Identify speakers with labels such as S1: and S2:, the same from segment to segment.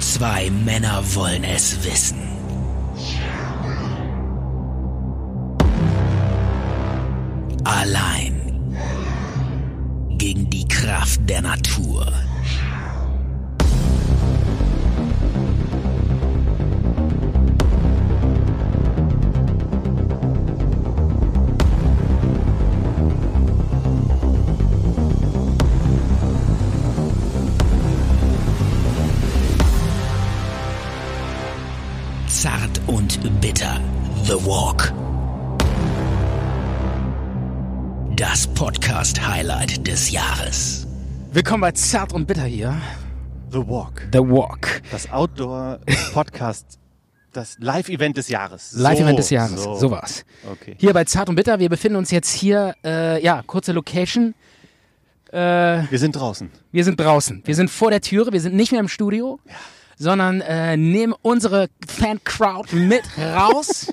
S1: Zwei Männer wollen es wissen. Allein gegen die Kraft der Natur. Zart und bitter. The Walk. Das Podcast-Highlight des Jahres.
S2: Willkommen bei Zart und Bitter hier.
S3: The Walk,
S2: The Walk.
S3: das Outdoor-Podcast, das Live-Event des Jahres.
S2: Live-Event des Jahres. So.
S3: So.
S2: war's.
S3: Okay.
S2: Hier bei Zart und Bitter. Wir befinden uns jetzt hier, äh, ja, kurze Location. Äh,
S3: Wir sind draußen.
S2: wir sind draußen. Wir sind vor der Türe. Wir sind nicht mehr im Studio, sondern äh, nehmen unsere Fan-Crowd mit raus.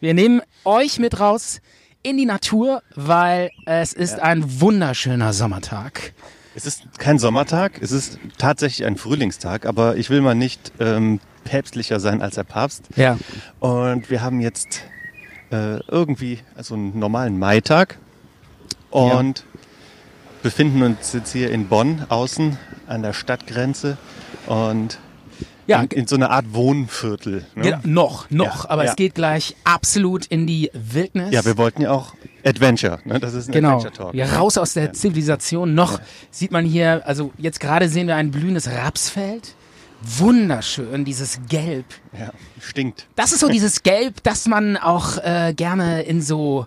S2: wir nehmen euch mit raus in die Natur, weil es ist ein wunderschöner Sommertag.
S3: Es ist kein Sommertag, es ist tatsächlich ein Frühlingstag, aber ich will mal nicht ähm, päpstlicher sein als der Papst.
S2: Ja.
S3: Und wir haben jetzt äh, irgendwie also einen normalen Maitag und befinden uns jetzt hier in Bonn außen an der Stadtgrenze und
S2: Ja,
S3: in, in so einer Art Wohnviertel. Ne?
S2: Genau, noch, noch,
S3: Ja,
S2: aber
S3: ja.
S2: es geht gleich absolut in die Wildnis.
S3: Ja, wir wollten ja auch Adventure. Ne? Das ist ein
S2: genau.
S3: Adventure-Talk.
S2: Ja, raus aus der Zivilisation. Noch sieht man hier, also jetzt gerade sehen wir ein blühendes Rapsfeld. Wunderschön, dieses Gelb.
S3: Ja, stinkt.
S2: Das ist so dieses Gelb, das man auch äh, gerne in so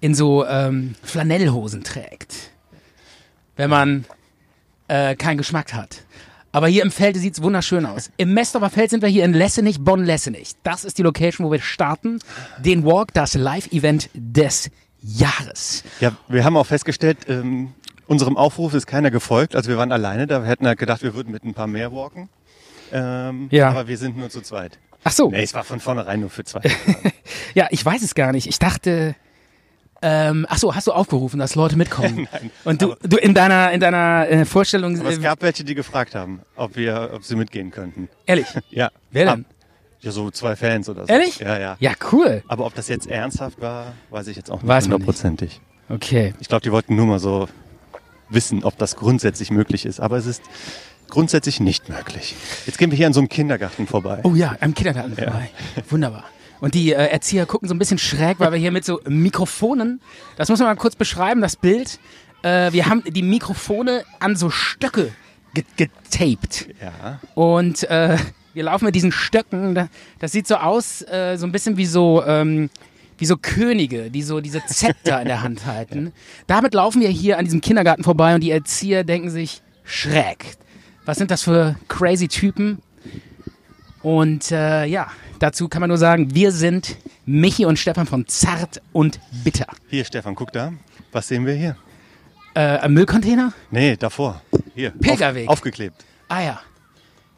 S2: in so ähm, Flanellhosen trägt, wenn man äh, keinen Geschmack hat. Aber hier im Felde sieht's wunderschön aus. Im Mestdorfer Feld sind wir hier in Lessenich, Bonn-Lessenich. Das ist die Location, wo wir starten. Den Walk, das Live-Event des Jahres.
S3: Ja, wir haben auch festgestellt, ähm, unserem Aufruf ist keiner gefolgt. Also wir waren alleine da. Wir hätten halt gedacht, wir würden mit ein paar mehr walken. Ähm,
S2: Ja.
S3: Aber wir sind nur zu zweit.
S2: Ach so.
S3: Nee, es war von vornherein nur für zwei.
S2: Ja, ich weiß es gar nicht. Ich dachte, ähm, ach so, hast du aufgerufen, dass Leute mitkommen? Nein, Und du, du in deiner in deiner äh, Vorstellung,
S3: aber es
S2: äh,
S3: gab welche, die gefragt haben, ob wir, ob sie mitgehen könnten.
S2: ehrlich,
S3: Ja.
S2: Wer denn?
S3: Ah, Ja, so zwei Fans oder so.
S2: Ehrlich?
S3: Ja, ja.
S2: Ja, cool.
S3: Aber ob das jetzt ernsthaft war, weiß ich jetzt auch nicht
S2: Weiß man nicht.
S3: hundertprozentig.
S2: Okay.
S3: Ich glaube, die wollten nur mal so wissen, ob das grundsätzlich möglich ist. Aber es ist grundsätzlich nicht möglich. Jetzt gehen wir hier an so einem Kindergarten vorbei.
S2: Oh ja, am Kindergarten vorbei. Wunderbar. Und die äh, Erzieher gucken so ein bisschen schräg, weil wir hier mit so Mikrofonen, das muss man mal kurz beschreiben, das Bild. Äh, wir haben die Mikrofone an so Stöcke ge- getaped.
S3: Ja.
S2: Und äh, wir laufen mit diesen Stöcken. Da- Das sieht so aus, äh, so ein bisschen wie so, ähm, wie so Könige, die so diese Zepter in der Hand halten. Damit laufen wir hier an diesem Kindergarten vorbei und die Erzieher denken sich, schräg. Was sind das für crazy Typen? Und äh, ja, dazu kann man nur sagen, wir sind Michi und Stefan von Zart und Bitter.
S3: Hier, Stefan, guck da. Was sehen wir hier?
S2: Äh, ein Müllcontainer?
S3: Nee, davor. Hier.
S2: Pilgerweg.
S3: Auf, aufgeklebt.
S2: Ah ja.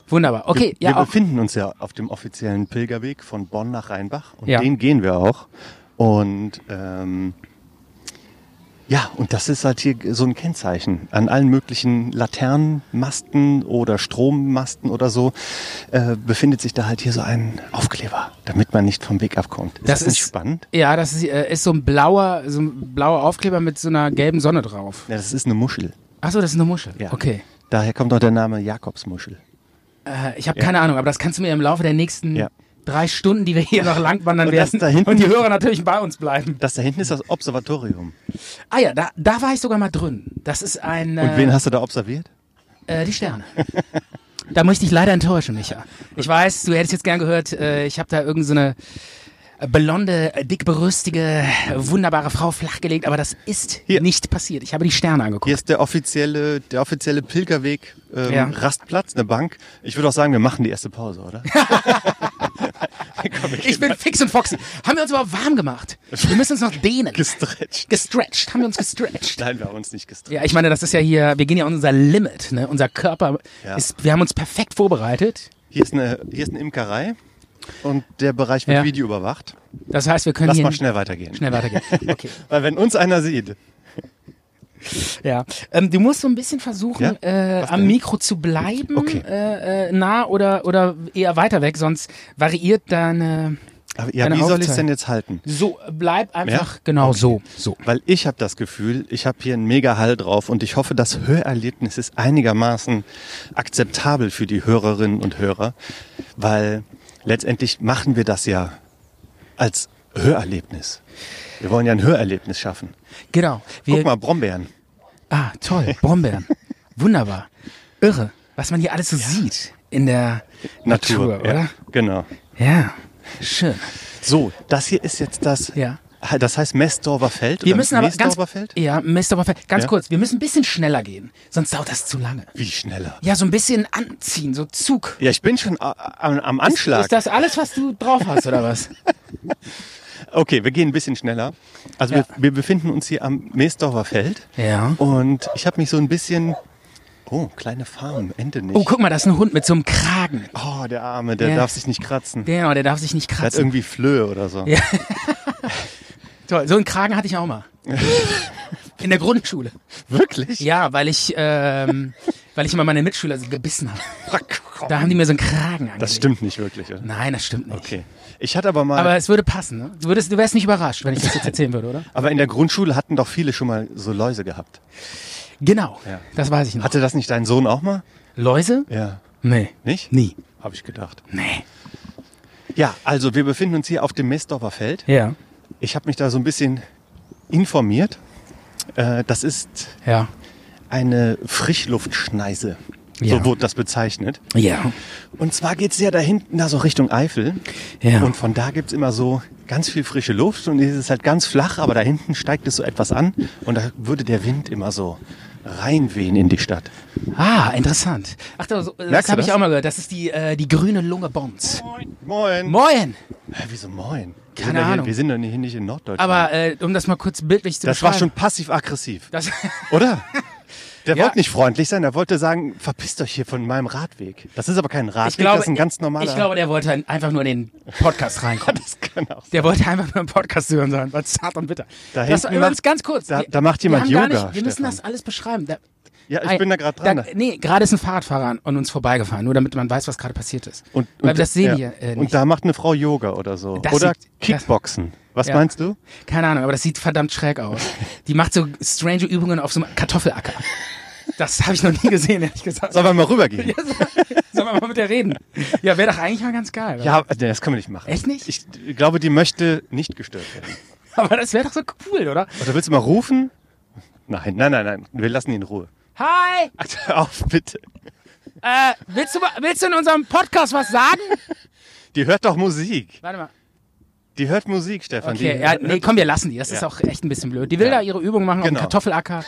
S2: Wunderbar. Okay,
S3: wir
S2: ja, auch,
S3: befinden uns ja auf dem offiziellen Pilgerweg von Bonn nach Rheinbach. Und
S2: Ja.
S3: den gehen wir auch. Und ähm, ja, und das ist halt hier so ein Kennzeichen. An allen möglichen Laternenmasten oder Strommasten oder so äh, befindet sich da halt hier so ein Aufkleber, damit man nicht vom Weg abkommt. Ist das, nicht spannend?
S2: Ja, das ist, äh, ist so ein blauer, so ein blauer Aufkleber mit so einer gelben Sonne drauf.
S3: Ja, das ist eine Muschel.
S2: Achso, das ist eine Muschel.
S3: Ja.
S2: Okay.
S3: Daher kommt auch der Name Jakobsmuschel.
S2: Äh, ich habe keine Ahnung, aber das kannst du mir im Laufe der nächsten
S3: Ja.
S2: drei Stunden, die wir hier noch langwandern
S3: Und das
S2: werden,
S3: da hinten-
S2: und die Hörer natürlich bei uns bleiben.
S3: Das da hinten ist das Observatorium.
S2: Ah ja, da, da war ich sogar mal drin. Das ist ein.
S3: Und
S2: äh,
S3: wen hast du da observiert?
S2: Äh, die Sterne. da muss ich dich leider enttäuschen, Micha. Ich weiß, du hättest jetzt gern gehört, äh, ich habe da irgendeine so eine äh, blonde, äh, dickbrüstige, wunderbare Frau flachgelegt, aber das ist
S3: Hier.
S2: nicht passiert. Ich habe die Sterne angeguckt.
S3: Hier ist der offizielle, der offizielle Pilgerweg, ähm,
S2: Ja.
S3: Rastplatz, eine Bank. Ich würde auch sagen, wir machen die erste Pause, oder?
S2: Ich bin fix und foxy. Haben wir uns überhaupt warm gemacht? Wir müssen uns noch dehnen.
S3: Gestretched.
S2: Gestretched. Haben wir uns gestretched?
S3: Nein, wir haben uns nicht gestretched.
S2: Ja, ich meine, das ist ja hier, wir gehen ja an unser Limit. Ne? Unser Körper
S3: Ja.
S2: ist, wir haben uns perfekt vorbereitet.
S3: Hier ist eine, hier ist eine Imkerei und der Bereich wird
S2: Ja.
S3: Video überwacht.
S2: Das heißt, wir können
S3: Lass
S2: hier
S3: mal schnell weitergehen.
S2: schnell weitergehen. Okay.
S3: Weil wenn uns einer sieht,
S2: Ja, ähm, du musst so ein bisschen versuchen, äh,
S3: Was
S2: am
S3: denn?
S2: Mikro zu bleiben,
S3: Okay.
S2: äh, äh, nah oder, oder eher weiter weg, sonst variiert deine.
S3: Aber, ja,
S2: Eine
S3: wie soll ich es
S2: Aufteilung.
S3: denn jetzt halten?
S2: So, bleib einfach
S3: Ja?
S2: genau so. so.
S3: Weil ich habe das Gefühl, ich habe hier einen Mega-Hall drauf und ich hoffe, das Hörerlebnis ist einigermaßen akzeptabel für die Hörerinnen und Hörer, weil letztendlich machen wir das ja als Hörerlebnis. Wir wollen ja ein Hörerlebnis schaffen.
S2: Genau. Wir,
S3: Guck mal, Brombeeren.
S2: Ah, toll. Brombeeren. Wunderbar. Irre, was man hier alles so sieht in der Natur,
S3: ja,
S2: oder?
S3: Genau.
S2: Ja. Schön.
S3: So, das hier ist jetzt das, Ah,
S2: Ja.
S3: das heißt Messdorfer Feld
S2: Wir
S3: oder
S2: müssen aber ganz,
S3: Messdorfer Feld?
S2: ja, Mr. Feld. ganz
S3: Ja.
S2: kurz, wir müssen ein bisschen schneller gehen, sonst dauert das zu lange.
S3: Wie schneller?
S2: Ja, so ein bisschen anziehen, so Zug.
S3: Ja, ich bin schon a- am, am Anschlag.
S2: Ist das alles, was du drauf hast, oder was?
S3: Okay, wir gehen ein bisschen schneller. Also
S2: Ja.
S3: wir, wir befinden uns hier am Meesdorfer Feld.
S2: Ja.
S3: Und ich habe mich so ein bisschen... Oh, kleine Farm, Ende nicht.
S2: Oh, guck mal, da ist ein Hund mit so einem Kragen.
S3: Oh, der Arme, der
S2: Ja.
S3: darf sich nicht kratzen. Der
S2: Der, der darf sich nicht
S3: hat
S2: kratzen.
S3: irgendwie Flöhe oder so.
S2: Ja. Toll, so einen Kragen hatte ich auch mal. In der Grundschule.
S3: Wirklich?
S2: Ja, weil ich, ähm, weil ich immer meine Mitschüler so gebissen habe. Da haben die mir so einen Kragen angelegt.
S3: Das stimmt nicht wirklich, oder?
S2: Nein, das stimmt nicht.
S3: Okay. Ich hatte aber mal...
S2: Aber es würde passen, ne? Du, würdest, du wärst nicht überrascht, wenn ich das jetzt erzählen würde, oder?
S3: aber in der Grundschule hatten doch viele schon mal so Läuse gehabt.
S2: Genau,
S3: Ja.
S2: das weiß ich noch.
S3: Hatte das nicht dein Sohn auch mal?
S2: Läuse?
S3: Ja.
S2: Nee.
S3: Nicht?
S2: Nie.
S3: Habe ich gedacht.
S2: Nee.
S3: Ja, also wir befinden uns hier auf dem Messdorfer Feld.
S2: Ja.
S3: Ich habe mich da so ein bisschen informiert. Äh, Das ist
S2: Ja.
S3: eine Frischluftschneise.
S2: Ja.
S3: So wurde das bezeichnet.
S2: Ja.
S3: Und zwar geht's ja da hinten, da so Richtung Eifel.
S2: Ja.
S3: Und von da gibt's immer so ganz viel frische Luft und es ist halt ganz flach, aber da hinten steigt es so etwas an und da würde der Wind immer so reinwehen in die Stadt.
S2: Ah, interessant. Ach, das, das
S3: Merkst du
S2: habe ich
S3: das?
S2: auch mal gehört. Das ist die, äh, die grüne Lunge Bonds.
S3: Moin. Moin.
S2: Moin!
S3: Hä, wieso moin? Wir
S2: Keine
S3: sind ja
S2: Ahnung.
S3: Hier, wir sind doch hier nicht in Norddeutschland.
S2: Aber äh, um das mal kurz bildlich zu
S3: das war schon
S2: beschreiben.
S3: passiv-aggressiv.
S2: Das,
S3: Oder? Der
S2: Ja.
S3: wollte nicht freundlich sein, der wollte sagen, verpisst euch hier von meinem Radweg. Das ist aber kein Radweg,
S2: ich glaube,
S3: das ist ein ganz normaler.
S2: Ich glaube, der wollte ein- einfach nur in den Podcast reinkommen.
S3: das kann auch
S2: Der wollte einfach nur einen Podcast hören sein, weil es zart und bitter.
S3: Da
S2: das war
S3: hinten
S2: übrigens
S3: macht-
S2: ganz kurz.
S3: da-
S2: Wir-
S3: da macht jemand
S2: wir haben
S3: Yoga,
S2: Gar nicht, wir müssen
S3: Stefan.
S2: das alles beschreiben. Da,
S3: Ja, ich
S2: Ei,
S3: bin da gerade dran.
S2: nee, gerade ist ein Fahrradfahrer an- an uns vorbeigefahren, nur damit man weiß, was gerade passiert ist. Weil wir das sehen
S3: ja.
S2: wir äh,
S3: Und
S2: nicht.
S3: da macht eine Frau Yoga oder so.
S2: Das
S3: oder
S2: sieht-
S3: Kickboxen. Was
S2: Ja.
S3: meinst du?
S2: Keine Ahnung, aber das sieht verdammt schräg aus. Die macht so strange Übungen auf so einem Kartoffelacker. Das habe ich noch nie gesehen, ehrlich gesagt.
S3: Sollen wir mal rübergehen? Ja,
S2: Sollen wir mal mit der reden? Ja, wäre doch eigentlich mal ganz geil. oder?
S3: nee, das können wir nicht machen.
S2: Echt nicht?
S3: Ich glaube, die möchte nicht gestört werden.
S2: Aber das wäre doch so cool, oder?
S3: Oder willst du mal rufen? Nein, nein, nein, nein. Wir lassen ihn in Ruhe.
S2: Hi!
S3: Ach, hör auf, bitte.
S2: Äh, willst, du, mal- willst du in unserem Podcast was sagen?
S3: Die hört doch Musik.
S2: Warte mal.
S3: Die hört Musik, Stefan.
S2: Okay,
S3: die
S2: ja,
S3: hört-
S2: nee, komm, wir lassen die. Das ist
S3: Ja.
S2: auch echt ein bisschen blöd. Die will
S3: Ja.
S2: da ihre Übungen machen
S3: Genau.
S2: auf dem Kartoffelacker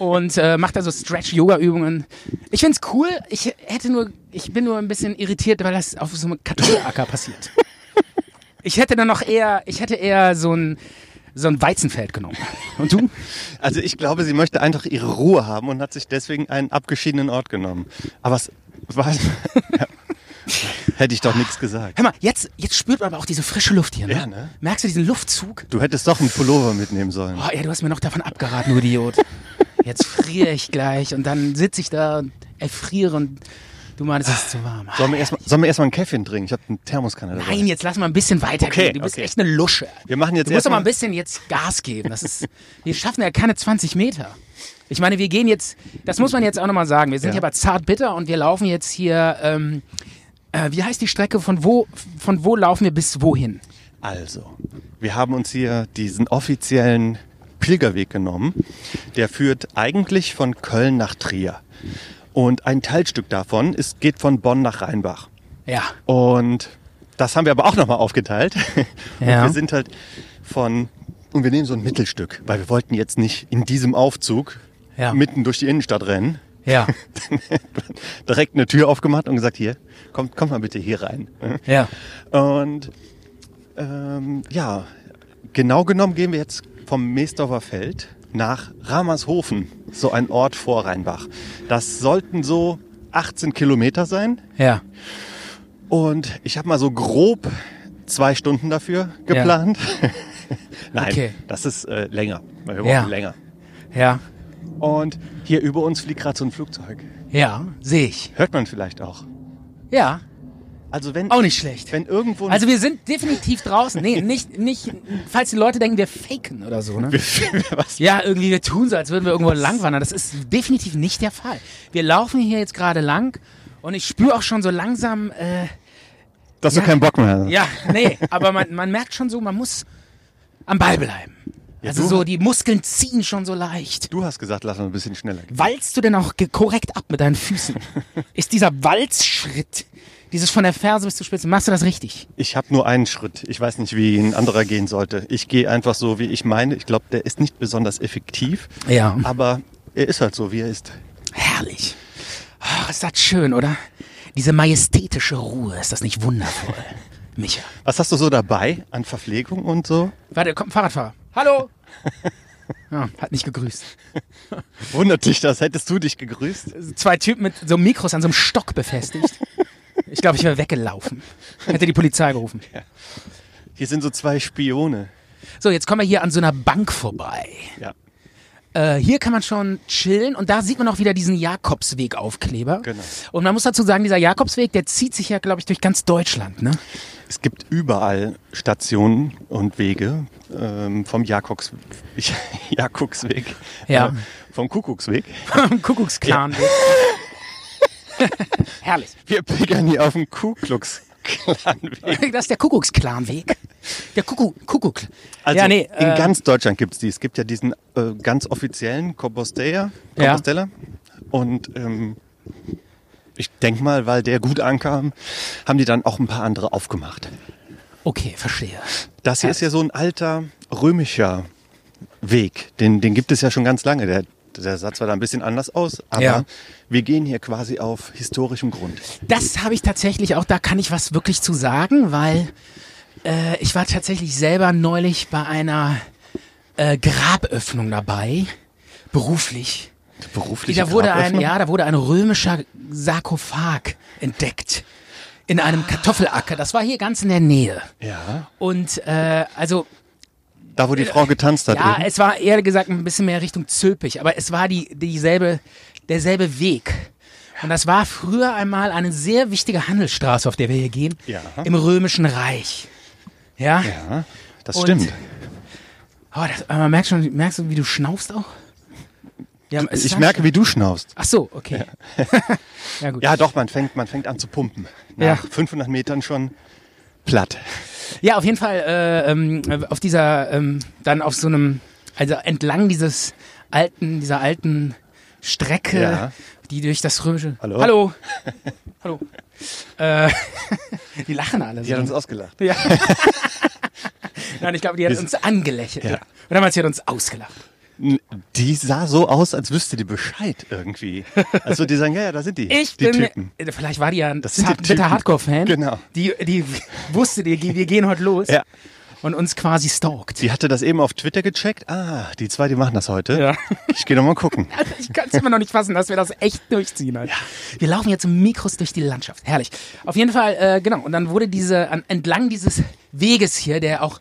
S2: und äh, macht da so Stretch-Yoga-Übungen. Ich find's cool. Ich hätte nur, ich bin nur ein bisschen irritiert, weil das auf so einem Kartoffelacker passiert. Ich hätte dann noch eher, ich hätte eher so ein, so ein Weizenfeld genommen. Und du?
S3: Also ich glaube, sie möchte einfach ihre Ruhe haben und hat sich deswegen einen abgeschiedenen Ort genommen. Aber es war... ja. Hätte ich doch nichts gesagt.
S2: Hör mal, jetzt, jetzt spürt man aber auch diese frische Luft hier. Ne?
S3: Ja, ne?
S2: Merkst du diesen Luftzug?
S3: Du hättest doch einen Pullover mitnehmen sollen.
S2: Oh, ja, du hast mir noch davon abgeraten, du Idiot. Jetzt friere ich gleich und dann sitze ich da und erfriere und du meinst, es ist zu warm.
S3: Sollen wir erstmal sollen wir erstmal einen Käffchen trinken? Ich habe einen Thermoskanne dabei.
S2: Nein, jetzt lass mal ein bisschen weitergehen.
S3: Okay,
S2: du bist
S3: okay.
S2: echt eine Lusche.
S3: Wir machen jetzt
S2: Du musst doch mal
S3: erstmal
S2: ein bisschen jetzt Gas geben. Das ist, wir schaffen ja keine 20 Meter. Ich meine, wir gehen jetzt, das muss man jetzt auch nochmal sagen, wir sind
S3: Ja.
S2: hier bei Zartbitter und wir laufen jetzt hier, ähm, äh, wie heißt die Strecke, von wo, von wo laufen wir bis wohin?
S3: Also, wir haben uns hier diesen offiziellen Pilgerweg genommen. Der führt eigentlich von Köln nach Trier. Und ein Teilstück davon ist, geht von Bonn nach Rheinbach.
S2: Ja.
S3: Und das haben wir aber auch nochmal aufgeteilt.
S2: Ja.
S3: Und wir sind halt von, und wir nehmen so ein Mittelstück, weil wir wollten jetzt nicht in diesem Aufzug
S2: Ja.
S3: mitten durch die Innenstadt rennen.
S2: Ja.
S3: Direkt eine Tür aufgemacht und gesagt, hier, kommt, kommt mal bitte hier rein.
S2: ja.
S3: Und ähm, ja, genau genommen gehen wir jetzt vom Meesdorfer Feld nach Ramershofen, so ein Ort vor Rheinbach. Das sollten so 18 Kilometer sein.
S2: Ja.
S3: Und ich habe mal so grob zwei Stunden dafür geplant. Nein,
S2: Okay.
S3: das ist äh, länger. Wir brauchen
S2: Ja.
S3: länger.
S2: Ja.
S3: Und hier über uns fliegt gerade so ein Flugzeug.
S2: Ja, sehe ich.
S3: Hört man vielleicht auch.
S2: Ja,
S3: Also wenn,
S2: auch nicht schlecht.
S3: wenn irgendwo ein
S2: Also wir sind definitiv draußen. Nee, nicht, nicht, falls die Leute denken, wir faken oder so, ne?
S3: was?
S2: Ja, irgendwie, wir tun so, als würden wir irgendwo langwandern. Das ist definitiv nicht der Fall. Wir laufen hier jetzt gerade lang und ich spüre auch schon so langsam, äh,
S3: Dass du keinen Bock mehr hast.
S2: ja, nee, aber man, man merkt schon so, man muss am Ball bleiben. Also
S3: du-
S2: so, die Muskeln ziehen schon so leicht.
S3: Du hast gesagt, lass mal ein bisschen schneller gehen.
S2: Walzt du denn auch ge- korrekt ab mit deinen Füßen? Ist dieser Walzschritt, dieses von der Ferse bis zur Spitze, machst du das richtig?
S3: Ich habe nur einen Schritt. Ich weiß nicht, wie ein anderer gehen sollte. Ich gehe einfach so, wie ich meine. Ich glaube, der ist nicht besonders effektiv.
S2: Ja.
S3: Aber er ist halt so, wie er ist.
S2: Herrlich. Ach, ist das schön, oder? Diese majestätische Ruhe, ist das nicht wundervoll? Micha.
S3: Was hast du so dabei an Verpflegung und so?
S2: Warte, kommt ein Fahrradfahrer. Hallo! Ja, hat nicht gegrüßt.
S3: Wundert dich das? Hättest du dich gegrüßt?
S2: Zwei Typen mit so Mikros an so einem Stock befestigt. Ich glaube, ich wäre weggelaufen. Hätte die Polizei gerufen.
S3: Hier sind so zwei Spione.
S2: So, jetzt kommen wir hier an so einer Bank vorbei.
S3: Ja,
S2: Äh, hier kann man schon chillen und da sieht man auch wieder diesen Jakobsweg-Aufkleber.
S3: Genau.
S2: Und man muss dazu sagen, dieser Jakobsweg, der zieht sich ja, glaube ich, durch ganz Deutschland, ne?
S3: es gibt überall Stationen und Wege ähm, vom Jakobs, Jakobsweg,
S2: Ja.
S3: äh, vom Kuckucksweg.
S2: Kuckucksklan. Herrlich.
S3: Wir pickern hier auf dem Ku Klux Klanweg.
S2: Das ist der Kuckucksklanweg. Der Kuckuck, Kuckuck.
S3: Also
S2: ja, nee,
S3: in
S2: äh,
S3: ganz Deutschland gibt's die. Es gibt ja diesen äh, ganz offiziellen Compostella.
S2: Ja.
S3: Compostella. Und ähm, ich denk mal, weil der gut ankam, haben die dann auch ein paar andere aufgemacht.
S2: okay, verstehe.
S3: Das hier ist ja so ein alter römischer Weg. Den, den gibt es ja schon ganz lange. Der, der sah zwar da ein bisschen anders aus, aber
S2: Ja.
S3: wir gehen hier quasi auf historischem Grund.
S2: Das habe ich tatsächlich auch, da kann ich was wirklich zu sagen, weil äh, ich war tatsächlich selber neulich bei einer äh, Graböffnung dabei, beruflich.
S3: Beruflich.
S2: da wurde ein, ja, da wurde ein römischer Sarkophag entdeckt in einem Kartoffelacker. Das war hier ganz in der Nähe.
S3: ja.
S2: Und äh, also
S3: Da, wo die Frau getanzt hat.
S2: Ja,
S3: eben.
S2: es war eher gesagt ein bisschen mehr Richtung Zülpich, aber es war die, dieselbe, derselbe Weg. Und das war früher einmal eine sehr wichtige Handelsstraße, auf der wir hier gehen,
S3: Ja.
S2: im Römischen Reich. Ja?
S3: ja das
S2: Und-
S3: stimmt.
S2: Oh, das, aber man merkt schon, merkst du, wie du schnaufst auch? Ja, es
S3: Ich
S2: war-
S3: merke, wie du schnaufst.
S2: Ach so, okay. Ja, gut.
S3: Ja, doch, man fängt, man fängt an zu pumpen. Nach
S2: Ja.
S3: 500 Metern schon platt.
S2: Ja, auf jeden Fall äh, ähm, auf dieser, ähm, dann auf so einem, also entlang dieses alten, dieser alten Strecke,
S3: Ja.
S2: die durch das römische.
S3: Hallo?
S2: Hallo. Hallo. Äh, die lachen alle.
S3: Die
S2: So.
S3: hat uns ausgelacht.
S2: ja. Nein, ich glaube, die hat uns angelächelt. Ja.
S3: Ja.
S2: Und damals hat uns ausgelacht.
S3: N- Die sah so aus, als wüsste die Bescheid irgendwie. Also die sagen, ja, ja, da sind die.
S2: Ich
S3: die
S2: bin,
S3: Typen.
S2: äh, vielleicht war die ja ein
S3: sind die
S2: zart- bitter
S3: Typen.
S2: Hardcore-Fan.
S3: Genau.
S2: Die, die wusste, die, wir gehen heute los.
S3: Ja.
S2: Und uns quasi stalkt.
S3: Die hatte das eben auf Twitter gecheckt. Ah, die zwei, die machen das heute.
S2: Ja.
S3: Ich gehe noch mal gucken.
S2: Ich kann es immer noch nicht fassen, dass wir das echt durchziehen. Halt. Wir laufen jetzt im Mikros durch die Landschaft. Herrlich. Auf jeden Fall, äh, genau. Und dann wurde diese, an, entlang dieses Weges hier, der auch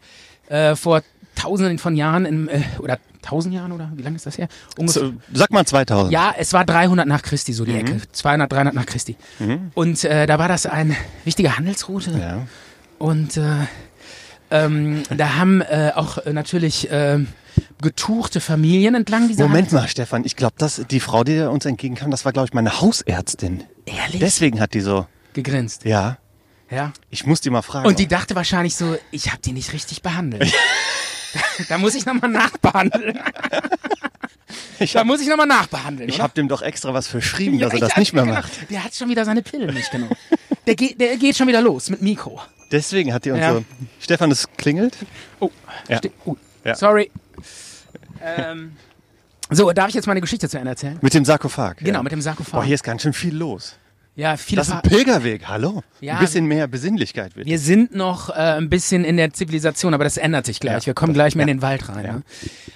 S2: äh, vor tausenden von Jahren, im, äh, oder tausend Jahren, oder wie lange ist das her? Ungefähr.
S3: So, Sag mal 2000.
S2: Also, Ja, es war 300 nach Christi, so die Ecke. 200, 300 nach Christi. Und äh, da war das eine wichtige Handelsroute.
S3: Ja.
S2: Und äh, ähm, da haben äh, auch äh, natürlich äh, getuchte Familien entlang dieser
S3: Moment mal, Stefan. Ich glaube, dass die Frau, die uns entgegenkam, das war, glaube ich, meine Hausärztin.
S2: Ehrlich?
S3: Deswegen hat die so,
S2: gegrinst.
S3: ja,
S2: Ja.
S3: ich muss die mal fragen.
S2: Und die dachte wahrscheinlich so, ich habe die nicht richtig behandelt. da muss ich nochmal nachbehandeln.
S3: ich
S2: Da
S3: habe
S2: muss ich nochmal nachbehandeln.
S3: ich
S2: oder?
S3: hab dem doch extra was verschrieben, dass er
S2: ich-
S3: das nicht mehr
S2: genau.
S3: macht.
S2: Der hat schon wieder seine Pillen nicht genommen. Der, geht, der geht schon wieder los mit Mikro.
S3: Deswegen hat die uns
S2: Ja.
S3: so. Stefan, es klingelt.
S2: Oh,
S3: Ja.
S2: ste- oh
S3: Ja.
S2: sorry. ähm, so, darf ich jetzt meine Geschichte zu Ende erzählen?
S3: Mit dem Sarkophag.
S2: Genau,
S3: ja.
S2: mit dem
S3: Boah,
S2: Sarkophag.
S3: hier ist ganz schön viel los.
S2: ja, viele
S3: Das ist ein
S2: Fa-
S3: Pilgerweg, hallo?
S2: Ja.
S3: Ein bisschen mehr Besinnlichkeit wird.
S2: Wir sind noch äh, ein bisschen in der Zivilisation, aber das ändert sich gleich.
S3: Ja.
S2: wir kommen gleich mehr in den Wald rein. Ja, ne?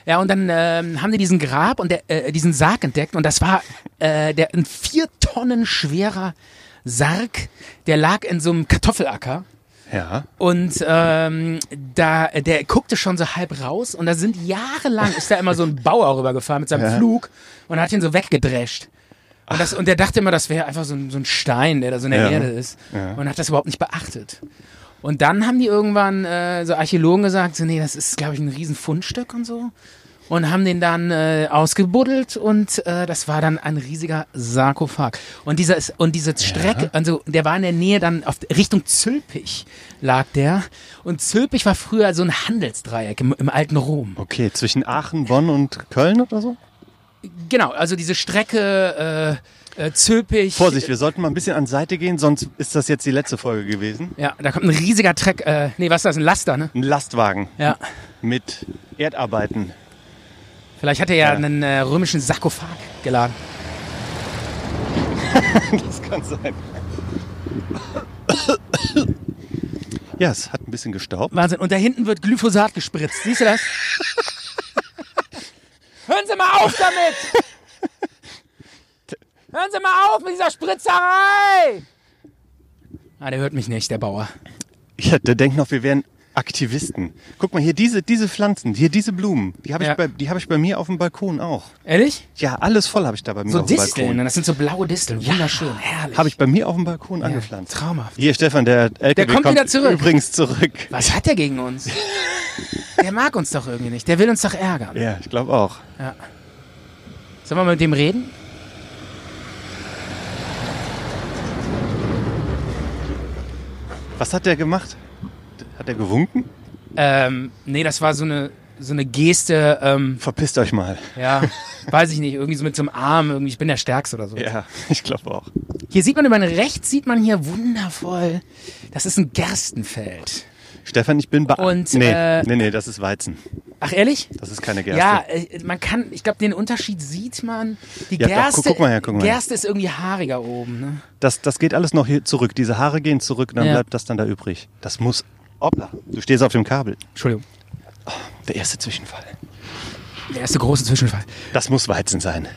S2: ja und dann ähm, haben die diesen Grab und der, äh, diesen Sarg entdeckt und das war äh, der ein vier Tonnen schwerer Sarg, der lag in so einem Kartoffelacker.
S3: Ja.
S2: Und ähm, da, der guckte schon so halb raus und da sind jahrelang, ist da immer so ein Bauer rübergefahren mit seinem
S3: Ja.
S2: Flug und hat ihn so weggedrescht. Und, das, und der dachte immer, das wäre einfach so ein, so ein Stein, der da so in der
S3: Ja.
S2: Erde ist. Und hat das überhaupt nicht beachtet. Und dann haben die irgendwann äh, so Archäologen gesagt, so, nee, das ist, glaube ich, ein riesen Fundstück und so. Und haben den dann äh, ausgebuddelt und äh, das war dann ein riesiger Sarkophag. Und dieser ist, und diese Strecke, also der war in der Nähe dann auf Richtung Zülpich lag der. Und Zülpich war früher so ein Handelsdreieck im, im alten Rom.
S3: Okay, zwischen Aachen, Bonn und Köln oder so?
S2: Genau, also diese Strecke äh, äh, Zülpich.
S3: Vorsicht, wir sollten mal ein bisschen an Seite gehen, sonst ist das jetzt die letzte Folge gewesen.
S2: Ja, da kommt ein riesiger Treck, äh, nee, was ist das, ein Laster, ne?
S3: Ein Lastwagen
S2: Ja.
S3: mit Erdarbeiten.
S2: Vielleicht hat er ja,
S3: Ja.
S2: einen äh, römischen Sarkophag geladen.
S3: Das kann sein. Ja, es hat ein bisschen gestaubt.
S2: Wahnsinn. Und da hinten wird Glyphosat gespritzt. Siehst du das? Hören Sie mal auf damit! Hören Sie mal auf mit dieser Spritzerei! Ah, der hört mich nicht, der Bauer.
S3: Ja, der denkt noch, wir wären Aktivisten. Guck mal, hier diese, diese Pflanzen, hier diese Blumen, die habe ich,
S2: Ja.
S3: bei- die hab ich bei mir auf dem Balkon auch.
S2: Ehrlich?
S3: Ja, alles voll habe ich da bei mir
S2: So
S3: auf dem
S2: Disteln. ne?
S3: Balkon.
S2: Das sind so blaue Disteln. Wunderschön. Herrlich.
S3: Habe ich bei mir auf dem Balkon angepflanzt.
S2: Traumhaft.
S3: Hier, Stefan, der LKW
S2: kommt wieder zurück.
S3: übrigens zurück.
S2: Was hat der gegen uns? der mag uns doch irgendwie nicht. Der will uns doch ärgern.
S3: Ja, ich glaube auch.
S2: Sollen wir mal mit dem reden?
S3: Was hat der gemacht? Hat er gewunken?
S2: Ähm, nee, das war so eine, so eine Geste, ähm,
S3: Verpisst euch mal.
S2: Ja, weiß ich nicht, irgendwie so mit so einem Arm, irgendwie, ich bin der Stärkste oder so.
S3: Ja, ich glaube auch.
S2: Hier sieht man über rechts, sieht man hier wundervoll, das ist ein Gerstenfeld.
S3: Stefan, ich bin bei.
S2: Und,
S3: nee,
S2: äh,
S3: nee, nee, das ist Weizen.
S2: Ach, ehrlich?
S3: Das ist keine Gerste.
S2: Ja, äh, man kann, ich glaube, den Unterschied sieht man. Die
S3: Ja, doch,
S2: Gerste,
S3: guck- guck mal her, guck mal her.
S2: Gerste ist irgendwie haariger oben. Ne?
S3: Das, das geht alles noch hier zurück. Diese Haare gehen zurück und dann
S2: Ja.
S3: bleibt das dann da übrig. Das muss. Hoppla, du stehst auf dem Kabel.
S2: Entschuldigung.
S3: Der erste Zwischenfall.
S2: Der erste große Zwischenfall.
S3: Das muss Weizen sein.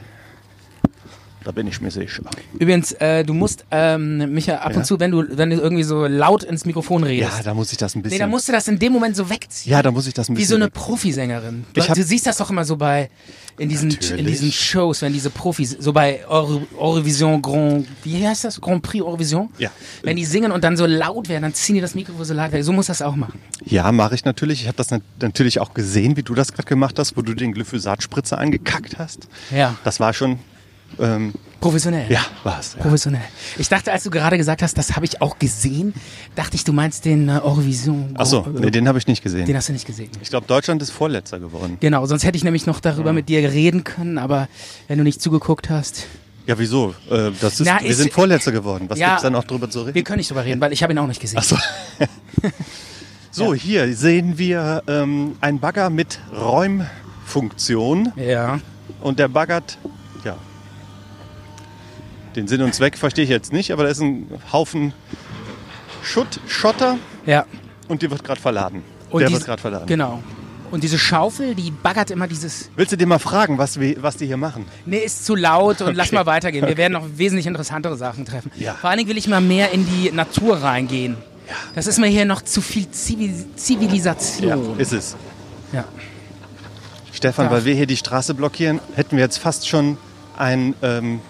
S3: Da bin ich mir sicher.
S2: Übrigens, äh, du musst, ähm, Micha, ab
S3: Ja.
S2: und zu, wenn du, wenn du irgendwie so laut ins Mikrofon redest,
S3: Ja, da muss ich das ein bisschen.
S2: nee, dann musst du das in dem Moment so wegziehen.
S3: ja, da muss ich das ein
S2: Wie
S3: bisschen.
S2: so eine Profisängerin. Du,
S3: Ich hab-
S2: du siehst das doch immer so bei in diesen in
S3: Natürlich.
S2: diesen Shows, wenn diese Profis so bei Euro, Eurovision Grand wie heißt das Grand Prix Eurovision?
S3: Ja.
S2: Wenn die singen und dann so laut werden, dann ziehen die das Mikrofon so laut weg. So muss das auch machen.
S3: ja, mache ich natürlich. Ich habe das nat- natürlich auch gesehen, wie du das gerade gemacht hast, wo du den Glyphosatspritzer angekackt hast.
S2: Ja.
S3: Das war schon. Ähm,
S2: Professionell.
S3: ja, war's. Ja.
S2: Professionell. Ich dachte, als du gerade gesagt hast, das habe ich auch gesehen, dachte ich, du meinst den äh, Eurovision.
S3: Achso, nee, den habe ich nicht gesehen.
S2: den hast du nicht gesehen.
S3: Ich glaube, Deutschland ist Vorletzter geworden.
S2: Genau, sonst hätte ich nämlich noch darüber mit dir reden können, aber wenn du nicht zugeguckt hast,
S3: Ja, wieso? Äh, das ist,
S2: Na,
S3: wir
S2: ist-
S3: sind Vorletzter geworden. Was
S2: Ja.
S3: gibt's da noch drüber zu reden?
S2: wir können nicht drüber reden, weil ich habe ihn auch nicht gesehen.
S3: so. so, hier sehen wir ähm, einen Bagger mit Räumfunktion.
S2: Ja.
S3: Und der baggert, ja, den Sinn und Zweck verstehe ich jetzt nicht, aber da ist ein Haufen Schutt, Schotter
S2: Ja.
S3: und die wird gerade verladen. der
S2: dies-
S3: wird gerade verladen.
S2: Genau. Und diese Schaufel, die baggert immer dieses.
S3: Willst du dir mal fragen, was, wir, was die hier machen?
S2: Nee, ist zu laut und lass mal weitergehen. Wir werden noch wesentlich interessantere Sachen treffen.
S3: Ja.
S2: Vor allen Dingen will ich mal mehr in die Natur reingehen. Das ist mir hier noch zu viel Zivi Zivilisation.
S3: Ist es.
S2: Ja.
S3: Stefan,
S2: Ja.
S3: weil wir hier die Straße blockieren, hätten wir jetzt fast schon einen ähm,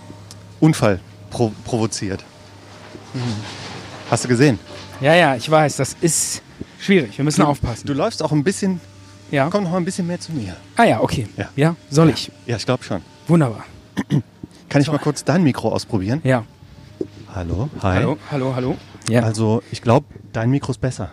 S3: Unfall pro provoziert. Hast du gesehen?
S2: ja, ja, ich weiß, das ist schwierig. Wir müssen aufpassen.
S3: Du läufst auch ein bisschen,
S2: ja.
S3: komm noch mal ein bisschen mehr zu mir.
S2: Ah ja, okay.
S3: Ja.
S2: soll ich.
S3: Ja, ich glaube schon.
S2: Wunderbar.
S3: Kann ich mal kurz dein Mikro ausprobieren?
S2: Ja.
S3: Hallo, hi.
S2: Hallo, hallo, hallo. Ja.
S3: Also, ich glaube, dein Mikro ist besser.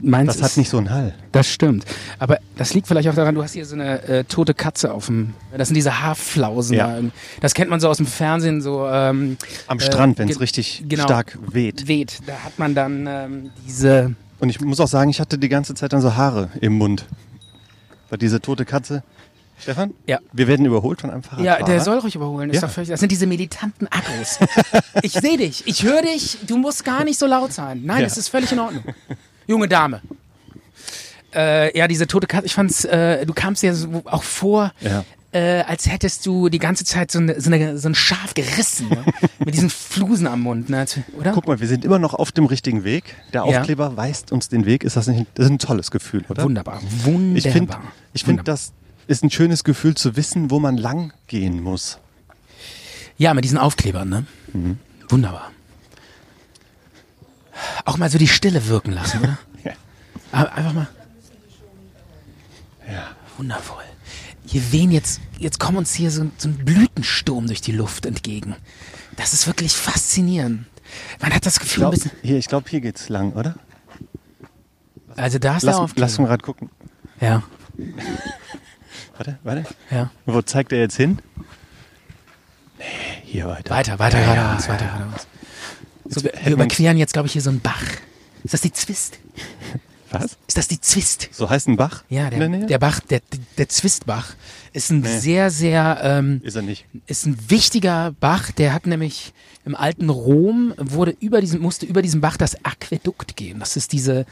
S2: Meins
S3: Das hat
S2: ist-
S3: nicht so einen Hall.
S2: Das stimmt. Aber das liegt vielleicht auch daran, du hast hier so eine äh, tote Katze auf dem. Das sind diese Haarflausen.
S3: Ja.
S2: da irgendwie. Das kennt man so aus dem Fernsehen, so. Ähm,
S3: Am
S2: äh,
S3: Strand, wenn
S2: ge-
S3: es richtig
S2: genau,
S3: stark weht.
S2: Weht. Da hat man dann ähm, diese.
S3: Und ich muss auch sagen, ich hatte die ganze Zeit dann so Haare im Mund. Weil diese tote Katze. Stefan?
S2: Ja.
S3: Wir werden überholt von einem Fahrradfahrer.
S2: Ja, der soll ruhig überholen. Ist
S3: Ja.
S2: doch völlig, das sind diese militanten Akkus. ich sehe dich, ich höre dich. Du musst gar nicht so laut sein. Nein,
S3: Ja.
S2: das ist völlig in Ordnung. Junge Dame. Äh, ja, diese tote Katze. Ich fand's. Äh, du kamst ja so auch vor.
S3: Ja.
S2: äh, als hättest du die ganze Zeit so, ne, so, ne, so ein Schaf gerissen. Ne? Mit diesen Flusen am Mund, ne? oder?
S3: Guck mal, wir sind immer noch auf dem richtigen Weg. Der
S2: Ja.
S3: Aufkleber weist uns den Weg. Ist das nicht das ist ein tolles Gefühl, oder?
S2: Wunderbar. Wunderbar.
S3: Ich finde, ich find,
S2: Wunderbar.
S3: das ist ein schönes Gefühl zu wissen, wo man lang gehen muss.
S2: Ja, mit diesen Aufklebern, ne?
S3: Mhm.
S2: Wunderbar. Auch mal so die Stille wirken lassen, oder?
S3: Ja.
S2: Aber Einfach mal. Wundervoll. Hier wehen jetzt, jetzt kommt uns hier so, ein- so ein Blütensturm durch die Luft entgegen. Das ist wirklich faszinierend. Man hat das
S3: Ich
S2: Gefühl, ein
S3: glaube,
S2: bisschen,
S3: hier, ich glaub, hier geht's lang, oder?
S2: also da ist der
S3: Lass,
S2: Aufkleber.
S3: lass mal gerade gucken.
S2: Ja,
S3: Warte, warte.
S2: ja.
S3: Wo zeigt er jetzt hin? Nee, hier weiter.
S2: Weiter, weiter geradeaus, weiter geradeaus. So, wir, wir
S3: hätte man-
S2: überqueren jetzt, glaube ich, hier so einen Bach. Ist das die Zwist?
S3: Was?
S2: Ist das die Zwist?
S3: So heißt ein Bach?
S2: Ja,
S3: in der
S2: der,
S3: Nähe?
S2: der Bach, der, der Zwistbach ist ein sehr, sehr, ähm,
S3: Ist er nicht.
S2: ist ein wichtiger Bach. Der hat nämlich im alten Rom wurde über diesen, musste über diesen Bach das Aquädukt geben. Das ist diese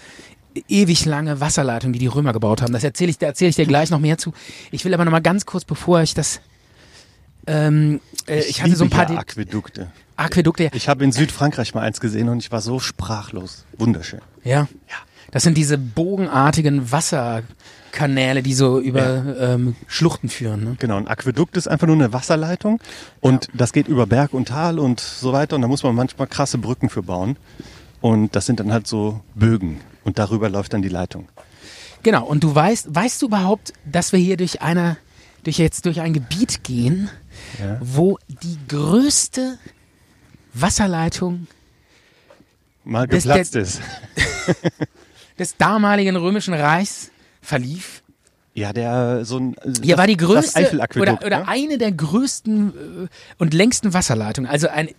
S2: ewig lange Wasserleitung, die die Römer gebaut haben. Das erzähle ich, da erzähle ich dir gleich noch mehr zu. Ich will aber noch mal ganz kurz, bevor ich das, ähm, äh, ich, hatte
S3: liebe
S2: so ein paar
S3: ja
S2: De-
S3: Aquädukte.
S2: Aquädukte.
S3: Ich habe in Südfrankreich mal eins gesehen und ich war so sprachlos. Wunderschön.
S2: Ja.
S3: Ja.
S2: Das sind diese bogenartigen Wasserkanäle, die so über ähm, Schluchten führen. Ne?
S3: Genau, ein Aquädukt ist einfach nur eine Wasserleitung und das geht über Berg und Tal und so weiter und da muss man manchmal krasse Brücken für bauen und das sind dann halt so Bögen und darüber läuft dann die Leitung.
S2: Genau, und du weißt, weißt du überhaupt, dass wir hier durch eine, durch jetzt durch ein Gebiet gehen,
S3: Ja.
S2: wo die größte Wasserleitung
S3: Mal
S2: Das-
S3: geplatzt
S2: der-
S3: ist.
S2: des damaligen Römischen Reichs verlief.
S3: Ja, der äh, so ein
S2: Hier war die
S3: das
S2: größte
S3: Eifelaquädukt,
S2: oder, oder
S3: ne?
S2: eine der größten äh, und längsten Wasserleitungen. Also ein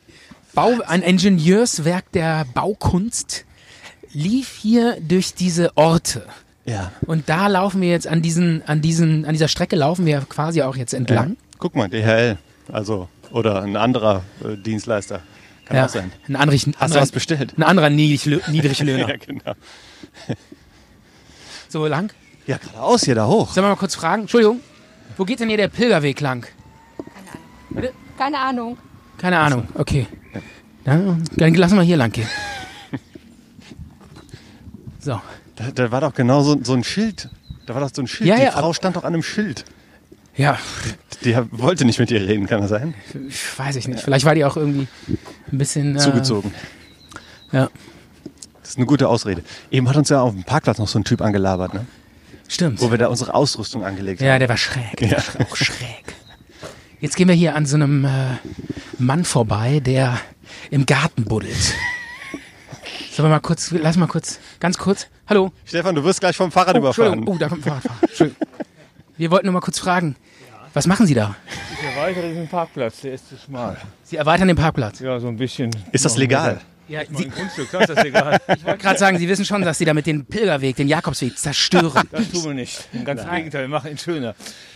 S2: Bau, ein Ingenieurswerk der Baukunst lief hier durch diese Orte.
S3: Ja.
S2: Und da laufen wir jetzt an diesen, an diesen, an dieser Strecke laufen wir quasi auch jetzt
S3: ja.
S2: entlang.
S3: Guck mal, DHL, also oder ein anderer äh, Dienstleister kann auch sein.
S2: Ein anderer, ein
S3: Hast du
S2: anderer-
S3: was bestellt?
S2: Ein anderer Niedrig, Niedriglöhner.
S3: Ja, genau.
S2: So lang.
S3: Ja, geradeaus hier da hoch.
S2: Sollen wir mal kurz fragen? Entschuldigung, wo geht denn hier der Pilgerweg lang?
S4: Keine Ahnung.
S2: Keine Ahnung. Okay. Dann, dann lassen wir hier lang gehen. So.
S3: Da, da war doch genau so, so ein Schild. Da war doch so ein Schild.
S2: Ja,
S3: die
S2: ja,
S3: Frau
S2: aber-
S3: stand doch an einem Schild.
S2: Ja,
S3: Die wollte nicht mit dir reden, kann das sein?
S2: ich weiß ich nicht. Vielleicht war die auch irgendwie ein bisschen. Äh,
S3: Zugezogen.
S2: Ja.
S3: Das ist eine gute Ausrede. Eben hat uns ja auf dem Parkplatz noch so ein Typ angelabert, ne?
S2: Stimmt.
S3: wo wir da unsere Ausrüstung angelegt haben.
S2: Ja, der war schräg. Der war auch schräg. Jetzt gehen wir hier an so einem äh, Mann vorbei, der im Garten buddelt. Sollen wir mal kurz, lass mal kurz, ganz kurz. Hallo.
S3: Stefan, du wirst gleich vom Fahrrad
S2: Oh,
S3: überfahren.
S2: Entschuldigung. Oh, da kommt ein Fahrradfahrer. Entschuldigung. Wir wollten nur mal kurz fragen. Was machen Sie da?
S5: Ich erweitere diesen Parkplatz, der ist zu schmal.
S2: Sie erweitern den Parkplatz.
S5: Ja, so ein bisschen.
S3: Ist
S2: Oh,
S3: das legal?
S2: Ja, Sie
S5: Mein Grundstück, das ist egal.
S2: wollte gerade sagen, Sie wissen schon, dass Sie damit den Pilgerweg, den Jakobsweg zerstören.
S5: Das tun wir nicht. Im ganzen Gegenteil, wir machen ihn schöner.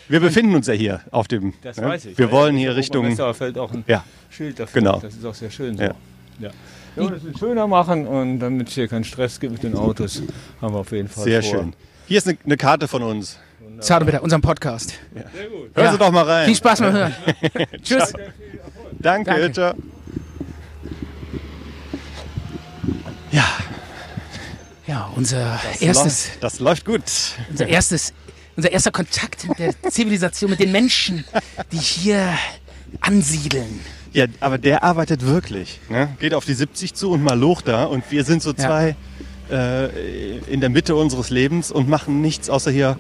S3: Wir befinden uns ja hier auf dem.
S5: Das
S3: ne?
S5: weiß ich.
S3: Wir
S5: Da
S3: wollen
S5: ist
S3: hier
S5: der
S3: Richtung.
S5: Obermeister, fällt auch ein
S3: Ja.
S5: Schild dafür.
S3: Genau.
S5: Das ist auch sehr schön so.
S3: Ja.
S5: Ja. Ja. Wir wollen es ein schöner machen und damit es hier keinen Stress gibt mit den Autos, haben wir auf jeden Fall
S3: Sehr
S5: vor.
S3: schön. Hier ist eine, eine Karte von uns.
S2: Zart bitte, unserem Podcast.
S3: Hören
S2: Ja.
S3: Sie doch mal
S2: Viel
S3: rein.
S2: Spaß beim Hören. Tschüss.
S3: Danke.
S2: Danke.
S3: Ciao. Ja,
S2: Ja, unser
S3: das,
S2: erstes
S3: läuft, das läuft gut.
S2: Unser erstes, unser erster Kontakt mit der Zivilisation, mit den Menschen, die hier ansiedeln.
S3: Ja, aber der arbeitet wirklich. Ne? Geht auf die 70 zu und mal loch da. Und wir sind so zwei äh, in der Mitte unseres Lebens und machen nichts, außer hier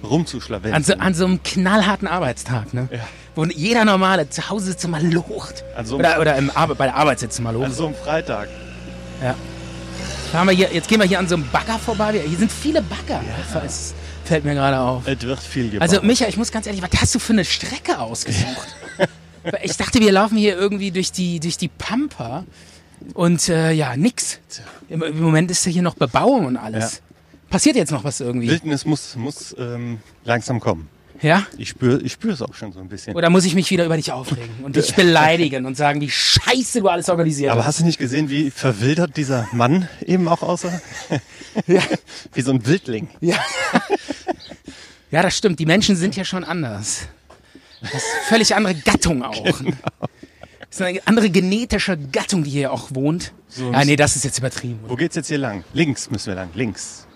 S2: An
S3: rumzuschlawen.
S2: so, an so einem knallharten Arbeitstag, ne?
S3: Ja.
S2: Wo jeder normale zu Hause sitzt und mal locht.
S3: An so einem-
S2: oder oder im Arbe bei der Arbeit sitzt und mal locht.
S3: An so einem Also Freitag.
S2: Fahren wir hier, jetzt gehen wir hier an so einem Bagger vorbei. Wir- Hier sind viele Bagger. Das fällt mir gerade auf.
S3: Es wird viel gebaut.
S2: Also Micha, ich muss ganz ehrlich, was hast du für eine Strecke ausgesucht? Weil ich dachte, wir laufen hier irgendwie durch die, durch die Pampa und äh, ja, nix. Im, Im Moment ist ja hier noch Bebauung und alles. Passiert jetzt noch was irgendwie?
S3: Wildnis muss, muss ähm, langsam kommen.
S2: Ja?
S3: Ich spüre ich spür's auch schon so ein bisschen.
S2: Oder muss ich mich wieder über dich aufregen und dich beleidigen und sagen, wie scheiße du alles organisiert
S3: aber
S2: hast?
S3: hast du nicht gesehen, wie verwildert dieser Mann eben auch aussah? wie so ein Wildling.
S2: Ja. ja, das stimmt. Die Menschen sind ja schon anders. Das ist eine völlig andere Gattung auch. Das ist eine andere genetische Gattung, die hier auch wohnt. ah, nee, das ist jetzt übertrieben.
S3: Wo geht's jetzt hier lang? Links müssen wir lang. Links.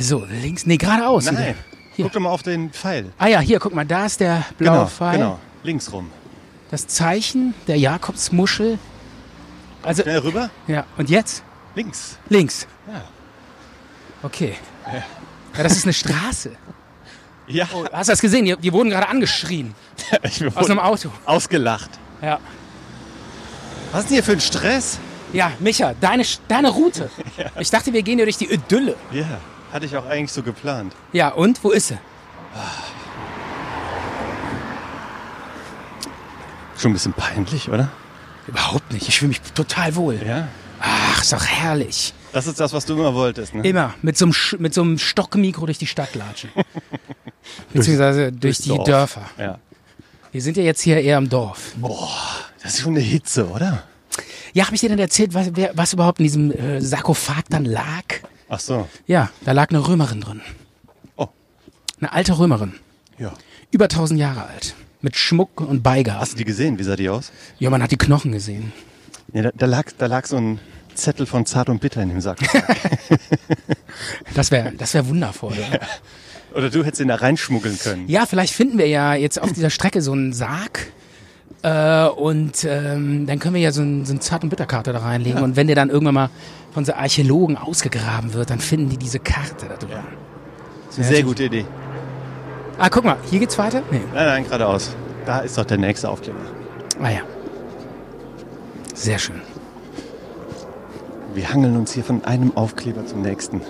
S2: So, links, nee, geradeaus. wieder.
S3: Nein. Guck doch mal auf den Pfeil.
S2: Ah ja, hier, guck mal, da ist der blaue Pfeil.
S3: genau. Links rum.
S2: Das Zeichen der Jakobsmuschel. Also,
S3: Schnell rüber.
S2: ja, und jetzt?
S3: Links.
S2: Links.
S3: Ja.
S2: Okay. Ja, das ist eine Straße.
S3: Ja.
S2: Hast du das gesehen? Die, die wurden gerade angeschrien.
S3: ich bin
S2: Oh, Aus einem Auto.
S3: ausgelacht.
S2: Ja.
S3: Was ist denn hier für ein Stress?
S2: Ja, Micha, deine, Sch- deine Route. Ich dachte, wir gehen hier durch die Idylle.
S3: Ja. Hatte ich auch eigentlich so geplant.
S2: Ja, und wo ist sie?
S3: Schon ein bisschen peinlich, oder?
S2: Überhaupt nicht. Ich fühle mich total wohl.
S3: Ja.
S2: Ach, ist doch herrlich.
S3: Das ist das, was du immer wolltest, ne?
S2: Immer mit so einem, Sch- mit so einem Stockmikro durch die Stadt latschen. Beziehungsweise durch die
S3: Dorf.
S2: Dörfer.
S3: Ja.
S2: Wir sind ja jetzt hier eher im Dorf.
S3: Das ist schon eine Hitze, oder?
S2: Ja, habe ich dir denn erzählt, was, wer, was überhaupt in diesem äh, Sarkophag dann lag?
S3: Ach so.
S2: Ja, da lag eine Römerin drin.
S3: Oh.
S2: Eine alte Römerin.
S3: Ja.
S2: Über 1000 Jahre alt. Mit Schmuck und Beigas.
S3: Hast du die gesehen? Wie sah die aus?
S2: Ja, man hat die Knochen gesehen.
S3: Ja, da, da, lag, da lag so ein Zettel von Zart und Bitter in dem Sack.
S2: Das wäre das wär wundervoll. Ja.
S3: oder du hättest ihn da reinschmuggeln können.
S2: ja, vielleicht finden wir ja jetzt auf dieser Strecke so einen Sarg. Äh, und ähm, dann können wir ja so, ein, so eine Zart- und Bitterkarte da reinlegen. Und wenn der dann irgendwann mal von so Archäologen ausgegraben wird, dann finden die diese Karte da drüber.
S3: Das ist eine sehr gute Idee.
S2: Ah, guck mal, hier geht's weiter? Nee.
S3: Nein, nein, geradeaus. Da ist doch der nächste Aufkleber.
S2: Ah ja. Sehr schön.
S3: Wir hangeln uns hier von einem Aufkleber zum nächsten.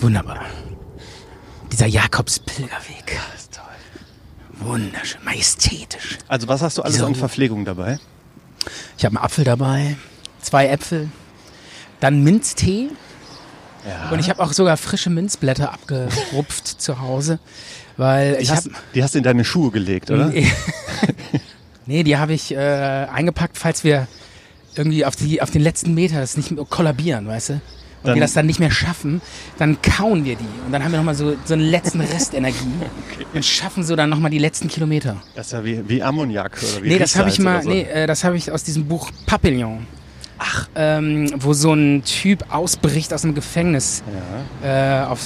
S2: Wunderbar. Dieser Jakobspilgerweg.
S3: Das ist toll.
S2: Wunderschön, majestätisch.
S3: Also was hast du alles
S2: Wieso?
S3: an Verpflegung dabei?
S2: Ich habe einen Apfel dabei, zwei Äpfel, dann Minztee.
S3: Ja.
S2: Und ich habe auch sogar frische Minzblätter abgerupft zu Hause, weil
S3: Die
S2: ich
S3: hast,
S2: habe...
S3: die hast du in deine Schuhe gelegt, oder?
S2: nee, die habe ich äh, eingepackt, falls wir irgendwie auf, die, auf den letzten Meter das nicht mehr kollabieren, weißt du? Und
S3: Dann-
S2: wir das dann nicht mehr schaffen, dann kauen wir die. Und dann haben wir nochmal so, so einen letzten Rest Energie und schaffen so dann nochmal die letzten Kilometer.
S3: Das ist ja wie, wie Ammoniak oder wie
S2: Nee, das habe ich
S3: Riechsalz
S2: mal,
S3: halt oder so.
S2: nee, äh, das habe ich aus diesem Buch Papillon. Ach, ähm, wo so ein Typ ausbricht aus einem Gefängnis äh, auf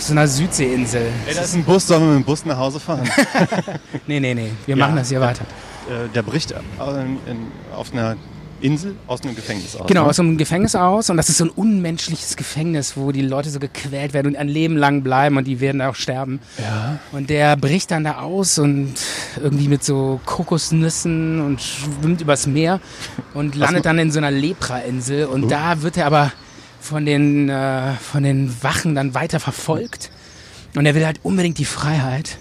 S2: so einer Südseeinsel.
S3: Ey, da ist ein Bus, sollen wir mit dem Bus nach Hause fahren?
S2: Nee, nee, nee, wir machen das hier weiter.
S3: äh, der bricht ähm, in, auf einer Insel aus einem Gefängnis aus.
S2: Genau,
S3: ne?
S2: aus so einem Gefängnis aus und das ist so ein unmenschliches Gefängnis, wo die Leute so gequält werden und ein Leben lang bleiben und die werden auch sterben. Ja. Und der bricht dann da aus und irgendwie mit so Kokosnüssen und schwimmt übers Meer und landet dann in so einer Lepra-Insel und
S3: Oh.
S2: da wird er aber von den, äh, von den Wachen dann weiter verfolgt und er will halt unbedingt die Freiheit.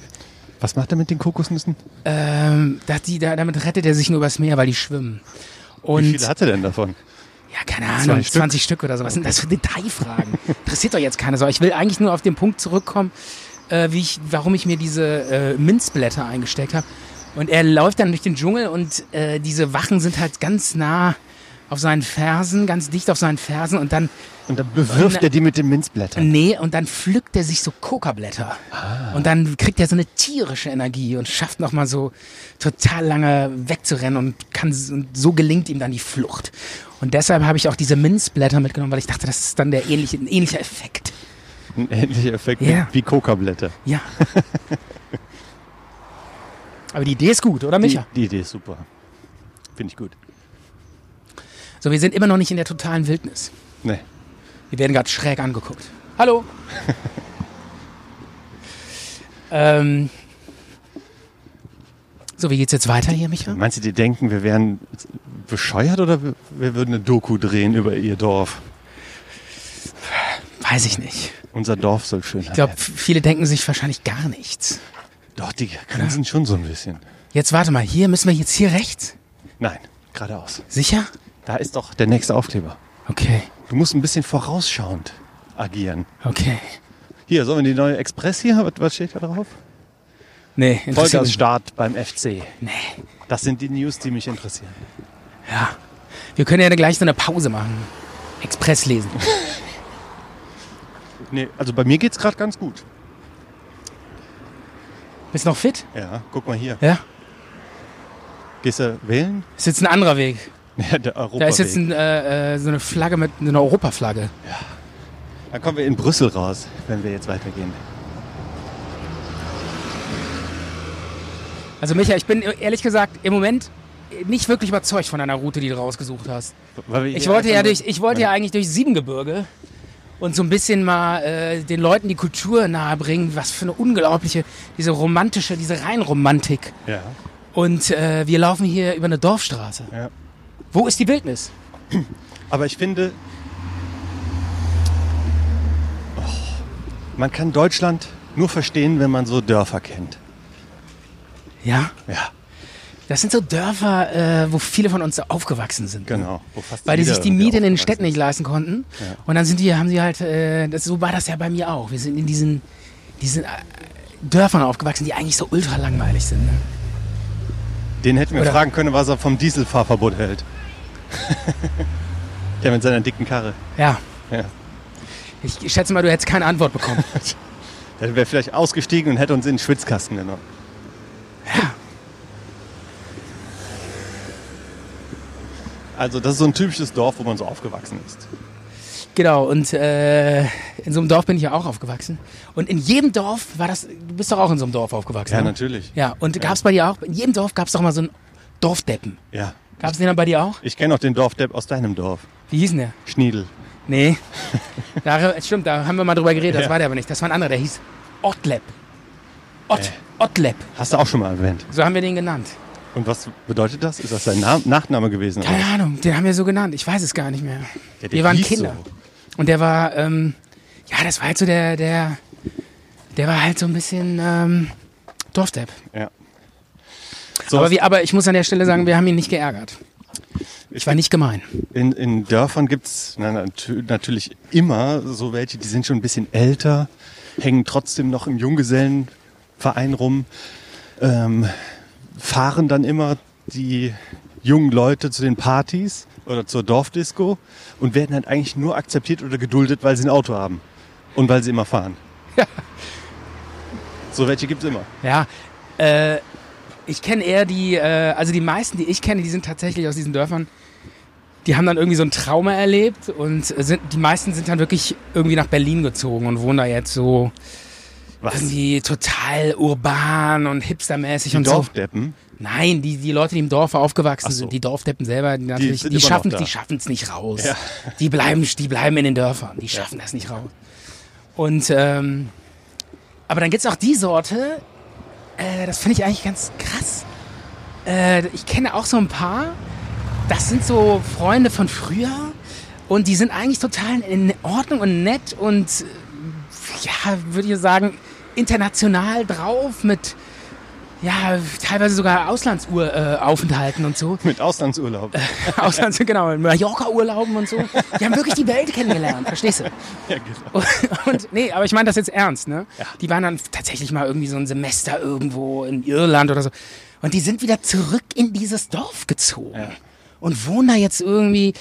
S3: Was macht er mit den Kokosnüssen?
S2: Ähm, dass die, da, damit rettet er sich nur übers Meer, weil die schwimmen. Und
S3: Wie viele hat er denn davon?
S2: ja, keine Ahnung, 20,
S3: Stück?
S2: Stück oder so. Was sind das für Detailfragen? Interessiert doch jetzt keiner so. Ich will eigentlich nur auf den Punkt zurückkommen, äh, wie ich, warum ich mir diese äh, Minzblätter eingesteckt habe. Und er läuft dann durch den Dschungel und äh, diese Wachen sind halt ganz nah auf seinen Fersen, ganz dicht auf seinen Fersen und dann,
S3: Und dann bewirft
S2: Na-
S3: er die mit den Minzblättern.
S2: nee, und dann pflückt er sich so Kokablätter. Und dann kriegt er so eine tierische Energie und schafft nochmal so total lange wegzurennen und kann, und so gelingt ihm dann die Flucht. Und deshalb habe ich auch diese Minzblätter mitgenommen, weil ich dachte, das ist dann der ähnliche, ein ähnlicher Effekt.
S3: Ein ähnlicher Effekt
S2: Ja.
S3: wie, wie Kokablätter.
S2: Ja. Aber die Idee ist gut, oder
S3: Die,
S2: Micha?
S3: die Idee ist super. Finde ich gut.
S2: So, wir sind immer noch nicht in der totalen Wildnis.
S3: Nee.
S2: Wir werden gerade schräg angeguckt. Hallo. ähm. So, wie geht's jetzt weiter hier, Micha?
S3: Meinst du, die denken, wir wären bescheuert oder wir- wir würden eine Doku drehen über ihr Dorf?
S2: Weiß ich nicht.
S3: Unser Dorf soll schön
S2: Ich glaube, viele denken sich wahrscheinlich gar nichts.
S3: Doch, die grinsen schon so ein bisschen.
S2: Jetzt warte mal, hier müssen wir jetzt hier rechts?
S3: Nein, geradeaus.
S2: Sicher?
S3: Da ist doch der nächste Aufkleber.
S2: Okay,
S3: Du musst ein bisschen vorausschauend agieren.
S2: okay.
S3: Hier, sollen wir die neue Express hier? Was- Was steht da drauf?
S2: Nee, interessiert mich nicht.
S3: Vollgasstart beim FC.
S2: Nee,
S3: Das sind die News, die mich interessieren.
S2: ja. Wir können ja gleich so eine Pause machen. Express lesen.
S3: Nee, also bei mir geht's gerade ganz gut.
S2: Bist noch fit?
S3: Ja, guck mal hier.
S2: Ja.
S3: Gehst du wählen?
S2: Ist jetzt ein anderer Weg.
S3: Ja, der Europaweg.
S2: Da ist jetzt ein, äh, äh, so eine Flagge mit einer Europaflagge.
S3: Dann kommen wir in Brüssel raus, wenn wir jetzt weitergehen.
S2: Also Micha, ich bin ehrlich gesagt im Moment nicht wirklich überzeugt von deiner Route, die du rausgesucht hast.
S3: Weil wir
S2: Ich
S3: hier
S2: wollte
S3: einfach
S2: ja
S3: nur-
S2: durch, ich wollte ja eigentlich durch Siebengebirge und so ein bisschen mal äh, den Leuten die Kultur nahebringen, was für eine unglaubliche, diese romantische, diese rein Romantik.
S3: Ja.
S2: Und äh, wir laufen hier über eine Dorfstraße.
S3: Ja.
S2: Wo ist die Wildnis?
S3: Aber ich finde, oh, man kann Deutschland nur verstehen, wenn man so Dörfer kennt.
S2: Ja,
S3: Ja,
S2: das sind so Dörfer, äh, wo viele von uns aufgewachsen sind.
S3: genau. Wo fast
S2: Weil die
S3: jeder
S2: sich die
S3: irgendwie
S2: Miete in den
S3: aufgewachsen
S2: Städten
S3: ist.
S2: nicht leisten konnten. Und dann sind die, haben sie halt, äh, das, so war das ja bei mir auch. Wir sind in diesen, diesen äh, Dörfern aufgewachsen, die eigentlich so ultra langweilig sind. Ne?
S3: Den hätten wir
S2: Oder-
S3: fragen können, was er vom Dieselfahrverbot hält. Der mit seiner dicken Karre.
S2: Ja.
S3: Ja.
S2: Ich schätze mal, du hättest keine Antwort bekommen.
S3: Der wäre vielleicht ausgestiegen und hätte uns in den Schwitzkasten genommen. Also das ist so ein typisches Dorf, wo man so aufgewachsen ist.
S2: genau, und äh, in so einem Dorf bin ich ja auch aufgewachsen. Und in jedem Dorf war das, du bist doch auch in so einem Dorf aufgewachsen. ne?
S3: natürlich.
S2: Ja, und gab's bei dir auch, in jedem Dorf gab's doch mal so einen Dorfdeppen.
S3: Ja.
S2: Gab's den dann bei dir auch?
S3: Ich kenne auch den Dorfdepp aus deinem Dorf.
S2: Wie hieß denn der?
S3: Schniedel.
S2: Nee. da, äh, stimmt, da haben wir mal drüber geredet, das
S3: Ja.
S2: war der aber nicht. Das war ein anderer, der hieß Otlep. Ott,
S3: Äh.
S2: Otlep,
S3: Hast du auch schon mal erwähnt.
S2: so haben wir den genannt.
S3: Und was bedeutet das? Ist das sein Na Nachname gewesen?
S2: Keine Ahnung, den haben wir so genannt, ich weiß es gar nicht mehr.
S3: Ja, der
S2: wir waren
S3: hieß
S2: Kinder.
S3: so.
S2: Und der war, ähm, ja, das war halt so der, der, der war halt so ein bisschen ähm, Dorfdepp.
S3: Ja.
S2: Aber, wir, aber ich muss an der Stelle sagen, wir haben ihn nicht geärgert. Ich war nicht gemein.
S3: in, in Dörfern gibt es natürlich immer so welche, die sind schon ein bisschen älter, hängen trotzdem noch im Junggesellenverein rum, ähm, fahren dann immer die jungen Leute zu den Partys oder zur Dorfdisco und werden halt eigentlich nur akzeptiert oder geduldet, weil sie ein Auto haben und weil sie immer fahren. So welche gibt es immer.
S2: Ja, äh, ich kenne eher die, äh, also die meisten, die ich kenne, die sind tatsächlich aus diesen Dörfern. Die haben dann irgendwie so ein Trauma erlebt und äh, sind, die meisten sind dann wirklich irgendwie nach Berlin gezogen und wohnen da jetzt so
S3: Was? Die
S2: irgendwie total urban und hipstermäßig und so.
S3: Dorfdeppen?
S2: Nein, die, die Leute, die im Dorf aufgewachsen
S3: Ach so.
S2: sind, die Dorfdeppen selber, die natürlich,
S3: sind
S2: die,
S3: immer noch
S2: schaffen,
S3: da.
S2: die schaffen es nicht raus.
S3: Ja.
S2: Die bleiben, die bleiben in den Dörfern, die schaffen das nicht raus. Und ähm, aber dann gibt's auch die Sorte, äh, das finde ich eigentlich ganz krass. Äh, ich kenne auch so ein paar, das sind so Freunde von früher und die sind eigentlich total in Ordnung und nett und äh, ja, würde ich sagen, international drauf mit ja, teilweise sogar Auslandsaufenthalten äh, Aufenthalten und so.
S3: Mit Auslandsurlaub.
S2: Auslands, genau, in Mallorca-Urlauben und so. Die haben wirklich die Welt kennengelernt, verstehst du?
S3: ja, genau.
S2: Und, und nee, aber ich meine das jetzt ernst, ne? Die waren dann tatsächlich mal irgendwie so ein Semester irgendwo in Irland oder so. Und die sind wieder zurück in dieses Dorf gezogen. Und wohnen da jetzt irgendwie,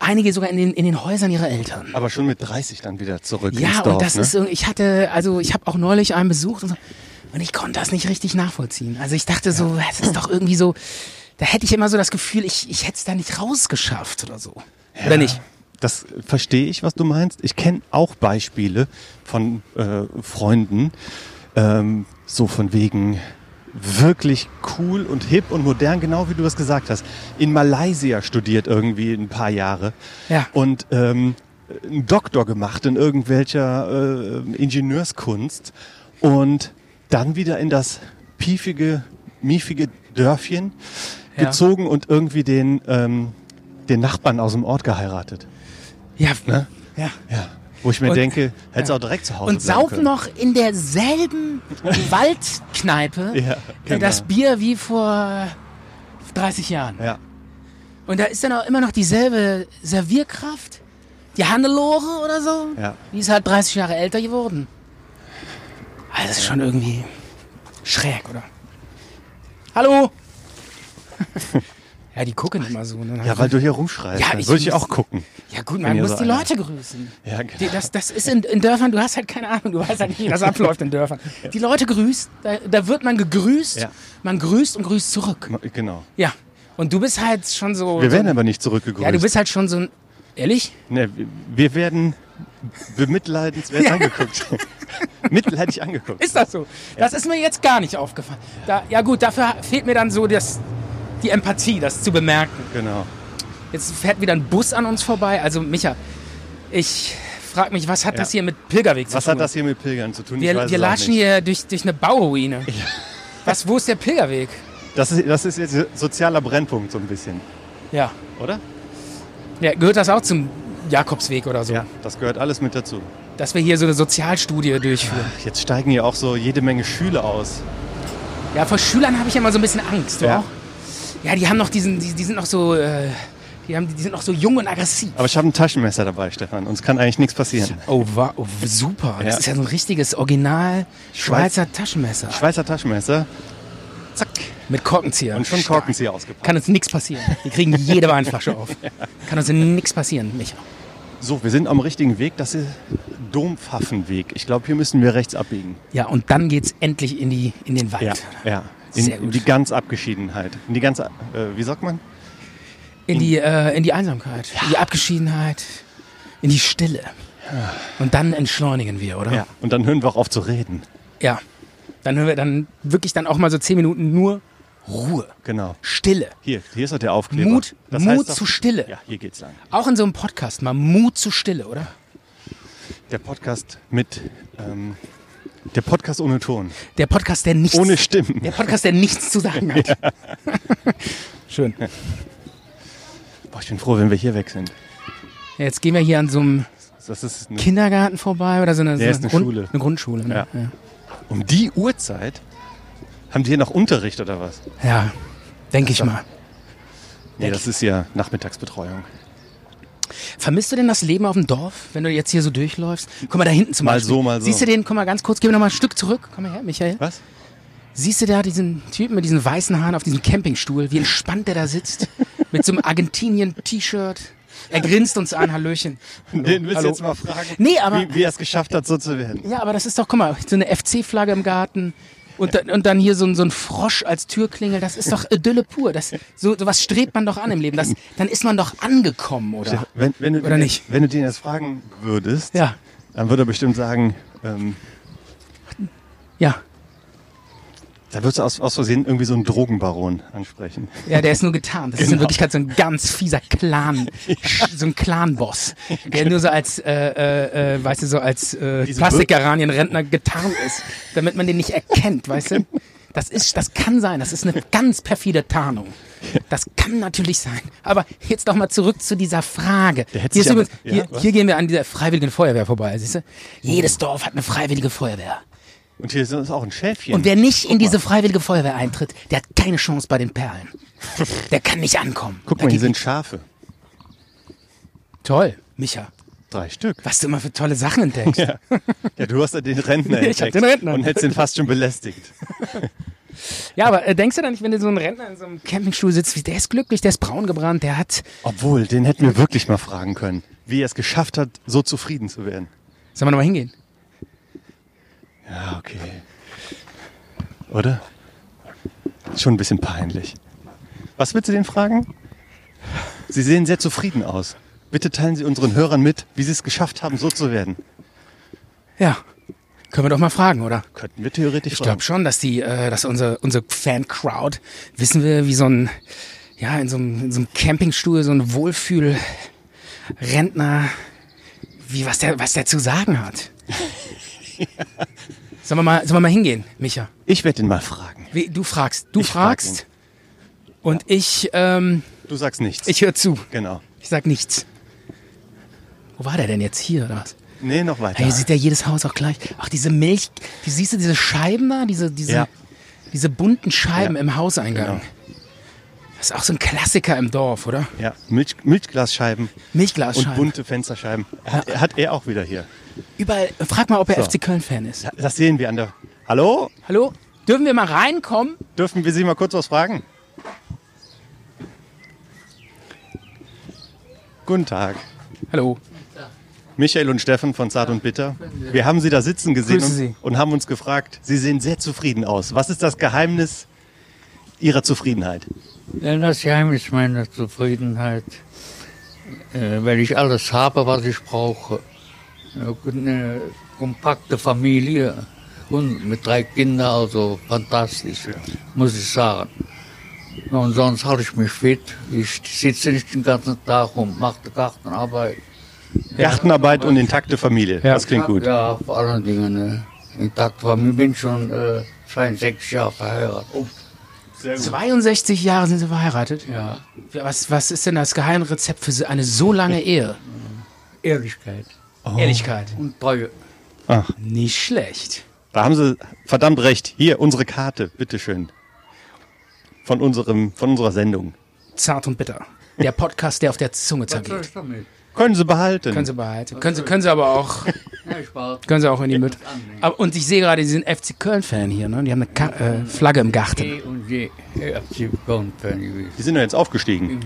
S2: einige sogar in den, in den Häusern ihrer Eltern.
S3: Aber schon mit 30 dann wieder zurück
S2: Ja,
S3: ins Dorf.
S2: und das
S3: ne?
S2: ist irgendwie, ich hatte, also ich habe auch neulich einen besucht und, so, und ich konnte das nicht richtig nachvollziehen. Also ich dachte so, es ist doch irgendwie so, da hätte ich immer so das Gefühl, ich, ich hätte es da nicht rausgeschafft oder so. Oder nicht?
S3: Das verstehe ich, was du meinst. Ich kenne auch Beispiele von äh, Freunden, ähm, so von wegen wirklich cool und hip und modern, genau wie du das gesagt hast. In Malaysia studiert irgendwie ein paar Jahre
S2: Ja.
S3: und ähm, einen Doktor gemacht in irgendwelcher äh, Ingenieurskunst und dann wieder in das piefige, miefige Dörfchen
S2: Ja.
S3: gezogen und irgendwie den, ähm, den Nachbarn aus dem Ort geheiratet.
S2: Ja.
S3: Ne?
S2: ja.
S3: Ja. Wo ich mir
S2: Und-
S3: denke, hättest du auch direkt zu Hause
S2: Und
S3: bleiben
S2: saufen
S3: können.
S2: noch in derselben Waldkneipe
S3: Ja,
S2: äh, das
S3: genau.
S2: Bier wie vor 30 Jahren.
S3: Ja.
S2: Und da ist dann auch immer noch dieselbe Servierkraft, die Hannelore oder so.
S3: Ja.
S2: Die ist halt 30 Jahre älter geworden. Also das ist schon irgendwie schräg, oder? Hallo? Ja, die gucken immer so. Ne?
S3: Ja, weil du hier rumschreist.
S2: Ja,
S3: Ja,
S2: ich
S3: ich Würde ich
S2: muss-
S3: auch gucken.
S2: Ja, gut,
S3: Wenn
S2: man
S3: ihr
S2: muss
S3: so
S2: die
S3: einer-
S2: Leute grüßen.
S3: Ja, genau.
S2: Die, das, das ist in, in Dörfern, du hast halt keine Ahnung, du weißt halt nicht, wie das abläuft in Dörfern. Die Leute grüßt, da, da wird man gegrüßt,
S3: Ja.
S2: man grüßt und grüßt zurück.
S3: Genau.
S2: Ja. Und du bist halt schon so.
S3: Wir werden
S2: so,
S3: aber nicht zurückgegrüßt.
S2: ja, du bist halt schon so ein. Ehrlich?
S3: Nee, wir- wir werden bemitleidenswert angeguckt. Mitleidig angeguckt.
S2: Ist das so? Das ist mir jetzt gar nicht aufgefallen. Da, ja gut, dafür fehlt mir dann so das, die Empathie, das zu bemerken.
S3: Genau.
S2: Jetzt fährt wieder ein Bus an uns vorbei. Also Micha, ich frage mich, was hat
S3: Ja.
S2: das hier mit Pilgerweg zu
S3: Was
S2: tun?
S3: hat das hier mit Pilgern zu tun? ich
S2: Wir,
S3: weiß
S2: wir
S3: es auch
S2: latschen
S3: nicht.
S2: hier durch, durch eine Bauruine. Was, wo ist der Pilgerweg?
S3: Das ist, das ist jetzt sozialer Brennpunkt so ein bisschen,
S2: Ja.
S3: oder?
S2: ja. Gehört das auch zum Jakobsweg oder so?
S3: Das gehört alles mit dazu.
S2: Dass wir hier so eine Sozialstudie durchführen.
S3: Jetzt steigen hier auch so jede Menge Schüler aus.
S2: Ja, vor Schülern habe ich ja immer so ein bisschen Angst,
S3: Ja.
S2: oder? Ja, die haben noch diesen, die, die sind noch so, äh, die, haben, die sind noch so jung und aggressiv.
S3: Aber ich habe ein Taschenmesser dabei, Stefan. Uns kann eigentlich nichts passieren.
S2: Oh, wa- oh super. Das
S3: Ja.
S2: ist ja so ein richtiges Original Schweizer Taschenmesser.
S3: Schweizer Taschenmesser
S2: Zack. Mit Korkenzieher.
S3: und schon
S2: Stark.
S3: Korkenzieher ausgepackt.
S2: Kann uns nichts passieren. Wir kriegen jede Weinflasche auf. Kann uns nichts passieren, Micha.
S3: So, wir sind am richtigen Weg. Das ist Dompfaffenweg. Ich glaube, hier müssen wir rechts abbiegen.
S2: Ja, und dann geht's endlich in, die, in den Wald.
S3: ja. In,
S2: Sehr
S3: in
S2: gut.
S3: die ganz Abgeschiedenheit. In die ganz, äh, wie sagt man?
S2: In, die, äh, in die Einsamkeit, in die Abgeschiedenheit, in die Stille. Und dann entschleunigen wir, oder?
S3: Ja. Und dann hören wir auch auf zu reden.
S2: ja. Dann hören wir dann wirklich dann auch mal so zehn Minuten nur Ruhe,
S3: Genau.
S2: Stille.
S3: Hier, hier ist doch der Aufkleber.
S2: Mut- Mut
S3: doch-
S2: zu Stille.
S3: Ja, hier geht's lang.
S2: Auch in so einem Podcast mal Mut zur Stille, oder?
S3: Der Podcast mit, ähm, der Podcast ohne Ton.
S2: Der Podcast, der nichts...
S3: Ohne Stimmen.
S2: Der Podcast, der nichts zu sagen hat. Schön.
S3: Boah, ich bin froh, wenn wir hier weg sind.
S2: Jetzt gehen wir hier an so einem
S3: Das ist eine,
S2: Kindergarten vorbei oder so eine, so
S3: Ja, ist eine
S2: Grund-
S3: Schule.
S2: Eine Grundschule. Ne?
S3: Ja. um die Uhrzeit haben die hier noch Unterricht oder was?
S2: Ja, ja denke ich mal.
S3: Nee, das ist ja Nachmittagsbetreuung.
S2: Vermisst du denn das Leben auf dem Dorf, wenn du jetzt hier so durchläufst? Guck mal da hinten zum
S3: Mal
S2: Beispiel.
S3: so, mal so.
S2: Siehst du den, guck mal ganz kurz, gehen wir nochmal ein Stück zurück. Komm mal her, Michael.
S3: Was?
S2: Siehst du da diesen Typen mit diesen weißen Haaren auf diesem Campingstuhl, wie entspannt der da sitzt? mit so einem Argentinien-T-Shirt. Er grinst uns an, Hallöchen.
S3: Den willst
S2: hallo.
S3: du jetzt mal fragen,
S2: Nee, aber-
S3: wie, wie er es geschafft hat, so zu werden.
S2: Ja, aber das ist doch, guck mal, so eine FC-Flagge im Garten. Und dann, und dann hier so ein, so ein Frosch als Türklingel, das ist doch Idylle pur. Das, so, sowas strebt man doch an im Leben. Das, dann ist man doch angekommen, oder?
S3: Wenn, wenn du
S2: Oder
S3: den,
S2: nicht?
S3: Wenn du den jetzt fragen würdest,
S2: Ja,
S3: dann würde er bestimmt sagen, ähm,
S2: ja.
S3: da würdest du aus, aus Versehen irgendwie so einen Drogenbaron ansprechen.
S2: Ja, der ist nur getan. Das ist in
S3: Genau.
S2: Wirklichkeit so ein ganz fieser Clan, so ein Clan-Boss, der nur so als, äh, äh, äh, weißt du, so als äh,
S3: Genau. Diese
S2: Plastikgeranien-Rentner getarnt ist, damit man den nicht erkennt, weißt
S3: Genau.
S2: du? Das ist, das kann sein. Das ist eine ganz perfide Tarnung. Das kann natürlich sein. Aber jetzt doch mal zurück zu dieser Frage.
S3: Der hätte
S2: Hier, ist
S3: sich aber-
S2: übrigens,
S3: Ja,
S2: hier,
S3: was?
S2: hier gehen wir an dieser freiwilligen Feuerwehr vorbei, siehst du? Jedes Dorf hat eine freiwillige Feuerwehr.
S3: Und hier ist auch ein Schäfchen.
S2: Und wer nicht in diese freiwillige Feuerwehr eintritt, der hat keine Chance bei den Perlen. Der kann nicht ankommen.
S3: Guck
S2: Da
S3: mal, hier
S2: geht
S3: sind Schafe.
S2: nicht- toll, Micha.
S3: Drei Stück.
S2: Was du immer für tolle Sachen entdeckst.
S3: Ja, du hast ja den Rentner
S2: Ich hab
S3: entdeckt
S2: den Rentner.
S3: und hättest ihn fast schon belästigt.
S2: Ja, aber äh, denkst du da nicht, wenn du so einen Rentner in so einem Campingstuhl sitzt, wie der ist glücklich, der ist braun gebrannt, der hat
S3: Obwohl, den hätten wir wirklich mal fragen können, wie er es geschafft hat, so zufrieden zu werden.
S2: Sollen wir nochmal hingehen?
S3: Ja, Ah, okay. Oder? Schon ein bisschen peinlich. Was willst du den fragen? Sie sehen sehr zufrieden aus. Bitte teilen Sie unseren Hörern mit, wie Sie es geschafft haben, so zu werden.
S2: Ja. Können wir doch mal fragen, oder?
S3: Könnten wir theoretisch
S2: Ich glaube schon, dass die, äh, dass unsere, unsere Fan-Crowd, wissen wir, wie so ein, ja, in so einem, in so einem Campingstuhl, so ein Wohlfühl-Rentner, wie, was der, was der zu sagen hat. Sollen wir mal, sollen wir mal hingehen, Micha?
S3: Ich werde ihn mal fragen.
S2: Wie, du fragst, du
S3: Ich frag
S2: fragst. und ich, ähm,
S3: Du sagst nichts.
S2: ich höre zu.
S3: genau.
S2: Ich sag nichts. Wo war der denn jetzt? Hier oder was?
S3: Nee, noch weiter.
S2: Hey, hier sieht ja jedes Haus auch gleich. Ach, diese Milch, die siehst du diese Scheiben da, diese, diese,
S3: Ja.
S2: diese bunten Scheiben
S3: Ja.
S2: im Hauseingang.
S3: Genau.
S2: Das ist auch so ein Klassiker im Dorf, oder?
S3: ja, Milch, Milchglasscheiben und
S2: Milchglasscheiben.
S3: bunte Fensterscheiben. Hat, hat er auch wieder hier.
S2: Überall. Frag mal, ob er
S3: So.
S2: FC Köln-Fan ist.
S3: Das sehen wir an der. Hallo?
S2: Hallo? Dürfen wir mal reinkommen?
S3: Dürfen wir Sie mal kurz was fragen? Guten Tag.
S2: Hallo.
S3: Michael und Steffen von Zart und Bitter. Wir haben Sie da sitzen gesehen
S2: Grüße
S3: und,
S2: Sie.
S3: und haben uns gefragt, Sie sehen sehr zufrieden aus. Was ist das Geheimnis Ihrer Zufriedenheit?
S6: Ja, Das Geheimnis meiner Zufriedenheit, äh, weil ich alles habe, was ich brauche. Eine kompakte Familie und mit drei Kindern, also fantastisch, muss ich sagen. Und sonst halte ich mich fit. Ich sitze nicht den ganzen Tag und mache Gartenarbeit.
S3: Gartenarbeit und intakte Familie. Das klingt gut.
S6: Ja, vor allen Dingen. Ne? Intakt war mir. Ich bin schon äh, 62 Jahre verheiratet.
S2: 62 Jahre sind Sie verheiratet?
S6: Ja,
S2: Was, was ist denn das Geheimrezept für so- eine so lange Ehe?
S6: Ehrlichkeit
S3: Oh.
S2: Ehrlichkeit.
S6: und Treue.
S2: Nicht schlecht.
S3: Da haben Sie verdammt recht. Hier, unsere Karte, bitteschön. Von, unserem, von unserer Sendung.
S2: Zart und bitter. Der Podcast, der auf der Zunge
S6: Was soll
S2: zergeht.
S6: ich damit?
S3: Können Sie behalten.
S2: Können Sie behalten. Können Sie, können Sie aber auch,
S6: Ja, ich war
S2: können Sie auch in die Mitte. Aber, und ich sehe gerade, Sie sind FC Köln-Fan hier, ne? Die haben eine Ka äh, Flagge im Garten.
S6: E und J FC Köln-Fan gewesen.
S3: Die sind ja jetzt aufgestiegen.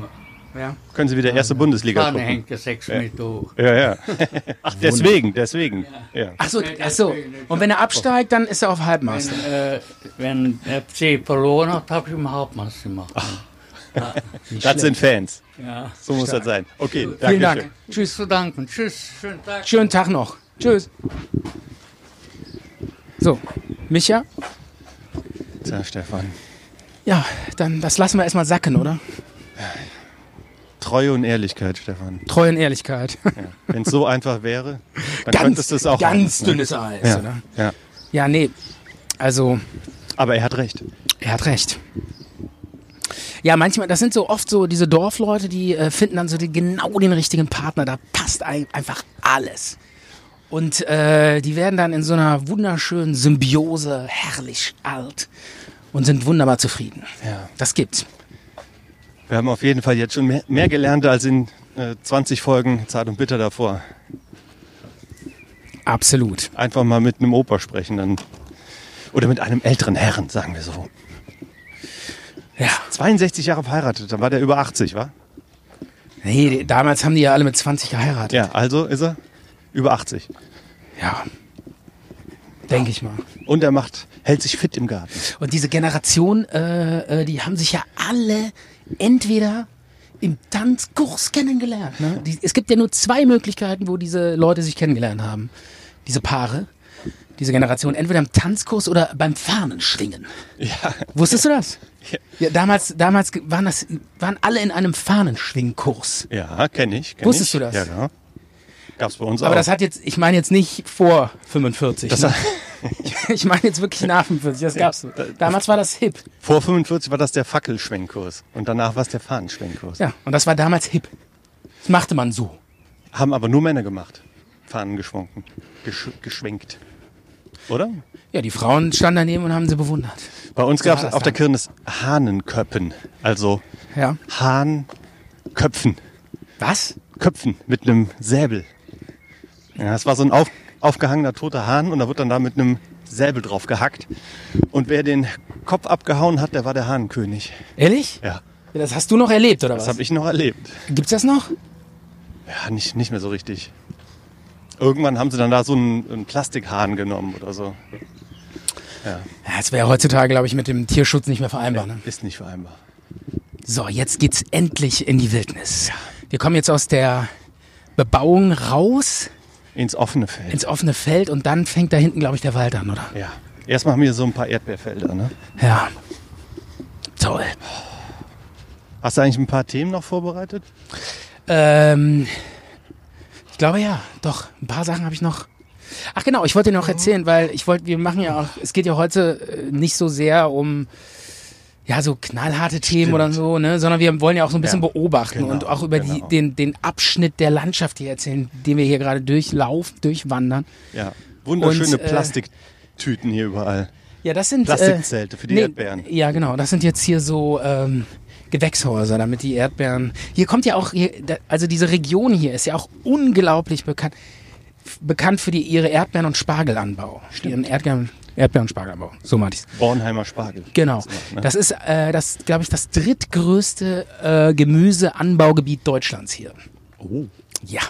S2: Ja.
S3: Können Sie wieder erste Bundesliga
S6: Fahne
S3: gucken.
S6: hängt ja sechs Meter hoch.
S3: Ja, ja. Ach, deswegen, deswegen. Ja.
S2: Ach so, ach so. Und wenn er absteigt, dann ist er auf Halbmaster.
S6: Wenn, äh, wenn FC verloren hat, habe ich im Hauptmaß gemacht.
S3: Das sind Fans.
S6: Ja.
S3: So muss das sein. Okay, danke
S2: Vielen
S3: schön.
S2: Dank.
S6: Tschüss zu danken. Tschüss. Schönen Tag.
S2: Schönen Tag noch. Tschüss. So, Micha?
S3: Tja, Stefan.
S2: Ja, dann das lassen wir erstmal sacken, oder?
S3: Treue und Ehrlichkeit, Stefan.
S2: Treue und Ehrlichkeit.
S3: Wenn es so einfach wäre, dann könntest du es auch
S2: ganz
S3: haben, ne?
S2: dünnes Eis, oder?
S3: Ja.
S2: Ja, nee. Also,
S3: Aber er hat recht.
S2: Er hat recht. Ja, manchmal, das sind so oft so diese Dorfleute, die äh, finden dann so die, genau den richtigen Partner. Da passt ein, einfach alles. Und äh, die werden dann in so einer wunderschönen Symbiose herrlich alt und sind wunderbar zufrieden.
S3: Ja.
S2: Das gibt's.
S3: Wir haben auf jeden Fall jetzt schon mehr, mehr gelernt als in äh, 20 Folgen Zart und Bitter davor.
S2: Absolut.
S3: Einfach mal mit einem Opa sprechen dann. Oder mit einem älteren Herren, sagen wir so.
S2: Ja.
S3: 62 Jahre verheiratet, dann war der über 80, wa?
S2: Nee, die, damals haben die ja alle mit 20 geheiratet.
S3: Ja, also ist er über 80.
S2: Ja. Denke ich mal.
S3: Und er macht, hält sich fit im Garten.
S2: Und diese Generation, äh, äh, die haben sich ja alle entweder im Tanzkurs kennengelernt. Ne? Die, es gibt ja nur zwei Möglichkeiten, wo diese Leute sich kennengelernt haben. Diese Paare, diese Generation, entweder im Tanzkurs oder beim Fahnenschwingen.
S3: Ja,
S2: Wusstest du das? Ja, damals damals ge- waren, das, waren alle in einem Fahnenschwingkurs.
S3: ja kenne ich. Kenn
S2: Wusstest
S3: ich.
S2: du das?
S3: Ja, ja. Gab's bei uns auch.
S2: Aber das hat jetzt, ich meine jetzt nicht vor 45.
S3: Oh. Das
S2: ne?
S3: hat-
S2: ich meine jetzt wirklich nach 45, das gab's. so. Damals war das hip.
S3: Vor 45 war das der Fackelschwenkkurs und danach war es der Fahnenschwenkkurs.
S2: Ja, und das war damals hip. Das machte man so.
S3: Haben aber nur Männer gemacht. Fahnen geschwunken. Gesch geschwenkt. Oder?
S2: Ja, die Frauen standen daneben und haben sie bewundert.
S3: Bei uns gab es
S2: war das
S3: auf der
S2: dann.
S3: Kirmes Hahnenköppen. Also
S2: Ja.
S3: Hahnköpfen.
S2: Was?
S3: Köpfen mit einem Säbel. Ja, das war so ein auf, aufgehangener toter Hahn und da wird dann da mit einem Säbel drauf gehackt. Und wer den Kopf abgehauen hat, der war der Hahnenkönig.
S2: Ehrlich?
S3: Ja,
S2: Ja, das hast du noch erlebt, oder
S3: das
S2: was?
S3: habe ich noch erlebt.
S2: Gibt's das noch?
S3: Ja, nicht, nicht mehr so richtig. Irgendwann haben sie dann da so einen, einen Plastikhahn genommen oder so.
S2: Ja, das wäre heutzutage, glaube ich, mit dem Tierschutz nicht mehr vereinbar. Ne?
S3: Ist nicht vereinbar.
S2: So, jetzt geht's endlich in die Wildnis. Wir kommen jetzt aus der Bebauung raus
S3: Ins offene Feld.
S2: ins offene Feld und dann fängt da hinten, glaube ich, der Wald an, oder?
S3: ja. Erstmal haben wir so ein paar Erdbeerfelder, ne?
S2: Ja. Toll.
S3: Hast du eigentlich ein paar Themen noch vorbereitet?
S2: Ähm, ich glaube ja, doch. Ein paar Sachen habe ich noch. Ach genau, ich wollte dir noch erzählen, weil ich wollte, wir machen ja auch, es geht ja heute äh, nicht so sehr um ja so knallharte Themen oder so, ne, sondern wir wollen ja auch so ein bisschen
S3: Ja,
S2: beobachten
S3: genau,
S2: und auch über
S3: genau.
S2: die, den, den Abschnitt der Landschaft hier erzählen, den wir hier gerade durchlaufen, durchwandern.
S3: Ja. Wunderschöne
S2: Und, äh,
S3: Plastiktüten hier überall.
S2: Ja, das sind
S3: Plastikzelte
S2: äh,
S3: für die Erdbeeren.
S2: Ja, genau. Das sind jetzt hier so ähm, Gewächshäuser, damit die Erdbeeren. Hier kommt ja auch, hier, da, also diese Region hier ist ja auch unglaublich bekannt, f- bekannt für die, ihre Erdbeeren- und Spargelanbau. Ihren Erdbeeren, Erdbeeren- und Spargelanbau. So meinte ich's.
S3: Bornheimer Spargel.
S2: Genau.
S3: ne?
S2: Das ist, äh, das glaube ich, das drittgrößte äh, Gemüseanbaugebiet Deutschlands hier.
S3: Oh.
S2: Ja.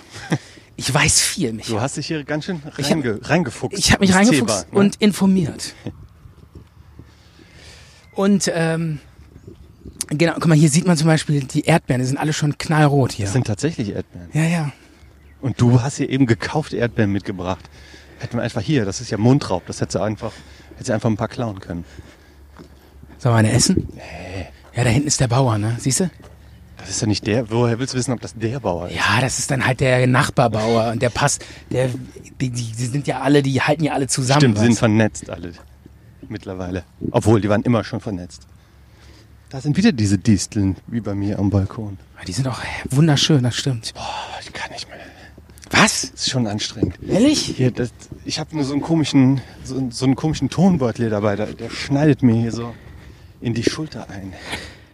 S2: Ich weiß viel, Michael.
S3: Du hast dich hier ganz schön
S2: Ich hab-
S3: reinge reingefuchst.
S2: Ich habe mich
S3: ins
S2: reingefuchst
S3: Thema, ne?
S2: und informiert. Und ähm, genau, guck mal, hier sieht man zum Beispiel die Erdbeeren, die sind alle schon knallrot hier.
S3: Das sind tatsächlich Erdbeeren.
S2: ja, ja.
S3: Und du hast hier eben gekauft Erdbeeren mitgebracht. Hätten wir einfach hier, das ist ja Mundraub, das hätte sie einfach, hätte sie einfach ein paar klauen können.
S2: Sollen wir eine essen? Ja, da hinten ist der Bauer, ne? Siehst du?
S3: Das ist ja nicht der, woher willst du wissen, ob das der Bauer ist?
S2: Ja, das ist dann halt der Nachbarbauer und der passt, der, die, die, die sind ja alle, die halten ja alle zusammen.
S3: Stimmt, sie sind
S2: weißt du?
S3: vernetzt alle mittlerweile. Obwohl, die waren immer schon vernetzt. Da sind wieder diese Disteln, wie bei mir am Balkon.
S2: die sind auch wunderschön, das stimmt.
S3: Oh, ich kann nicht mehr.
S2: Was?
S3: Das ist schon anstrengend.
S2: Ehrlich?
S3: Hier, das, ich habe nur so einen komischen, so, so einen komischen Tonbeutel hier dabei. Der, der schneidet mir hier so in die Schulter ein.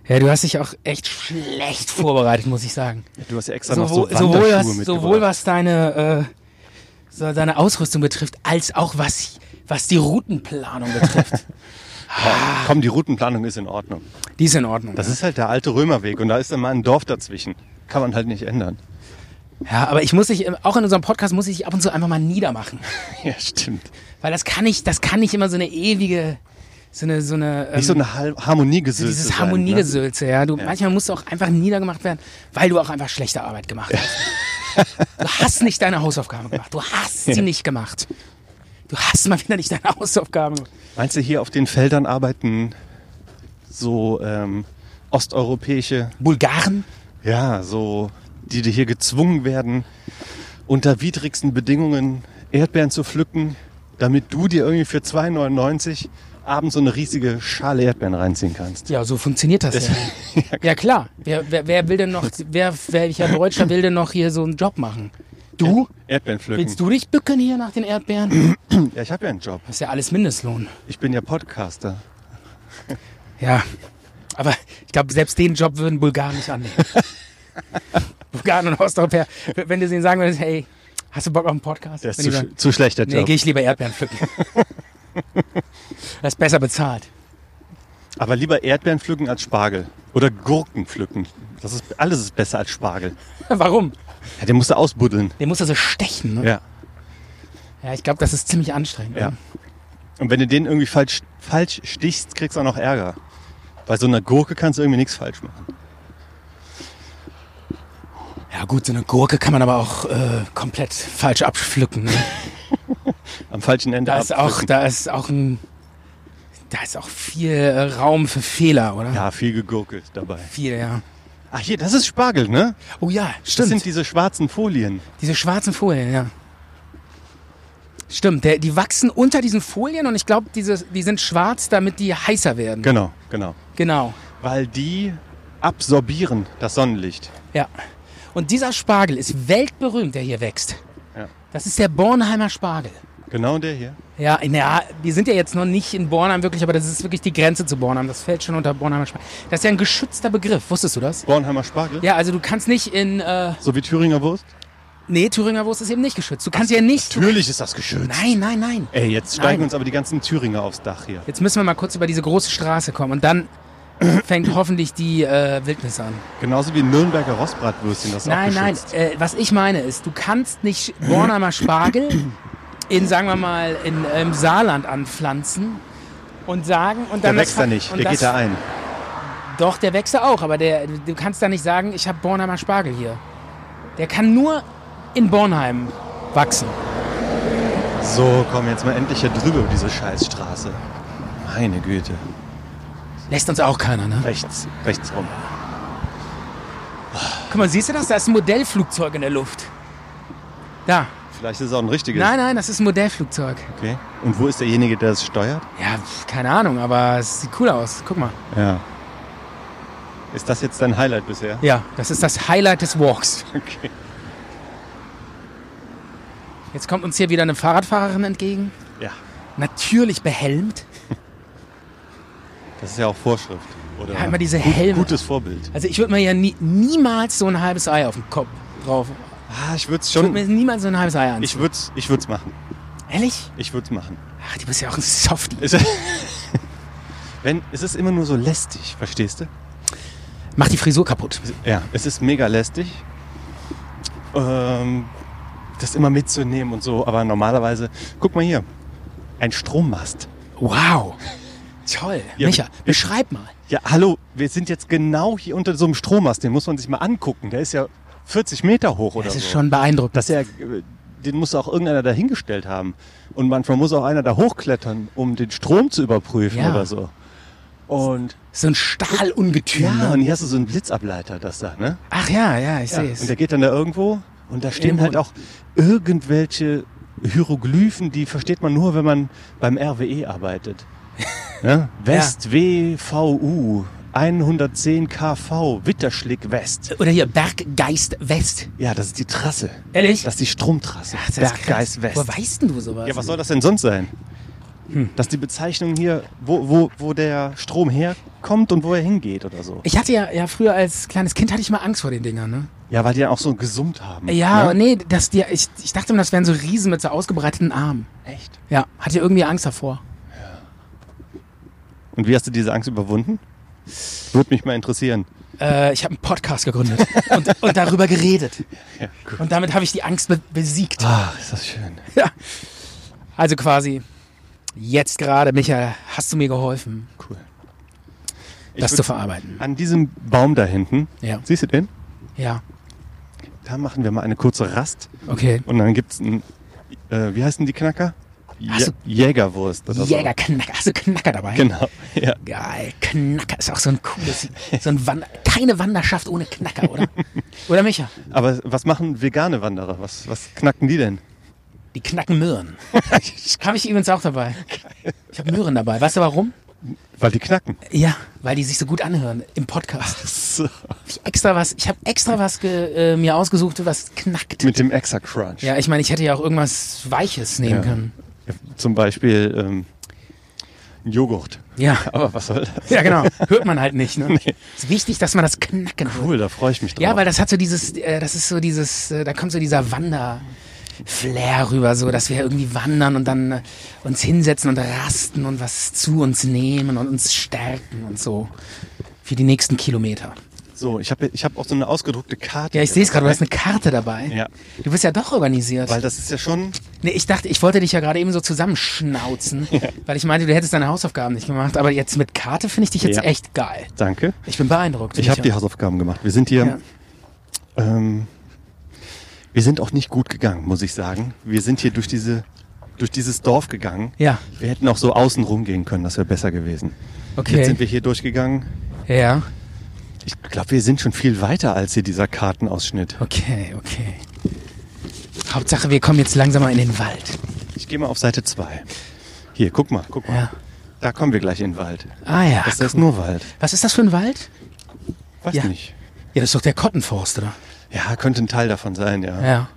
S2: Ja, du hast dich auch echt schlecht vorbereitet, muss ich sagen.
S3: Du hast ja extra noch so
S2: sowohl, sowohl,
S3: Wanderschuhe
S2: was,
S3: mitgebracht.
S2: sowohl was deine, äh, so deine Ausrüstung betrifft, als auch was, was die Routenplanung betrifft.
S3: Komm, die Routenplanung ist in Ordnung.
S2: die ist in Ordnung.
S3: Das ist halt der alte Römerweg und da ist dann mal ein Dorf dazwischen. Kann man halt nicht ändern.
S2: ja, aber ich muss dich, äh, auch in unserem Podcast muss ich dich ab und zu einfach mal niedermachen.
S3: Ja, stimmt.
S2: Weil das kann ich, das kann nicht immer so eine ewige, so eine, so eine, ähm,
S3: Nicht so eine Hal- Harmoniegesülze.
S2: dieses
S3: sein, ne?
S2: Harmoniegesülze, ja. Du, Manchmal musst du auch einfach niedergemacht werden, weil du auch einfach schlechte Arbeit gemacht hast. du hast nicht deine Hausaufgaben gemacht. Du hast sie nicht gemacht. Du hast mal wieder nicht deine Hausaufgaben gemacht.
S3: Ne? Meinst du, hier auf den Feldern arbeiten so ähm, osteuropäische,
S2: Bulgaren?
S3: ja, so, die, die hier gezwungen werden, unter widrigsten Bedingungen Erdbeeren zu pflücken, damit du dir irgendwie für 2,99 abends so eine riesige Schale Erdbeeren reinziehen kannst?
S2: Ja, so funktioniert das, ja. ja klar. Wer, wer, wer will denn noch, wer, welcher Deutscher will denn noch hier so einen Job machen? Du?
S3: Erdbeeren pflücken.
S2: Willst du dich bücken hier nach den
S3: Mhm.
S2: Erdbeeren?
S3: Ja, ich habe ja einen Job.
S2: Das ist ja alles Mindestlohn.
S3: Ich bin ja Podcaster.
S2: Ja. Aber ich glaube, selbst den Job würden Bulgaren nicht annehmen. Bulgaren und Osteuropäer. Wenn du denen sagen würdest, hey, hast du Bock auf einen Podcast?
S3: Der ist
S2: Wenn die
S3: zu,
S2: sagen,
S3: sch- zu schlecht, der
S2: nee,
S3: Job.
S2: gehe ich lieber Erdbeeren pflücken. das ist besser bezahlt.
S3: Aber lieber Erdbeeren pflücken als Spargel. Oder Gurken pflücken. Das ist, alles ist besser als Spargel.
S2: Warum?
S3: Ja, den musst du ausbuddeln.
S2: Den muss er so stechen. Ne?
S3: Ja.
S2: Ja, ich glaube, das ist ziemlich anstrengend.
S3: Ja.
S2: ne?
S3: Und wenn du den irgendwie falsch, falsch stichst, kriegst du auch noch Ärger. Bei so einer Gurke kannst du irgendwie nichts falsch machen.
S2: Ja gut, so eine Gurke kann man aber auch äh, komplett falsch abpflücken. Ne?
S3: Am falschen Ende
S2: Da ist auch,
S3: abpflücken.
S2: da ist auch ein, da ist auch viel äh, Raum für Fehler, oder?
S3: Ja, viel gegurkelt dabei.
S2: Viel, ja.
S3: Ach hier, das ist Spargel, ne?
S2: Oh ja,
S3: Das
S2: stimmt.
S3: sind diese schwarzen Folien.
S2: Diese schwarzen Folien, ja. Stimmt, der, die wachsen unter diesen Folien und ich glaube, diese, die sind schwarz, damit die heißer werden.
S3: Genau, genau.
S2: genau.
S3: Weil die absorbieren das Sonnenlicht.
S2: Ja. Und dieser Spargel ist weltberühmt, der hier wächst.
S3: Ja.
S2: Das ist der Bornheimer Spargel.
S3: Genau der hier.
S2: Ja, in der, wir sind ja jetzt noch nicht in Bornheim wirklich, aber das ist wirklich die Grenze zu Bornheim. Das fällt schon unter Bornheimer Spargel. Das ist ja ein geschützter Begriff, wusstest du das?
S3: Bornheimer Spargel.
S2: Ja, also du kannst nicht in, äh,
S3: So wie Thüringer Wurst.
S2: nee, Thüringer Wurst ist eben nicht geschützt. Du kannst ja nicht,
S3: Natürlich ist das geschützt.
S2: nein, nein, nein.
S3: Ey, jetzt steigen
S2: Nein.
S3: uns aber die ganzen Thüringer aufs Dach hier.
S2: Jetzt müssen wir mal kurz über diese große Straße kommen und dann fängt hoffentlich die äh, Wildnis an.
S3: Genauso wie Nürnberger Rostbratwürstchen, das ist
S2: Nein,
S3: auch
S2: nein,
S3: geschützt.
S2: äh, was ich meine ist, du kannst nicht Bornheimer Spargel in, sagen wir mal, in, im Saarland anpflanzen und sagen und dann
S3: Der wächst
S2: das,
S3: da
S2: ver-
S3: nicht,
S2: und
S3: der
S2: das,
S3: geht da ein.
S2: Doch, der wächst da auch, aber der, du kannst da nicht sagen, ich habe Bornheimer Spargel hier. Der kann nur in Bornheim wachsen.
S3: So, komm jetzt mal endlich hier drüber über diese Scheißstraße. Meine Güte.
S2: Lässt uns auch keiner, ne?
S3: Rechts, rechts rum.
S2: Guck mal, siehst du das? Da ist ein Modellflugzeug in der Luft. Da.
S3: Vielleicht ist es auch ein richtiges.
S2: Nein, nein, das ist ein Modellflugzeug.
S3: Okay. Und wo ist derjenige, der es steuert?
S2: Ja, pf, keine Ahnung, aber es sieht cool aus. Guck mal.
S3: Ja. Ist das jetzt dein Highlight bisher?
S2: Ja, das ist das Highlight des Walks.
S3: Okay.
S2: Jetzt kommt uns hier wieder eine Fahrradfahrerin entgegen.
S3: Ja.
S2: Natürlich behelmt.
S3: Das ist ja auch Vorschrift. Oder
S2: Ja, immer diese Helme.
S3: Gutes Vorbild.
S2: Also ich würde mir ja nie, niemals so ein halbes Ei auf den Kopf drauf.
S3: Ah, ich würde es
S2: Ich würde mir
S3: schon.
S2: niemals so ein halbes Ei anziehen.
S3: Ich würde es ich würd's machen.
S2: Ehrlich?
S3: Ich würde es machen.
S2: Ach, du bist ja auch ein Softie.
S3: Es, wenn, es ist immer nur so lästig, verstehst du?
S2: Mach die Frisur kaputt.
S3: Ja, es ist mega lästig. ähm, das immer mitzunehmen und so. Aber normalerweise, guck mal hier, ein Strommast.
S2: Wow. Toll.
S3: Ja,
S2: Micha,
S3: wir-
S2: beschreib mal.
S3: Ja, hallo, wir sind jetzt genau hier unter so einem Strommast, den muss man sich mal angucken. Der ist ja 40 Meter hoch oder
S2: Das ist
S3: so.
S2: schon beeindruckend.
S3: Das ist ja, äh, den muss auch irgendeiner dahingestellt haben. Und manchmal muss auch einer da hochklettern, um den Strom zu überprüfen
S2: Ja.
S3: oder so. Und
S2: so ein Stahlungetüm.
S3: ja,
S2: ne?
S3: und hier hast du so einen Blitzableiter, das da, ne?
S2: Ach ja, ja, ich
S3: Ja.
S2: sehe
S3: Und
S2: es.
S3: der geht dann da irgendwo und da stehen
S2: Irgendwo.
S3: halt auch irgendwelche Hieroglyphen, die versteht man nur, wenn man beim RWE arbeitet. ne? West WVU 110 KV Witterschlick West.
S2: Oder hier, Berggeist West.
S3: Ja, das ist die Trasse.
S2: Ehrlich?
S3: Das ist die Stromtrasse.
S2: Ach, das ist
S3: Berggeist
S2: krass.
S3: West.
S2: Woher weißt denn du sowas?
S3: Ja, was soll das denn sonst sein?
S2: Hm.
S3: Dass die Bezeichnung hier, wo, wo, wo der Strom herkommt und wo er hingeht oder so.
S2: Ich hatte ja, ja früher als kleines Kind hatte ich mal Angst vor den Dingern, ne?
S3: Ja, weil die ja auch so gesummt haben.
S2: Ja,
S3: ne?
S2: nee, dass die, ich, ich dachte immer, das wären so Riesen mit so ausgebreiteten Armen.
S3: echt.
S2: Ja, hatte irgendwie Angst davor.
S3: Und wie hast du diese Angst überwunden? Würde mich mal interessieren.
S2: Äh, ich habe einen Podcast gegründet und, und darüber geredet.
S3: Ja, gut.
S2: Und damit habe ich die Angst be besiegt.
S3: Ah, ist das schön.
S2: Ja. Also quasi, jetzt gerade, Micha, hast du mir geholfen,
S3: Cool. Ich
S2: das
S3: würd-
S2: zu verarbeiten.
S3: An diesem Baum da hinten,
S2: Ja.
S3: siehst du den?
S2: Ja,
S3: Da machen wir mal eine kurze Rast
S2: okay.
S3: und dann gibt's ein, äh, wie heißen die Knacker?
S2: Hast du-
S3: Jägerwurst oder so.
S2: Jägerknacker, hast du Knacker dabei?
S3: Genau, ja.
S2: Geil, Knacker ist auch so ein cooles, so ein Wander keine Wanderschaft ohne Knacker, oder? Oder Micha?
S3: Aber was machen vegane Wanderer? Was, was knacken die denn?
S2: Die knacken Möhren. habe ich übrigens auch dabei. Ich habe Möhren dabei. Weißt du warum?
S3: Weil die knacken.
S2: Ja, weil die sich so gut anhören im Podcast.
S3: So.
S2: Ich extra was, ich habe extra was ge, äh, mir ausgesucht, was knackt.
S3: Mit dem Exa Crunch.
S2: Ja, ich meine, ich hätte ja auch irgendwas Weiches nehmen
S3: Ja.
S2: können.
S3: Zum Beispiel ähm, ein Joghurt.
S2: Ja.
S3: Aber was soll das?
S2: Ja, genau. Hört man halt nicht. Ne? Ist wichtig, dass man das knacken hört.
S3: Cool, da freue ich mich drauf.
S2: Ja, weil das hat so dieses, äh, das ist so dieses, äh, da kommt so dieser Wander-Flair rüber, so, dass wir irgendwie wandern und dann äh, uns hinsetzen und rasten und was zu uns nehmen und uns stärken und so. Für die nächsten Kilometer.
S3: so, ich habe ich hab auch so eine ausgedruckte Karte.
S2: Ja, ich sehe es gerade, du hast eine Karte dabei.
S3: Ja.
S2: Du bist ja doch organisiert.
S3: Weil das ist ja schon
S2: nee, ich dachte, ich wollte dich ja gerade eben so zusammenschnauzen, weil ich meinte, du hättest deine Hausaufgaben nicht gemacht. Aber jetzt mit Karte finde ich dich jetzt
S3: Ja.
S2: echt geil.
S3: Danke.
S2: Ich bin beeindruckt.
S3: Ich habe die
S2: Micha.
S3: Hausaufgaben gemacht. Wir sind hier.
S2: Ja.
S3: Ähm, wir sind auch nicht gut gegangen, muss ich sagen. Wir sind hier durch diese durch dieses Dorf gegangen.
S2: Ja.
S3: Wir hätten auch so außen rumgehen können, das wäre besser gewesen.
S2: Okay.
S3: Jetzt sind wir hier durchgegangen.
S2: ja.
S3: Ich glaube, wir sind schon viel weiter als hier dieser Kartenausschnitt.
S2: Okay, okay. Hauptsache, wir kommen jetzt langsam mal in den Wald.
S3: Ich gehe mal auf Seite 2. Hier, guck mal, guck mal.
S2: Ja.
S3: Da kommen wir gleich in den Wald.
S2: Ah ja.
S3: Das ist nur Wald.
S2: Was ist das für ein Wald?
S3: Weiß
S2: Ja.
S3: nicht.
S2: Ja, das ist doch der Kottenforst, oder?
S3: Ja, könnte ein Teil davon sein, ja.
S2: Ja.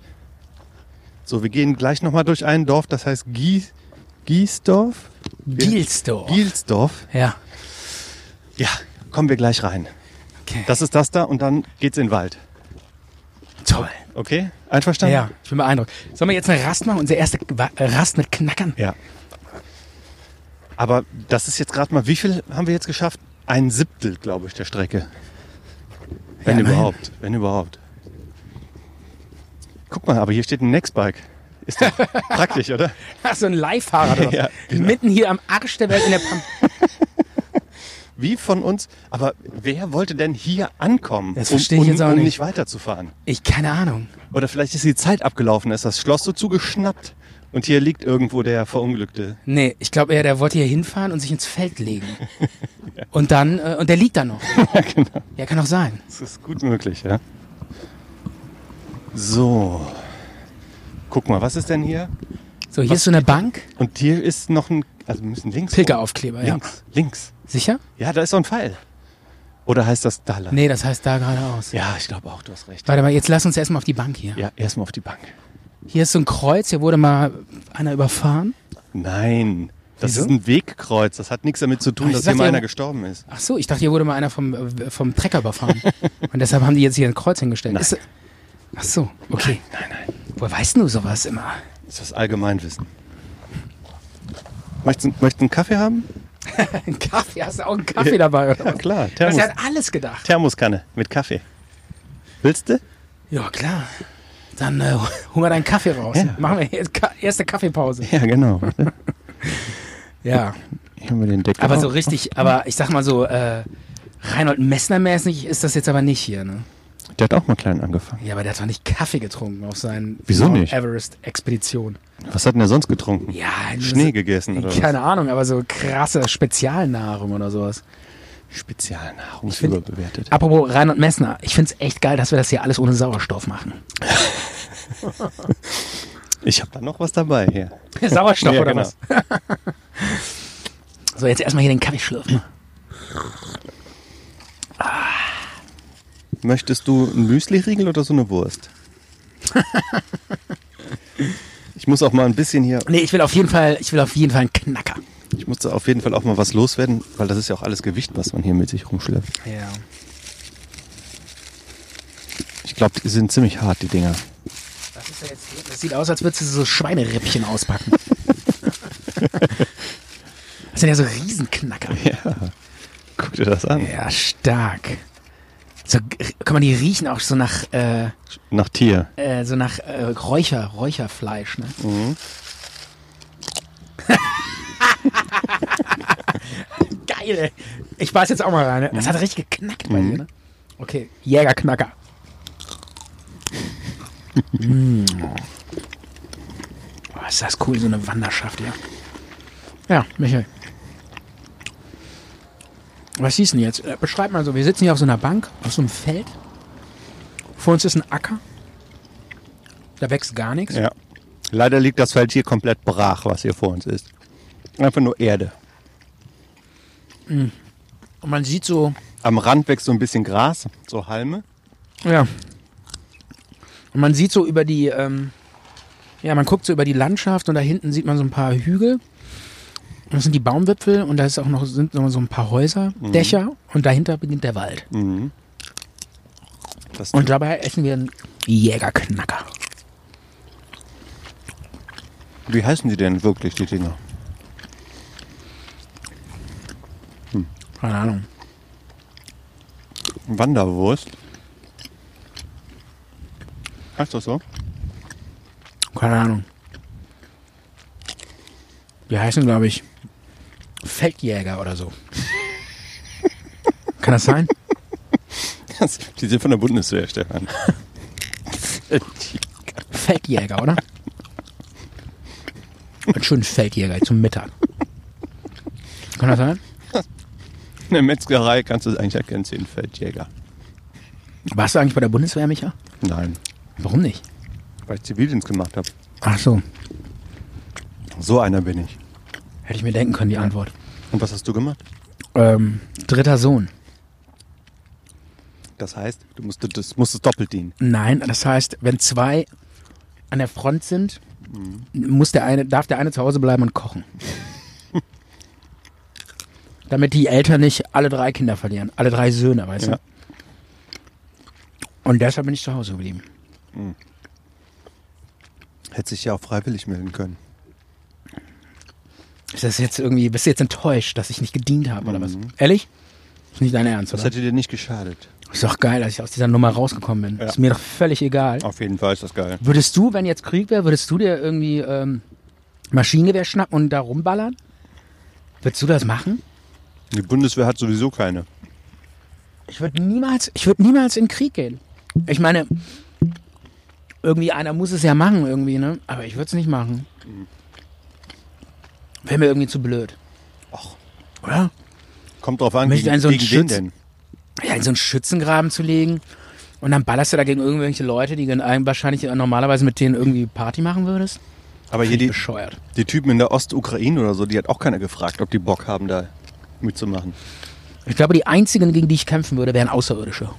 S3: So, wir gehen gleich nochmal durch ein Dorf, das heißt Gies, Giesdorf.
S2: Gielsdorf.
S3: Gielsdorf.
S2: Ja.
S3: Ja, kommen wir gleich rein.
S2: Okay.
S3: Das ist das da und dann geht's in den Wald.
S2: Toll.
S3: Okay? Einverstanden?
S2: Ja, ich bin beeindruckt. Sollen wir jetzt eine Rast machen? Unsere erste Wa- äh, Rast mit Knackern?
S3: Ja. Aber das ist jetzt gerade mal, wie viel haben wir jetzt geschafft? Ein Siebtel, glaube ich, der Strecke.
S2: Ja, ne?
S3: Wenn
S2: immerhin.
S3: überhaupt. Wenn überhaupt. Guck mal, aber hier steht ein Nextbike. Ist doch praktisch, oder?
S2: Ach, so ein Leihfahrer. oder was?
S3: Ja, genau.
S2: Mitten hier am Arsch der Welt in der Pampa.
S3: Wie von uns. Aber wer wollte denn hier ankommen,
S2: Das
S3: um,
S2: verstehe ich
S3: um,
S2: jetzt auch
S3: um
S2: nicht.
S3: nicht weiterzufahren?
S2: Ich, keine Ahnung.
S3: Oder vielleicht ist die Zeit abgelaufen, ist das Schloss so zugeschnappt und hier liegt irgendwo der Verunglückte.
S2: Nee, ich glaube eher, der wollte hier hinfahren und sich ins Feld legen. Und dann, äh, und der liegt da noch. ja, genau. Ja, kann auch sein.
S3: Das ist gut möglich, ja. So. Guck mal, was ist denn hier?
S2: So, hier ist so eine Bank.
S3: Und hier ist noch ein. Also wir müssen links. rum.
S2: Pilgeraufkleber, ja.
S3: Links. Links.
S2: Sicher?
S3: Ja, da ist so ein Pfeil. Oder heißt das Dala?
S2: Nee, das heißt da geradeaus.
S3: Ja, ich glaube auch, du hast recht.
S2: Warte mal, jetzt lass uns erstmal auf die Bank hier.
S3: Ja, erstmal auf die Bank.
S2: Hier ist so ein Kreuz, hier wurde mal einer überfahren.
S3: Nein. Das
S2: Wieso?
S3: ist ein Wegkreuz. Das hat nichts damit zu tun,
S2: Aber ich
S3: dass
S2: sag
S3: hier mal
S2: dir-
S3: einer gestorben ist.
S2: Ach so, ich dachte, hier wurde mal einer vom, äh, vom Trecker überfahren. Und deshalb haben die jetzt hier ein Kreuz hingestellt.
S3: Nein.
S2: Ist, ach so, okay.
S3: Nein, nein.
S2: Woher weißt du sowas immer?
S3: Das ist das Allgemeinwissen. Möchtest du möchtest du einen Kaffee haben?
S2: Ein Kaffee, hast du auch einen Kaffee dabei? Oder?
S3: Ja,
S2: was?
S3: klar.
S2: Das
S3: Thermos,
S2: hat alles gedacht.
S3: Thermoskanne mit Kaffee. Willst du?
S2: Ja, klar. Dann äh, hol mal deinen Kaffee raus.
S3: Ja.
S2: Machen wir jetzt Ka erste Kaffeepause.
S3: Ja, genau. Warte,
S2: Ja.
S3: Hier haben wir den Deckel.
S2: Aber
S3: auf.
S2: so richtig, aber ich sag mal so, äh, Reinhold Messner-mäßig ist das jetzt aber nicht hier, ne?
S3: Der hat auch mal klein angefangen.
S2: Ja, aber der hat doch nicht Kaffee getrunken auf seinen
S3: Wieso
S2: Mount
S3: nicht?
S2: Everest-Expedition.
S3: Was hat denn der sonst getrunken?
S2: Ja,
S3: Schnee
S2: das-
S3: gegessen oder was?
S2: Keine Ahnung, aber so krasse Spezialnahrung oder sowas.
S3: Spezialnahrung ist
S2: find-
S3: überbewertet.
S2: Apropos Reinhold Messner, ich find's echt geil, dass wir das hier alles ohne Sauerstoff machen.
S3: Ich habe da noch was dabei hier.
S2: Sauerstoff
S3: Ja,
S2: oder
S3: genau.
S2: was? So, jetzt erstmal hier den Kaffee schlürfen.
S3: Möchtest du einen Müsli-Riegel oder so eine Wurst? ich muss auch mal ein bisschen hier,
S2: Nee, ich will auf jeden Fall, ich will auf jeden Fall einen Knacker.
S3: ich muss da auf jeden Fall auch mal was loswerden, weil das ist ja auch alles Gewicht, was man hier mit sich rumschleppt.
S2: Ja.
S3: Ich glaube, die sind ziemlich hart, die Dinger.
S2: Was ist da jetzt hier? Das sieht aus, als würdest du so Schweinerippchen auspacken. das sind ja so Riesenknacker.
S3: Guck dir das an.
S2: Ja, stark. So, kann man die riechen auch so nach, äh,
S3: Nach Tier.
S2: äh, so nach äh, Räucher, Räucherfleisch, ne? Geil, ey. Ich beiß jetzt auch mal rein. Ne? Das hat richtig geknackt bei dir, ne? Okay, Jägerknacker. mm. oh, ist das cool, so eine Wanderschaft, ja. Ja, Michael. Was hieß denn jetzt? Äh, Beschreib mal so, wir sitzen hier auf so einer Bank, auf so einem Feld. Vor uns ist ein Acker. Da wächst gar nichts.
S3: Ja. Leider liegt das Feld hier komplett brach, was hier vor uns ist. Einfach nur Erde.
S2: Und man sieht so,
S3: Am Rand wächst so ein bisschen Gras, so Halme.
S2: Ja. Und man sieht so über die, ähm, ja, man guckt so über die Landschaft und da hinten sieht man so ein paar Hügel. Und das sind die Baumwipfel und da ist auch noch, sind noch so ein paar Häuser, Dächer und dahinter beginnt der Wald.
S3: Das
S2: Und dabei essen wir einen Jägerknacker.
S3: Wie heißen die denn wirklich, die Dinger?
S2: Keine Ahnung.
S3: Wanderwurst. Heißt das so?
S2: Keine Ahnung. Die heißen, glaube ich, Feldjäger oder so. Kann das sein?
S3: Das, die sind von der Bundeswehr, Stefan.
S2: Feldjäger, oder? Einen schönen Feldjäger zum Mittag. Kann das sein?
S3: In der Metzgerei kannst du es eigentlich erkennen, sie sind Feldjäger.
S2: Warst du eigentlich bei der Bundeswehr, Micha?
S3: Nein,
S2: Warum nicht?
S3: weil ich Zivildienst gemacht habe.
S2: Ach so,
S3: So einer bin ich.
S2: hätte ich mir denken können, die Antwort.
S3: Und was hast du gemacht?
S2: Ähm, dritter Sohn.
S3: Das heißt, du musst, das musstest doppelt dienen.
S2: Nein, das heißt, wenn zwei an der Front sind, muss der eine, darf der eine zu Hause bleiben und kochen. Damit die Eltern nicht alle drei Kinder verlieren, alle drei Söhne, weißt
S3: Ja.
S2: du? Und deshalb bin ich zu Hause geblieben.
S3: Hätte sich ja auch freiwillig melden können.
S2: Ist das jetzt irgendwie, bist du jetzt enttäuscht, dass ich nicht gedient habe oder was? Ehrlich? Mhm. Ist halt nicht dein Ernst,
S3: Das
S2: oder?
S3: hätte dir nicht geschadet.
S2: Ist doch geil, dass ich aus dieser Nummer rausgekommen bin. Ist mir doch völlig egal.
S3: Auf jeden Fall ist das geil.
S2: Würdest du, wenn jetzt Krieg wäre, würdest du dir irgendwie ähm, Maschinengewehr schnappen und da rumballern? Würdest du das machen?
S3: Die Bundeswehr hat sowieso keine.
S2: Ich würde niemals, ich würde niemals in den Krieg gehen. Ich meine, irgendwie einer muss es ja machen irgendwie, ne? Aber ich würde es nicht machen. Wäre mir irgendwie zu blöd. Och. Oder?
S3: Kommt drauf an,
S2: Möchte
S3: gegen,
S2: einen so einen
S3: gegen
S2: Schütz-
S3: wen denn?
S2: ja, in so einen Schützengraben zu legen. Und dann ballerst du dagegen irgendwelche Leute, die dann eigentlich wahrscheinlich normalerweise mit denen irgendwie Party machen würdest.
S3: Aber hier
S2: Finde ich
S3: die,
S2: bescheuert.
S3: die Typen in der Ostukraine oder so, die hat auch keiner gefragt, ob die Bock haben, da mitzumachen.
S2: Ich glaube, die einzigen, gegen die ich kämpfen würde, wären Außerirdische.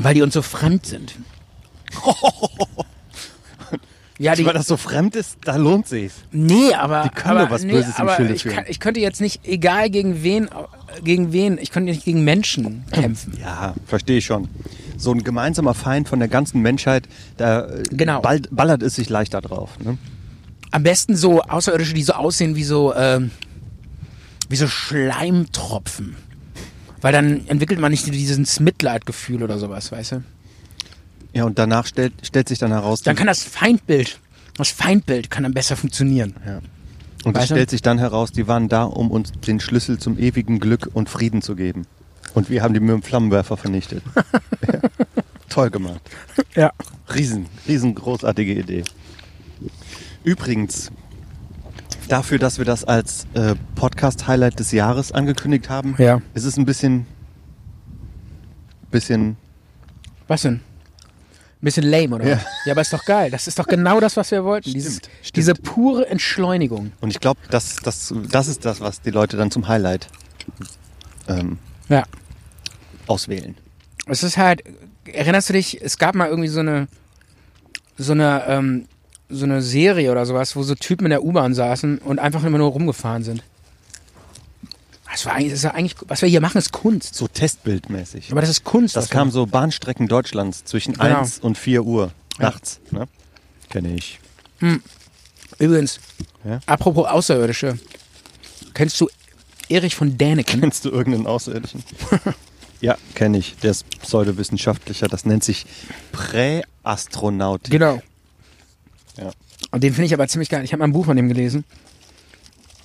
S2: Weil die uns so fremd sind. ja, die,
S3: Weil das so fremd ist, da lohnt sich's.
S2: nee, aber, die
S3: können
S2: aber,
S3: doch was
S2: nee,
S3: Böses im
S2: aber
S3: Schilde
S2: ich,
S3: führen.
S2: kann, ich könnte jetzt nicht, egal gegen wen, äh, gegen wen, ich könnte nicht gegen Menschen kämpfen.
S3: Ja, verstehe ich schon. So ein gemeinsamer Feind von der ganzen Menschheit, da äh,
S2: Genau.
S3: ball- ballert es sich leichter drauf. Ne?
S2: Am besten so Außerirdische, die so aussehen wie so, ähm, wie so Schleimtropfen. Weil dann entwickelt man nicht dieses Mitleidgefühl oder sowas, weißt du?
S3: Ja, und danach stellt, stellt sich dann heraus,
S2: Dann kann das Feindbild, das Feindbild kann dann besser funktionieren.
S3: und es
S2: Weiter.
S3: stellt sich dann heraus, die waren da, um uns den Schlüssel zum ewigen Glück und Frieden zu geben. Und wir haben die mit dem Flammenwerfer vernichtet. ja. Toll gemacht.
S2: Ja.
S3: Riesen, riesengroßartige Idee. Übrigens, dafür, dass wir das als äh, Podcast-Highlight des Jahres angekündigt haben,
S2: Ja.
S3: ist es ein bisschen, bisschen
S2: Was denn? Ein bisschen lame, oder?
S3: Ja.
S2: was? ja, aber ist doch geil. Das ist doch genau das, was wir wollten. Dieses,
S3: stimmt.
S2: Diese pure Entschleunigung.
S3: Und ich glaube, das, das, das ist das, was die Leute dann zum Highlight ähm,
S2: Ja.
S3: auswählen.
S2: Es ist halt, erinnerst du dich, es gab mal irgendwie so eine, so eine, ähm, so eine Serie oder sowas, wo so Typen in der U-Bahn saßen und einfach immer nur rumgefahren sind. Das war eigentlich, das war eigentlich, was wir hier machen, ist Kunst.
S3: So testbildmäßig.
S2: Aber das ist Kunst.
S3: Das
S2: was wir
S3: kam so Bahnstrecken Deutschlands zwischen
S2: Genau.
S3: 1 und 4 Uhr nachts. Ne? Kenne ich.
S2: Übrigens,
S3: Ja?
S2: apropos Außerirdische, kennst du Erich von Däniken?
S3: Kennst du irgendeinen Außerirdischen? ja, kenne ich. Der ist pseudowissenschaftlicher. Das nennt sich Präastronautik.
S2: genau.
S3: Ja.
S2: Und den finde ich aber ziemlich geil. Ich habe mal ein Buch von dem gelesen.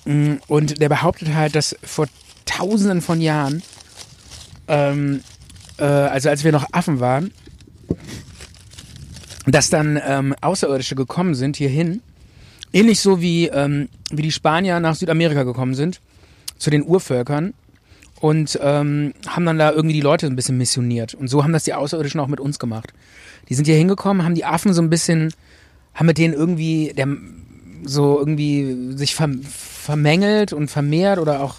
S2: Mm, Und der behauptet halt, dass vor tausenden von Jahren, ähm, äh, also als wir noch Affen waren, dass dann ähm, Außerirdische gekommen sind hierhin. Ähnlich so wie, ähm, wie die Spanier nach Südamerika gekommen sind, zu den Urvölkern. Und ähm, haben dann da irgendwie die Leute ein bisschen missioniert. Und so haben das die Außerirdischen auch mit uns gemacht. Die sind hier hingekommen, haben die Affen so ein bisschen, haben mit denen irgendwie der, so irgendwie sich verm vermängelt und vermehrt oder auch,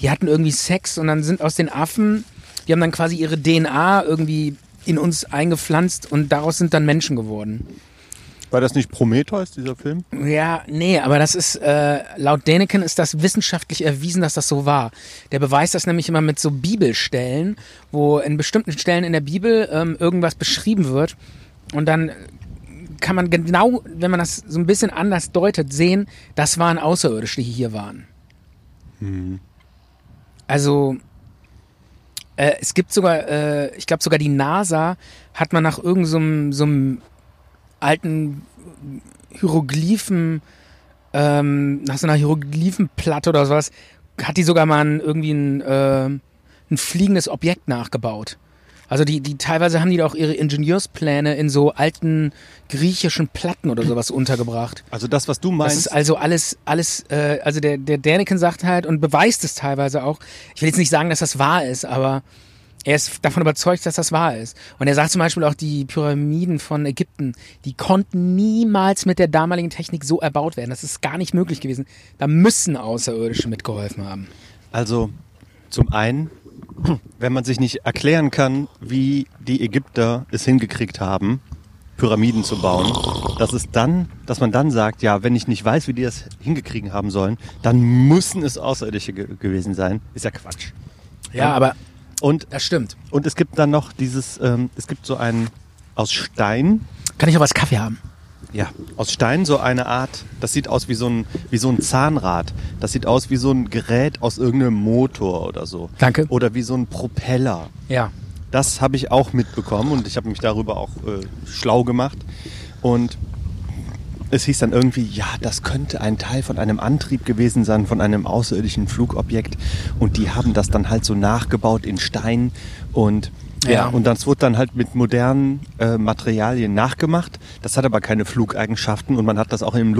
S2: die hatten irgendwie Sex und dann sind aus den Affen, die haben dann quasi ihre DNA irgendwie in uns eingepflanzt und daraus sind dann Menschen geworden.
S3: War das nicht Prometheus, dieser Film?
S2: Ja, nee, aber das ist, äh, laut Däniken ist das wissenschaftlich erwiesen, dass das so war. Der beweist das nämlich immer mit so Bibelstellen, wo in bestimmten Stellen in der Bibel ähm, irgendwas beschrieben wird und dann kann man genau, wenn man das so ein bisschen anders deutet, sehen, das waren Außerirdische, die hier waren. Also, äh, es gibt sogar, äh, ich glaube sogar die NASA hat man nach irgendeinem so einem- so einem alten Hieroglyphen, ähm, nach so einer Hieroglyphenplatte oder sowas, hat die sogar mal ein, irgendwie ein, äh, ein fliegendes Objekt nachgebaut. Also die, die teilweise haben die da auch ihre Ingenieurspläne in so alten griechischen Platten oder sowas untergebracht.
S3: Also das, was du
S2: Das
S3: meinst.
S2: ist also alles, alles, äh, also der, der Däniken sagt halt und beweist es teilweise auch. Ich will jetzt nicht sagen, dass das wahr ist, aber er ist davon überzeugt, dass das wahr ist. Und er sagt zum Beispiel auch, die Pyramiden von Ägypten, die konnten niemals mit der damaligen Technik so erbaut werden. Das ist gar nicht möglich gewesen. Da müssen Außerirdische mitgeholfen haben.
S3: Also zum einen, wenn man sich nicht erklären kann, wie die Ägypter es hingekriegt haben, Pyramiden zu bauen, dass es dann, dass man dann sagt, ja, wenn ich nicht weiß, wie die das hingekriegen haben sollen, dann müssen es Außerirdische ge gewesen sein, ist ja Quatsch.
S2: Ja, aber
S3: Und
S2: das stimmt.
S3: und es gibt dann noch dieses, ähm, es gibt so einen aus Stein,
S2: Kann ich auch was Kaffee haben?
S3: ja, aus Stein so eine Art, das sieht aus wie so ein, wie so ein Zahnrad. Das sieht aus wie so ein Gerät aus irgendeinem Motor oder so.
S2: Danke.
S3: Oder wie so ein Propeller.
S2: Ja.
S3: Das habe ich auch mitbekommen und ich habe mich darüber auch äh, schlau gemacht. Und es hieß dann irgendwie, ja, das könnte ein Teil von einem Antrieb gewesen sein, von einem außerirdischen Flugobjekt. Und die haben das dann halt so nachgebaut in Stein und ja.
S2: Ja.
S3: und das wurde dann halt mit modernen äh, Materialien nachgemacht. Das hat aber keine Flugeigenschaften und man hat das auch im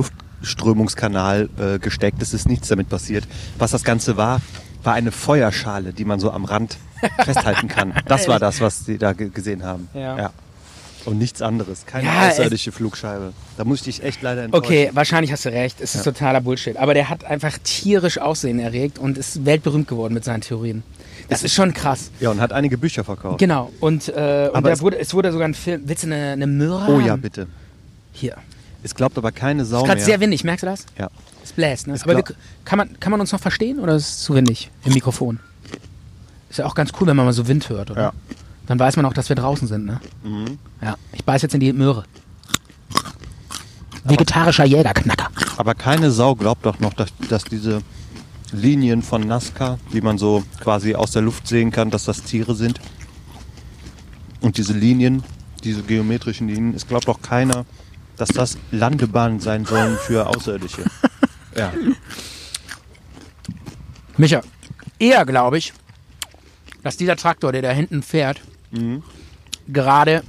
S3: Luftströmungskanal äh, gesteckt. Es ist nichts damit passiert. Was das Ganze war, war eine Feuerschale, die man so am Rand festhalten kann. Das war das, was sie da ge- gesehen haben.
S2: Ja.
S3: Und nichts anderes. Keine
S2: Ja, es-
S3: außerirdische Flugscheibe. Da muss ich dich echt leider enttäuschen.
S2: Okay, wahrscheinlich hast du recht. Es ist totaler Bullshit. Aber der hat einfach tierisch Aussehen erregt und ist weltberühmt geworden mit seinen Theorien. Das ist schon krass.
S3: Ja, und hat einige Bücher verkauft.
S2: Genau. Und, äh, und
S3: Aber
S2: da
S3: es-
S2: wurde, es wurde sogar ein Film. Willst du eine, eine Möhre
S3: Oh
S2: haben?
S3: ja, bitte.
S2: Hier.
S3: Es glaubt aber keine
S2: Genau.
S3: Sau
S2: Ist
S3: mehr.
S2: gerade sehr windig, merkst du das?
S3: ja.
S2: Es bläst, ne?
S3: Ist
S2: Aber wir,
S3: klar.
S2: kann, man, kann man uns noch verstehen oder ist es zu windig im Mikrofon? Ist ja auch ganz cool, wenn man mal so Wind hört, oder?
S3: Ja. Mhm.
S2: Dann weiß man auch, dass wir draußen sind, ne? Ja. Ich beiß jetzt in die Möhre. Vegetarischer Jägerknacker.
S3: Aber keine Sau glaubt doch noch, dass, dass diese Linien von Nazca, die man so quasi aus der Luft sehen kann, dass das Tiere sind. Und diese Linien, diese geometrischen Linien. Es glaubt doch keiner, dass das Landebahnen sein sollen für Außerirdische. ja.
S2: Micha, eher glaube ich, dass dieser Traktor, der da hinten fährt, gerade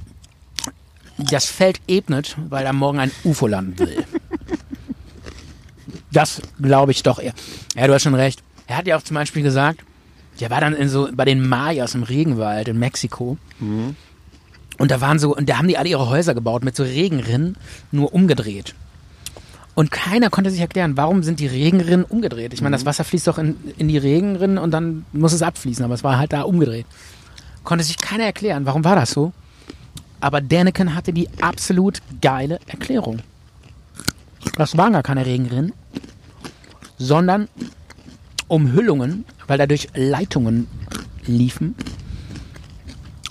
S2: das Feld ebnet, weil er morgen ein UFO landen will. das glaube ich doch eher. Ja, du hast schon recht. Er hat ja auch zum Beispiel gesagt, der war dann in so, bei den Mayas im Regenwald in Mexiko. Und da waren so, und da haben die alle ihre Häuser gebaut mit so Regenrinnen, nur umgedreht. Und keiner konnte sich erklären, warum sind die Regenrinnen umgedreht? Ich meine, das Wasser fließt doch in, in die Regenrinnen und dann muss es abfließen, aber es war halt da umgedreht. Konnte sich keiner erklären, warum war das so? Aber Däniken hatte die absolut geile Erklärung. Das waren gar keine Regenrinnen, sondern Umhüllungen, weil dadurch Leitungen liefen,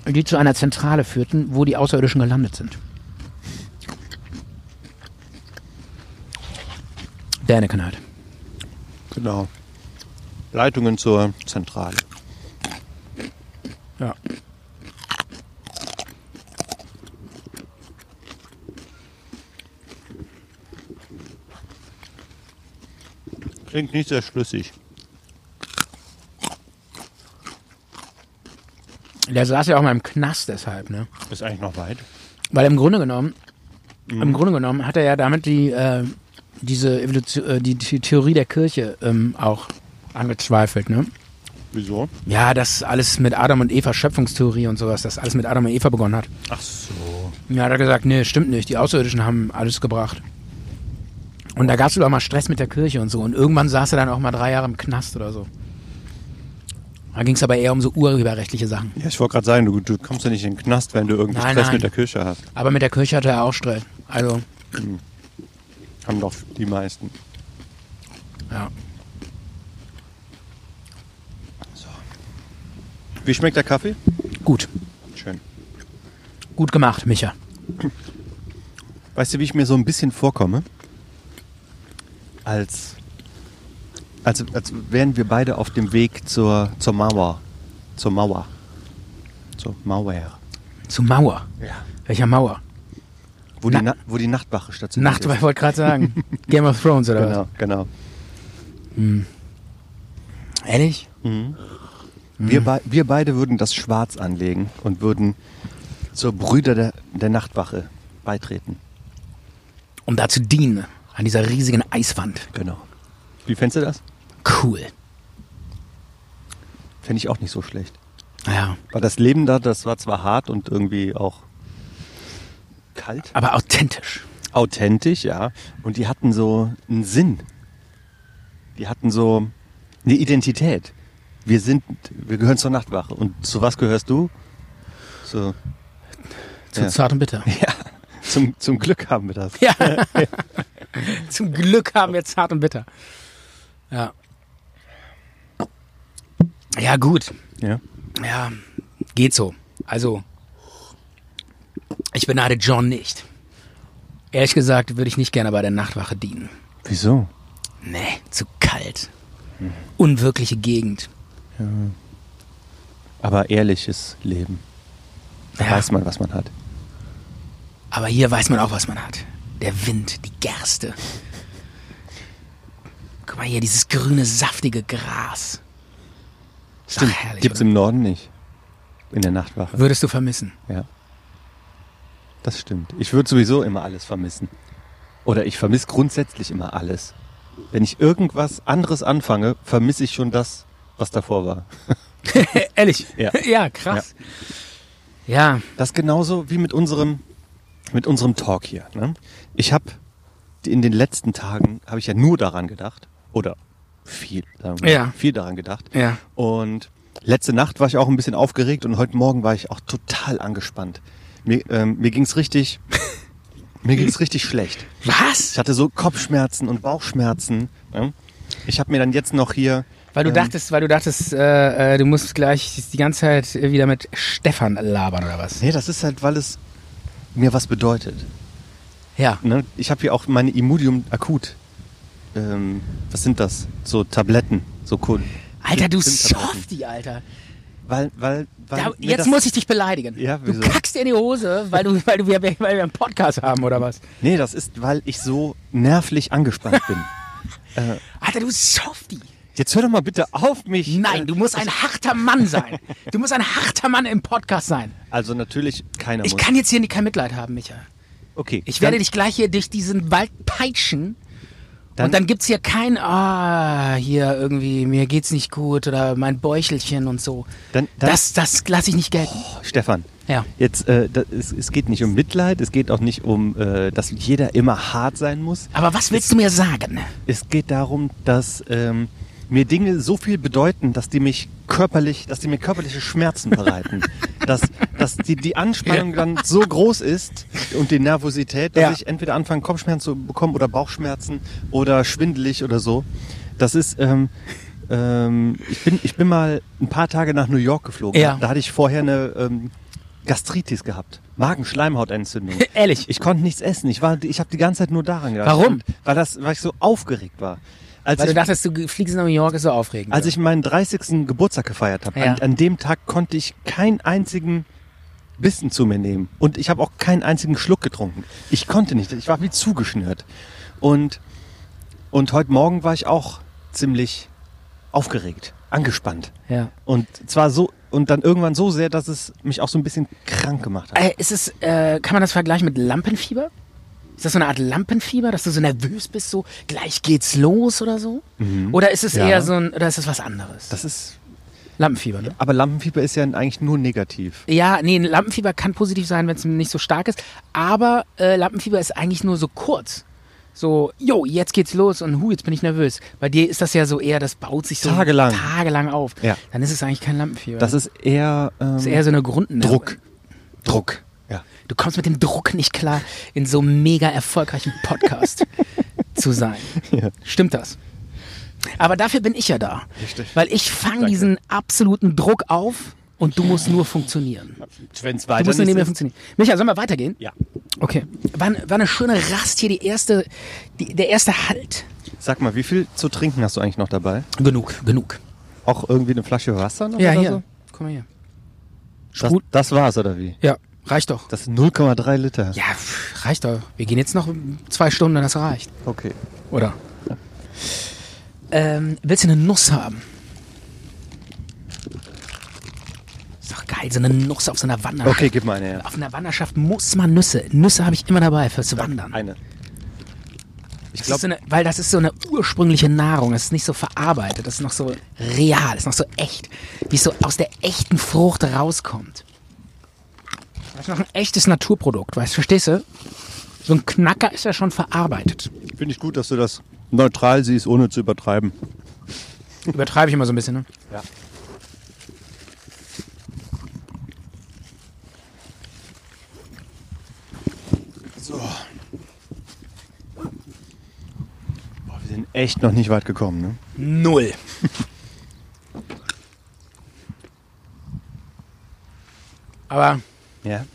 S2: die zu einer Zentrale führten, wo die Außerirdischen gelandet sind. Däniken halt.
S3: Genau. Leitungen zur Zentrale.
S2: Ja.
S3: Klingt nicht sehr schlüssig.
S2: Der saß ja auch mal im Knast deshalb, ne?
S3: Ist eigentlich noch weit.
S2: Weil im Grunde genommen,
S3: Mhm.
S2: im Grunde genommen hat er ja damit die, äh, diese Evolution, äh, die, die Theorie der Kirche ähm, auch angezweifelt, ne?
S3: Wieso?
S2: Ja, das alles mit Adam und Eva Schöpfungstheorie und sowas, das alles mit Adam und Eva begonnen hat.
S3: Ach so.
S2: Ja, hat er gesagt, nee, stimmt nicht, die Außerirdischen haben alles gebracht. Und da gab es auch mal Stress mit der Kirche und so. Und irgendwann saß er dann auch mal drei Jahre im Knast oder so. Da ging es aber eher um so urheberrechtliche Sachen.
S3: Ja, ich wollte gerade sagen, du, du kommst ja nicht in den Knast, wenn du irgendwie
S2: Nein,
S3: Stress
S2: nein.
S3: mit der Kirche hast.
S2: Aber mit der Kirche hatte er auch Stress. Also,
S3: Haben doch die meisten.
S2: ja.
S3: Wie schmeckt der Kaffee?
S2: Gut.
S3: Schön.
S2: Gut gemacht, Micha.
S3: Weißt du, wie ich mir so ein bisschen vorkomme? Als, als, als wären wir beide auf dem Weg zur, zur Mauer. Zur Mauer. Zur Mauer.
S2: Zu Mauer.
S3: Ja.
S2: Welcher Mauer?
S3: Wo,
S2: Na-
S3: die, Na wo die Nachtwache stationiert
S2: Nacht,
S3: ist.
S2: ich wollte gerade sagen. Game of Thrones oder
S3: Genau, genau.
S2: was? Ehrlich?
S3: Wir, bei, wir beide würden das schwarz anlegen und würden zur Brüder der, der Nachtwache beitreten.
S2: Um da zu dienen. An dieser riesigen Eiswand.
S3: Genau. Wie fändest du das?
S2: Cool.
S3: Fände ich auch nicht so schlecht.
S2: Ja.
S3: Weil das Leben da, das war zwar hart und irgendwie auch kalt.
S2: Aber authentisch.
S3: authentisch, ja. Und die hatten so einen Sinn. Die hatten so eine Identität. Wir sind, wir gehören zur Nachtwache. Und zu was gehörst du? So,
S2: Zu
S3: Ja.
S2: zart und bitter.
S3: ja, zum, zum Glück haben wir das.
S2: Ja. Zum Glück haben wir zart und bitter. Ja. Ja, gut.
S3: Ja.
S2: Ja, geht so. Also, ich beneide John nicht. Ehrlich gesagt würde ich nicht gerne bei der Nachtwache dienen.
S3: Wieso?
S2: Nee, zu kalt. Mhm. Unwirkliche Gegend.
S3: Aber ehrliches Leben. Da
S2: Ja.
S3: weiß man, was man hat.
S2: Aber hier weiß man auch, was man hat. Der Wind, die Gerste. Guck mal hier, dieses grüne, saftige Gras. Ist doch herrlich,
S3: Gibt's
S2: oder?
S3: im Norden nicht. In der Nachtwache.
S2: Würdest du vermissen?
S3: Ja. Das stimmt. Ich würde sowieso immer alles vermissen. Oder ich vermisse grundsätzlich immer alles. Wenn ich irgendwas anderes anfange, vermisse ich schon das, was davor war.
S2: E-, Ehrlich?
S3: Ja.
S2: ja, krass. Ja.
S3: Das ist genauso wie mit unserem, mit unserem Talk hier. Ne? Ich habe in den letzten Tagen habe ich ja nur daran gedacht oder viel, sagen wir, mal,
S2: Ja.
S3: viel daran gedacht.
S2: Ja.
S3: Und letzte Nacht war ich auch ein bisschen aufgeregt und heute Morgen war ich auch total angespannt. Mir, ähm, mir ging's richtig, mir ging's richtig schlecht. Ich
S2: Was?
S3: hatte so Kopfschmerzen und Bauchschmerzen. Ne? Ich habe mir dann jetzt noch hier
S2: Weil du
S3: ähm,
S2: dachtest, weil du dachtest, äh, äh, du musst gleich die ganze Zeit wieder mit Stefan labern oder was?
S3: Nee, das ist halt, weil es mir was bedeutet.
S2: Ja.
S3: Ne? Ich habe hier auch meine Imodium akut. Ähm, was sind das? So Tabletten, so cool.
S2: Alter, du
S3: Stimmtabletten.
S2: Softie, Alter.
S3: Weil, weil, weil
S2: Da,
S3: mir
S2: jetzt
S3: das-
S2: muss ich dich beleidigen.
S3: Ja,
S2: du
S3: wieso?
S2: kackst dir in die Hose, weil, du, weil, du, weil wir einen Podcast haben oder was?
S3: Nee, das ist, weil ich so nervlich angespannt bin.
S2: Alter, du Softie.
S3: Jetzt hör doch mal bitte auf mich.
S2: Nein, du musst ein harter Mann sein. Du musst ein harter Mann im Podcast sein.
S3: Also natürlich keiner
S2: Ich
S3: muss.
S2: kann jetzt hier kein Mitleid haben, Micha.
S3: okay,
S2: Ich werde
S3: dann,
S2: dich gleich hier durch diesen Wald peitschen.
S3: Dann-
S2: und dann gibt's hier kein, ah, hier irgendwie, mir geht's nicht gut oder mein Bäuchelchen und so.
S3: Dann- dann-
S2: das das lasse ich nicht gelten.
S3: Oh, Stefan.
S2: Ja.
S3: Jetzt, äh, das, es, es geht nicht um Mitleid, es geht auch nicht um, äh, dass jeder immer hart sein muss.
S2: Aber was willst du mir sagen?
S3: Es geht darum, dass ähm, mir Dinge so viel bedeuten, dass die mich körperlich, dass die mir körperliche Schmerzen bereiten. dass dass die, die Anspannung dann so groß ist und die Nervosität, dass
S2: Ja.
S3: ich entweder anfange, Kopfschmerzen zu bekommen oder Bauchschmerzen oder schwindelig oder so. Das ist, ähm, ähm, ich, bin, ich bin mal ein paar Tage nach New York geflogen.
S2: Ja.
S3: Da hatte ich vorher eine ähm, Gastritis gehabt. Magenschleimhautentzündung.
S2: Ehrlich?
S3: Ich konnte nichts essen. Ich, war, ich habe die ganze Zeit nur daran gedacht.
S2: Warum?
S3: Und Weil, das, weil ich so aufgeregt war. Als
S2: Weil du
S3: ich,
S2: dachtest, du fliegst nach New York, ist so aufregend.
S3: als ich meinen 30. Geburtstag gefeiert habe,
S2: Ja.
S3: an, an dem Tag konnte ich keinen einzigen Bissen zu mir nehmen. Und ich habe auch keinen einzigen Schluck getrunken. Ich konnte nicht. Ich war wie zugeschnürt. Und, und heute Morgen war ich auch ziemlich aufgeregt, angespannt.
S2: ja.
S3: Und zwar so, und dann irgendwann so sehr, dass es mich auch so ein bisschen krank gemacht hat.
S2: Äh, ist es, äh, kann man das vergleichen mit Lampenfieber? Ist das so eine Art Lampenfieber, dass du so nervös bist, so gleich geht's los oder so? Oder ist es
S3: Mhm. Ja.
S2: eher so ein, oder ist es was anderes?
S3: Das ist,
S2: Lampenfieber, ne?
S3: aber Lampenfieber ist ja eigentlich nur negativ.
S2: Ja, nee, ein Lampenfieber kann positiv sein, wenn es nicht so stark ist. Aber äh, Lampenfieber ist eigentlich nur so kurz. So, jo, jetzt geht's los und hu, jetzt bin ich nervös. Bei dir ist das ja so eher, das baut sich so
S3: Tagelang.
S2: tagelang auf.
S3: Ja.
S2: Dann ist es eigentlich kein Lampenfieber.
S3: Das ist eher, ähm,
S2: Das ist eher so eine Grundnervosität.
S3: Druck. Druck. Ja.
S2: Du kommst mit dem Druck nicht klar, in so einem mega erfolgreichen Podcast zu sein. Stimmt das? Aber dafür bin ich ja da.
S3: Richtig.
S2: Weil ich fange diesen absoluten Druck auf und du musst nur funktionieren.
S3: Wenn es
S2: Du
S3: weiter
S2: musst nur neben mir funktionieren. Michael, sollen wir weitergehen?
S3: Ja.
S2: Okay. War, war eine schöne Rast hier, die erste, die, der erste Halt.
S3: Sag mal, wie viel zu trinken hast du eigentlich noch dabei?
S2: Genug, genug.
S3: Auch irgendwie eine Flasche Wasser noch
S2: Ja,
S3: oder
S2: hier.
S3: so?
S2: Komm mal hier.
S3: Das,
S2: Sprud-
S3: das war's, oder wie?
S2: Ja, reicht doch.
S3: Das sind 0,3 Liter.
S2: Ja, pff, reicht doch. Wir gehen jetzt noch zwei Stunden, das reicht.
S3: Okay.
S2: Oder? Ähm, willst du eine Nuss haben? Ist doch geil, so eine Nuss auf so einer Wanderschaft.
S3: Okay, gib mal eine her.
S2: Auf einer Wanderschaft muss man Nüsse. Nüsse habe ich immer dabei fürs Wandern.
S3: Eine.
S2: Das
S3: Ich
S2: ist so
S3: glaube,
S2: eine, weil das ist so eine ursprüngliche Nahrung. Das ist nicht so verarbeitet. Das ist noch so real. Das ist noch so echt. Wie es so aus der echten Frucht rauskommt. Das ist noch ein echtes Naturprodukt. Weißt du, verstehst du? So ein Knacker ist ja schon verarbeitet.
S3: finde ich gut, dass du das neutral siehst, ohne zu übertreiben.
S2: Übertreibe ich immer so ein bisschen, ne?
S3: Ja. So. Boah, wir sind echt noch nicht weit gekommen, ne?
S2: Null. aber,
S3: Ja.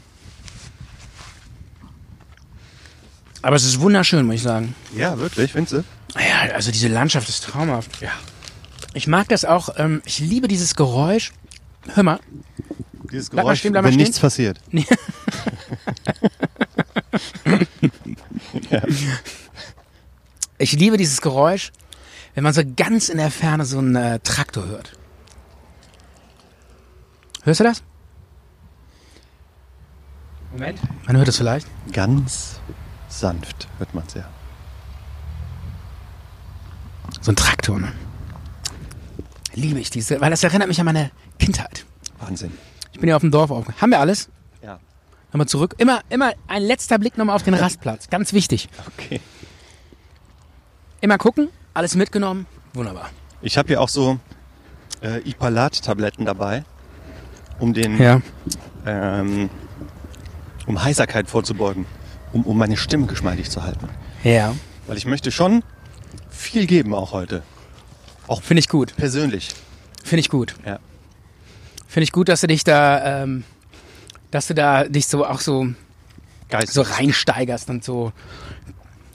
S2: aber es ist wunderschön, muss ich sagen.
S3: Ja, wirklich, findest du?
S2: Ja, also diese Landschaft ist traumhaft. Ja. Ich mag das auch. Ähm, ich liebe dieses Geräusch. Hör mal.
S3: Dieses
S2: Bleib mal
S3: Geräusch,
S2: stehen, bleib
S3: wenn
S2: mal stehen.
S3: nichts passiert.
S2: Ich liebe dieses Geräusch, wenn man so ganz in der Ferne so einen äh, Traktor hört. Hörst du das? Moment. Man hört es vielleicht.
S3: Ganz sanft hört man es ja.
S2: So ein Traktor, ne? Liebe ich diese, weil das erinnert mich an meine Kindheit.
S3: Wahnsinn.
S2: Ich bin ja auf dem Dorf aufgewachsen. Haben wir alles?
S3: Ja.
S2: Haben wir zurück. Immer, immer ein letzter Blick nochmal auf den Rastplatz. Ganz wichtig.
S3: Okay.
S2: Immer gucken, alles mitgenommen. Wunderbar.
S3: Ich habe hier auch so äh, Ipalat-Tabletten dabei, um den, ähm, um Heiserkeit vorzubeugen, um, um meine Stimme geschmeidig zu halten.
S2: Ja.
S3: Weil ich möchte schon viel geben auch heute,
S2: Oh, Finde ich gut.
S3: persönlich.
S2: Finde ich gut.
S3: Ja.
S2: Finde ich gut, dass du dich da, ähm, dass du da dich so auch so,
S3: Geist.
S2: so reinsteigerst und so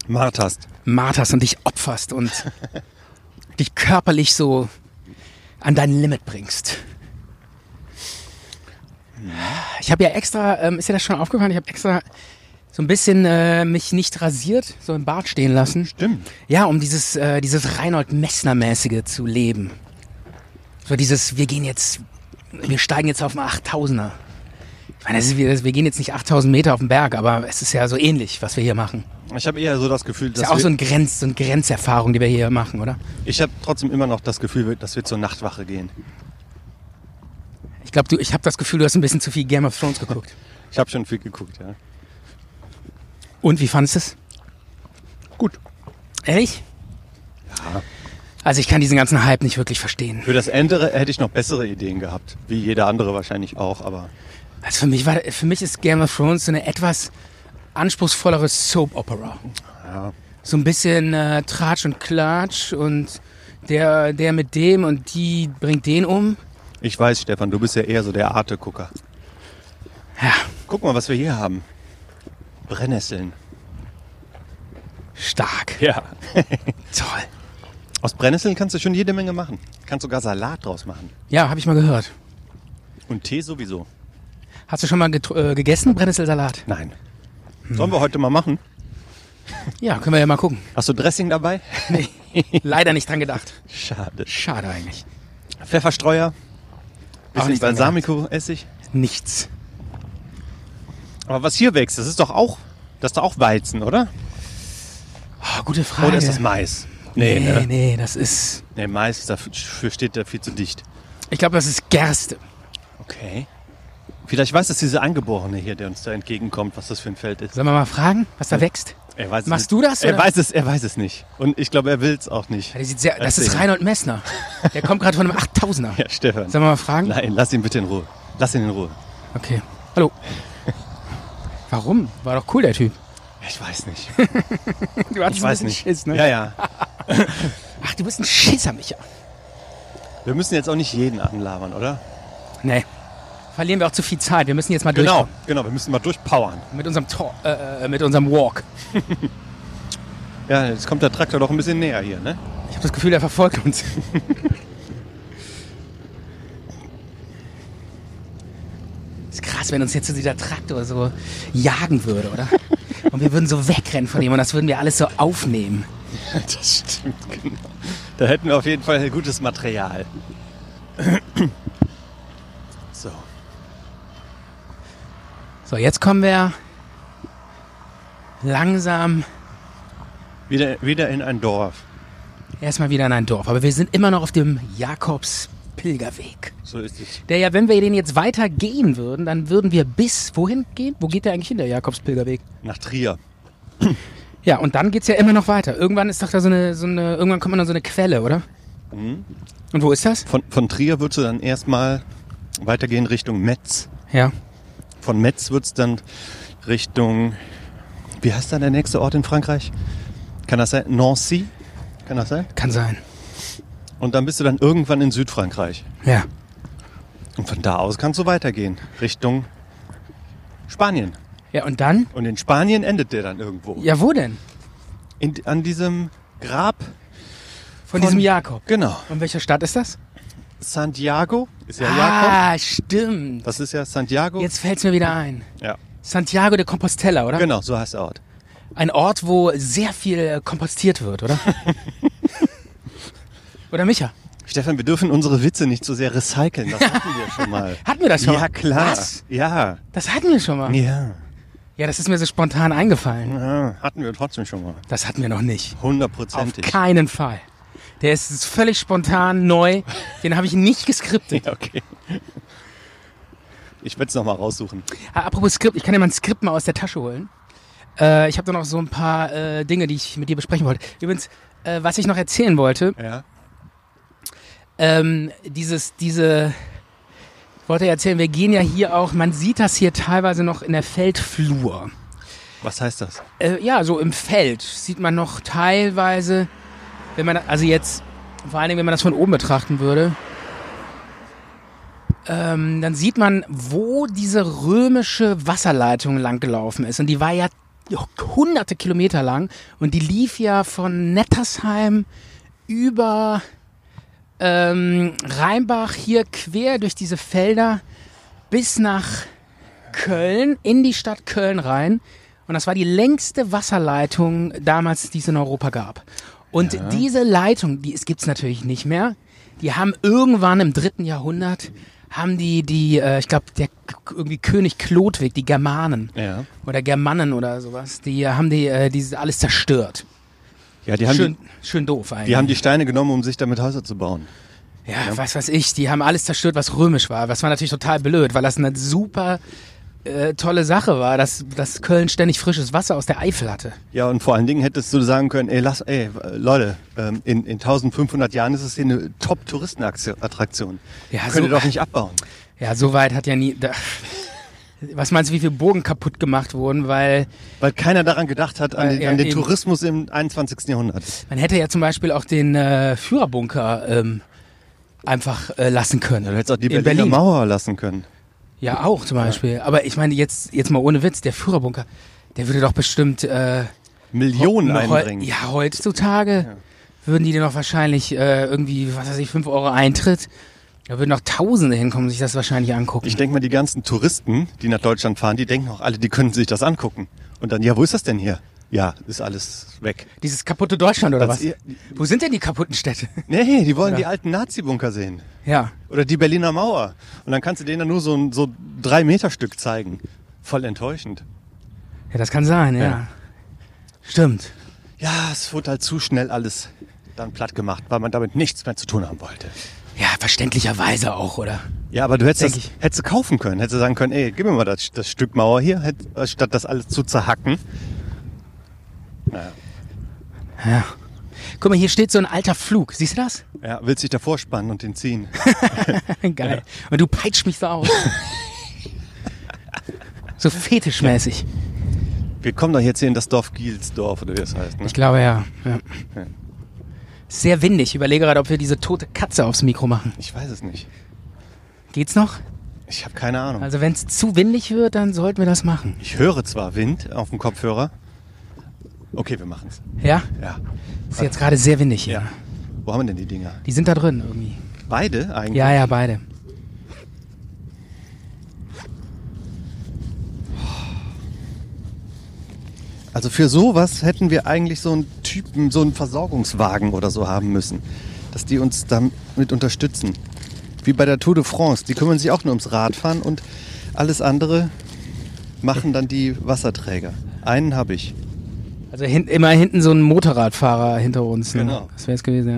S3: Martast.
S2: marterst und dich opferst und dich körperlich so an dein Limit bringst. Ich habe ja extra, ähm, ist dir das schon aufgefallen? Ich habe extra so ein bisschen äh, mich nicht rasiert, so im Bart stehen lassen.
S3: Stimmt.
S2: Ja, um dieses, äh, dieses Reinhold Messner-mäßige zu leben. So dieses, wir gehen jetzt, wir steigen jetzt auf den 8000er. Ich meine, das ist, wie- das- wir gehen jetzt nicht 8000 Meter auf den Berg, aber es ist ja so ähnlich, was wir hier machen.
S3: Ich habe eher so das Gefühl,
S2: Ist
S3: dass
S2: ja auch
S3: wir,
S2: so, ein Grenz, so eine Grenzerfahrung, die wir hier machen, oder?
S3: ich habe trotzdem immer noch das Gefühl, dass wir zur Nachtwache gehen.
S2: Ich glaube, ich habe das Gefühl, du hast ein bisschen zu viel Game of Thrones geguckt.
S3: Ich habe schon viel geguckt, ja.
S2: Und wie fandest du es?
S3: Gut.
S2: Ehrlich? Ja. Also ich kann diesen ganzen Hype nicht wirklich verstehen.
S3: Für das andere hätte ich noch bessere Ideen gehabt, wie jeder andere wahrscheinlich auch, aber
S2: Also für mich war für mich ist Game of Thrones so eine etwas anspruchsvollere Soap Opera. So ein bisschen äh, Tratsch und Klatsch und der der mit dem und die bringt den um.
S3: ich weiß, Stefan, du bist ja eher so der Arte-Gucker.
S2: Ja,
S3: Guck mal, was wir hier haben. Brennnesseln.
S2: stark.
S3: Ja.
S2: Toll.
S3: Aus Brennnesseln kannst du schon jede Menge machen. Kannst sogar Salat draus machen.
S2: Ja, habe ich mal gehört.
S3: Und Tee sowieso.
S2: Hast du schon mal getr- äh, gegessen Brennnesselsalat?
S3: Nein. Sollen wir heute mal machen?
S2: Ja, können wir ja mal gucken.
S3: Hast du Dressing dabei?
S2: Nee, leider nicht dran gedacht.
S3: Schade.
S2: Schade eigentlich.
S3: Pfefferstreuer.
S2: Auch
S3: Bisschen
S2: nicht dran gedacht.
S3: Balsamico-Essig.
S2: Nichts.
S3: Aber was hier wächst, das ist doch auch, das ist doch auch Weizen, oder?
S2: Oh, gute Frage.
S3: Oder ist das Mais? Nee,
S2: nee,
S3: ne?
S2: nee, das ist.
S3: nee Mais ist dafür steht da viel zu dicht.
S2: Ich glaube, das ist Gerste.
S3: Okay. Vielleicht weiß das dieser Angeborene hier, der uns da entgegenkommt, was das für ein Feld ist.
S2: Sollen wir mal fragen, was da wächst?
S3: Er weiß es
S2: Machst
S3: nicht.
S2: du das,
S3: Er
S2: oder?
S3: weiß, es, er weiß es nicht. Und ich glaube, er will es auch nicht.
S2: Ja, der sieht sehr, das
S3: Erzähl.
S2: ist Reinhold Messner. Der kommt gerade von einem 8000er.
S3: Ja, Stefan.
S2: Sollen wir mal fragen?
S3: Nein, lass ihn bitte in Ruhe. Lass ihn in Ruhe.
S2: Okay. Hallo. Warum? War doch cool, der Typ.
S3: Ich weiß nicht.
S2: Du hattest
S3: Ich weiß
S2: ein bisschen
S3: nicht.
S2: Schiss, ne?
S3: Ja, ja.
S2: Ach, du bist ein Schisser, Micha.
S3: Wir müssen jetzt auch nicht jeden anlabern, oder?
S2: Nee. Verlieren wir auch zu viel Zeit. Wir müssen jetzt mal
S3: Genau, genau. Wir müssen mal durchpowern.
S2: durchkommen. Mit unserem, Tor, äh, äh, mit unserem Walk.
S3: Ja, jetzt kommt der Traktor doch ein bisschen näher hier, ne?
S2: Ich habe das Gefühl, er verfolgt uns. ist krass, wenn uns jetzt so dieser Traktor so jagen würde, oder? Und wir würden so wegrennen von ihm und das würden wir alles so aufnehmen.
S3: Das stimmt, genau. Da hätten wir auf jeden Fall gutes Material. So.
S2: So, jetzt kommen wir langsam
S3: Wieder, wieder in ein Dorf.
S2: erstmal wieder in ein Dorf. Aber wir sind immer noch auf dem Jakobspilgerweg.
S3: So ist es.
S2: Der ja, wenn wir den jetzt weiter gehen würden, dann würden wir bis wohin gehen? Wo geht der eigentlich hin, der Jakobspilgerweg?
S3: Nach Trier.
S2: Ja, und dann geht's ja immer noch weiter. Irgendwann ist doch da so eine, so eine irgendwann kommt man an so eine Quelle, oder?
S3: Mhm.
S2: Und wo ist das?
S3: Von, von Trier würdest du dann erstmal weitergehen Richtung Metz.
S2: Ja.
S3: Von Metz wird es dann Richtung, wie heißt dann der nächste Ort in Frankreich? Kann das sein? Nancy? Kann das sein?
S2: Kann sein.
S3: Und dann bist du dann irgendwann in Südfrankreich.
S2: Ja.
S3: Und von da aus kannst du weitergehen Richtung Spanien.
S2: Ja, und dann?
S3: Und in Spanien endet der dann irgendwo.
S2: Ja, wo denn?
S3: In, an diesem Grab,
S2: Von, diesem Jakob.
S3: genau.
S2: Und welcher Stadt ist das?
S3: Santiago ist ja Jakob.
S2: Ah, stimmt.
S3: Das ist ja Santiago.
S2: Jetzt fällt's mir wieder ein.
S3: Ja,
S2: Santiago de Compostela, oder?
S3: genau, so heißt der Ort.
S2: Ein Ort, wo sehr viel äh, kompostiert wird, oder? oder Micha?
S3: Stefan, wir dürfen unsere Witze nicht so sehr recyceln. Das hatten wir schon mal.
S2: Hatten wir das schon
S3: Ja,
S2: mal?
S3: klar.
S2: Was?
S3: Ja.
S2: Das hatten wir schon mal.
S3: Ja.
S2: Ja, das ist mir so spontan eingefallen.
S3: ja. Ah. Hatten wir trotzdem schon mal.
S2: Das hatten wir noch nicht. Auf
S3: Hundertprozentig.
S2: keinen Fall. Der ist ist völlig spontan neu. Den habe ich nicht geskriptet.
S3: Ja, okay. Ich werde es nochmal raussuchen.
S2: Ah, Apropos Skript, ich kann dir mal ein Skript mal aus der Tasche holen. Äh, ich habe da noch so ein paar äh, Dinge, die ich mit dir besprechen wollte. Übrigens, äh, was ich noch erzählen wollte,
S3: Ja.
S2: ähm, dieses, diese, ich wollte erzählen, wir gehen ja hier auch, man sieht das hier teilweise noch in der Feldflur.
S3: Was heißt das?
S2: Äh, ja, so im Feld sieht man noch teilweise, wenn man, also jetzt, vor allen Dingen, wenn man das von oben betrachten würde, ähm, dann sieht man, wo diese römische Wasserleitung langgelaufen ist. Und die war ja hunderte Kilometer lang und die lief ja von Nettersheim über ähm, Rheinbach hier quer durch diese Felder bis nach Köln, in die Stadt Köln rein. Und das war die längste Wasserleitung damals, die es in Europa gab. Und diese Leitung, die es gibt's natürlich nicht mehr. Die haben irgendwann im dritten Jahrhundert haben die die, äh, ich glaube der K- irgendwie König Klodwig, die Germanen
S3: Ja.
S2: oder Germannen oder sowas, die haben die äh, dieses alles zerstört.
S3: Ja, die haben,
S2: schön,
S3: die,
S2: schön doof eigentlich.
S3: die haben die Steine genommen, um sich damit Häuser zu bauen.
S2: Ja, was weiß ich, die haben alles zerstört, was römisch war. Was war natürlich total blöd, weil das eine super äh, tolle Sache war, dass, dass Köln ständig frisches Wasser aus der Eifel hatte.
S3: Ja, und vor allen Dingen hättest du sagen können, ey, lass, ey, Leute, ähm, in, in 1500 Jahren ist es hier eine Top-Touristenattraktion.
S2: Ja,
S3: Könnt ihr
S2: so-
S3: doch nicht abbauen.
S2: Ja, so weit hat ja nie. Da, was meinst du, wie viele Burgen kaputt gemacht wurden? Weil
S3: Weil keiner daran gedacht hat, an
S2: Weil,
S3: den,
S2: ja,
S3: an den
S2: eben.
S3: Tourismus im 21. Jahrhundert.
S2: man hätte ja zum Beispiel auch den äh, Führerbunker ähm, einfach äh, lassen können.
S3: Du hättest auch die
S2: In
S3: Berliner
S2: Berlin.
S3: Mauer lassen können.
S2: Ja, auch zum Beispiel. Aber ich meine, jetzt, jetzt mal ohne Witz, der Führerbunker, der würde doch bestimmt. Äh,
S3: Millionen
S2: Noch heu-
S3: einbringen.
S2: Ja, heutzutage würden die dir noch wahrscheinlich äh, irgendwie, was weiß ich, 5 Euro Eintritt. Da würden noch Tausende hinkommen, sich das wahrscheinlich angucken.
S3: Ich denke mal, die ganzen Touristen, die nach Deutschland fahren, die denken auch alle, die können sich das angucken. Und dann, ja, wo ist das denn hier? Ja, ist alles weg.
S2: Dieses kaputte Deutschland oder
S3: Das
S2: was?
S3: ihr-
S2: Wo sind denn die kaputten Städte?
S3: Nee, die wollen die alten Nazi-Bunker sehen.
S2: ja.
S3: Oder die Berliner Mauer. Und dann kannst du denen dann nur so ein so drei Meter Stück zeigen. Voll enttäuschend.
S2: ja, das kann sein, ja.
S3: Ja.
S2: Stimmt.
S3: Ja, es wurde halt zu schnell alles dann platt gemacht, weil man damit nichts mehr zu tun haben wollte.
S2: Ja, verständlicherweise auch, oder?
S3: Ja, aber du
S2: Denk
S3: hättest, das, hättest du kaufen können. Hättest du sagen können, ey, gib mir mal das, das Stück Mauer hier, hätt, äh, statt das alles zu zerhacken.
S2: Ja. Guck mal, hier steht so ein alter Flug. Siehst du das?
S3: Ja, willst dich davor spannen und den ziehen.
S2: Geil. Und du peitscht mich so aus. so fetischmäßig.
S3: Wir kommen doch jetzt hier in das Dorf Gielsdorf, oder wie das heißt. Ne?
S2: Ich glaube ja. ja. Sehr windig. Ich überlege gerade, ob wir diese tote Katze aufs Mikro machen.
S3: Ich weiß es nicht.
S2: Geht's noch?
S3: Ich habe keine Ahnung.
S2: Also wenn es zu windig wird, dann sollten wir das machen.
S3: ich höre zwar Wind auf dem Kopfhörer. Okay, wir machen's.
S2: Ja?
S3: Ja.
S2: Ist jetzt gerade sehr windig hier.
S3: Wo haben wir denn die Dinger?
S2: Die sind da drin irgendwie.
S3: Beide eigentlich?
S2: Ja, ja, beide.
S3: Also für sowas hätten wir eigentlich so einen Typen, so einen Versorgungswagen oder so haben müssen. Dass die uns damit unterstützen. Wie bei der Tour de France. Die kümmern sich auch nur ums Radfahren und alles andere machen dann die Wasserträger. Einen habe ich.
S2: Also hin, immer hinten so ein Motorradfahrer hinter uns. Ne?
S3: Genau.
S2: Das wäre es gewesen, ja.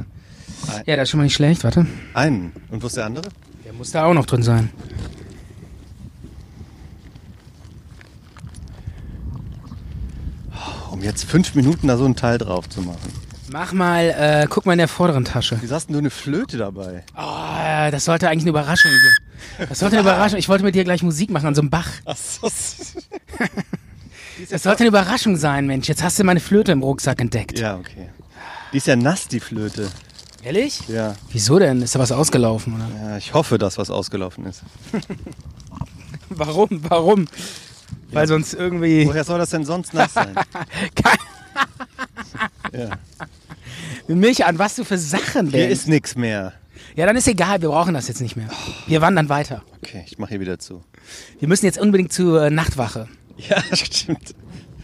S3: Ein-
S2: Ja, das ist schon mal nicht schlecht. Warte.
S3: Einen. Und wo ist der andere?
S2: Der muss da auch noch drin sein.
S3: Um jetzt fünf Minuten da so einen Teil drauf zu machen.
S2: Mach mal, äh, guck mal in der vorderen Tasche.
S3: Wieso hast denn du eine Flöte dabei?
S2: Oh, das sollte eigentlich eine Überraschung sein. Das sollte eine Überraschung. Ich wollte mit dir gleich Musik machen an so einem Bach. Das sollte eine Überraschung sein, Mensch. Jetzt hast du meine Flöte im Rucksack entdeckt.
S3: Ja, okay. Die ist ja nass, die Flöte.
S2: Ehrlich?
S3: Ja.
S2: Wieso denn? Ist da was ausgelaufen, oder?
S3: ja ich hoffe, dass was ausgelaufen ist.
S2: Warum? Warum? Weil sonst irgendwie.
S3: Woher soll das denn sonst nass sein? ja.
S2: Mich an, was du für Sachen
S3: Hier
S2: denkst.
S3: ist nichts mehr.
S2: Ja, dann ist egal, wir brauchen das jetzt nicht mehr. Wir wandern weiter.
S3: Okay, ich mache hier wieder zu.
S2: Wir müssen jetzt unbedingt zur äh, Nachtwache.
S3: Ja, stimmt.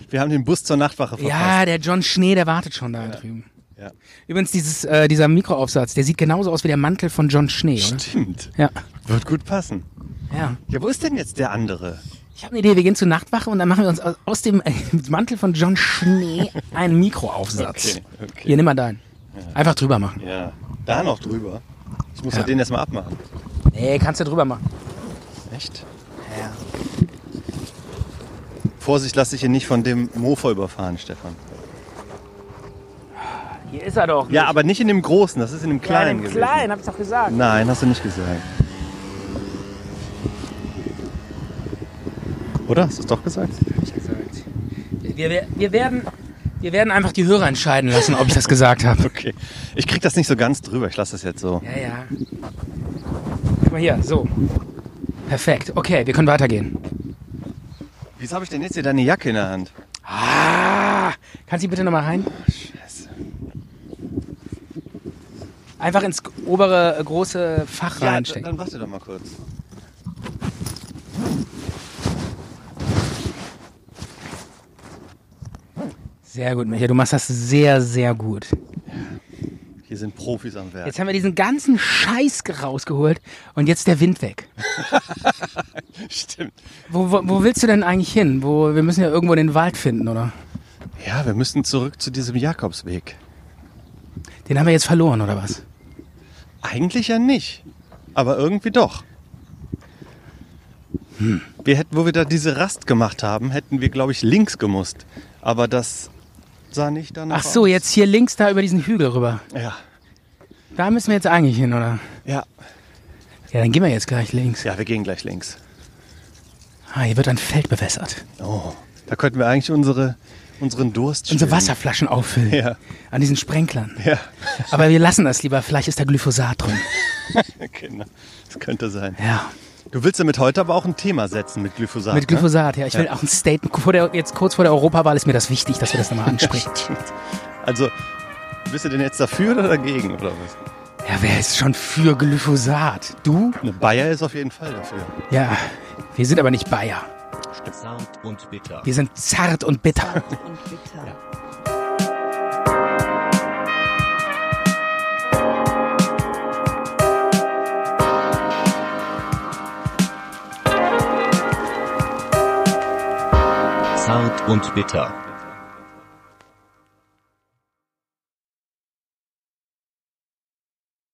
S3: Wir haben den Bus zur Nachtwache verpasst.
S2: Ja, der John Schnee, der wartet schon da drüben.
S3: Ja.
S2: Übrigens, dieses, äh, dieser Mikroaufsatz, der sieht genauso aus wie der Mantel von John Schnee, oder?
S3: Stimmt.
S2: Ja.
S3: Wird gut passen.
S2: Ja.
S3: Ja, wo ist denn jetzt der andere?
S2: Ich habe eine Idee, wir gehen zur Nachtwache und dann machen wir uns aus, aus dem äh, Mantel von John Schnee einen Mikroaufsatz.
S3: Okay, okay.
S2: Hier, nimm mal deinen. Einfach drüber machen.
S3: Ja, da noch drüber. Ich muss ja. den erstmal abmachen.
S2: Nee, kannst du drüber machen.
S3: Echt? Ja. Vorsicht, lass dich hier nicht von dem Mofa überfahren, Stefan.
S2: Hier ist er doch.
S3: Ja, aber nicht in dem großen, das ist in dem kleinen gewesen.
S2: klein, hab ich doch gesagt.
S3: Nein, hast du nicht gesagt. Oder? Hast du es doch gesagt?
S2: Wir, wir, wir, werden, wir werden einfach die Hörer entscheiden lassen, ob ich das gesagt habe.
S3: Okay. Ich krieg das nicht so ganz drüber, ich lasse das jetzt so.
S2: Ja, ja. Guck mal hier, so. Perfekt. Okay, wir können weitergehen.
S3: Wieso habe ich denn jetzt hier deine Jacke in der Hand?
S2: Ah, kannst du die bitte nochmal rein?
S3: Oh,
S2: Einfach ins obere äh, große Fach
S3: Ja,
S2: reinstecken.
S3: dann warte doch mal kurz.
S2: Sehr gut, Michael. Du machst das sehr, sehr gut.
S3: Hier sind Profis am Werk.
S2: Jetzt haben wir diesen ganzen Scheiß rausgeholt und jetzt der Wind weg.
S3: Stimmt.
S2: Wo, wo, wo willst du denn eigentlich hin? Wo, wir müssen ja irgendwo den Wald finden, oder?
S3: Ja, wir müssen zurück zu diesem Jakobsweg.
S2: Den haben wir jetzt verloren, oder was?
S3: Eigentlich ja nicht, aber irgendwie doch. Hm. Wir hätten, wo wir da diese Rast gemacht haben, hätten wir, glaube ich, links gemusst. Aber das sah nicht danach
S2: Ach so,
S3: aus.
S2: jetzt hier links da über diesen Hügel rüber.
S3: Ja,
S2: Da müssen wir jetzt eigentlich hin, oder?
S3: ja.
S2: Ja, dann gehen wir jetzt gleich links.
S3: Ja, wir gehen gleich links.
S2: Ah, hier wird ein Feld bewässert.
S3: Oh, da könnten wir eigentlich unsere, unseren Durst stillen.
S2: Unsere Wasserflaschen auffüllen.
S3: Ja.
S2: An diesen Sprenklern.
S3: Ja,
S2: Aber wir lassen das lieber. Vielleicht ist da Glyphosat drin.
S3: genau. Das könnte sein.
S2: Ja.
S3: Du willst damit heute aber auch ein Thema setzen mit Glyphosat.
S2: Mit Glyphosat, ja. Ich will auch ein Statement. Vor der, jetzt kurz vor der Europawahl ist mir das wichtig, dass wir das nochmal ansprechen.
S3: Ne? Also, bist du denn jetzt dafür oder dagegen oder was?
S2: ja, wer ist schon für Glyphosat? Du?
S3: Ne, Bayer ist auf jeden Fall dafür.
S2: Ja. Wir sind aber nicht Bayer.
S1: Zart und bitter.
S2: Wir sind zart und bitter.
S7: und bitter.
S1: Zart und bitter.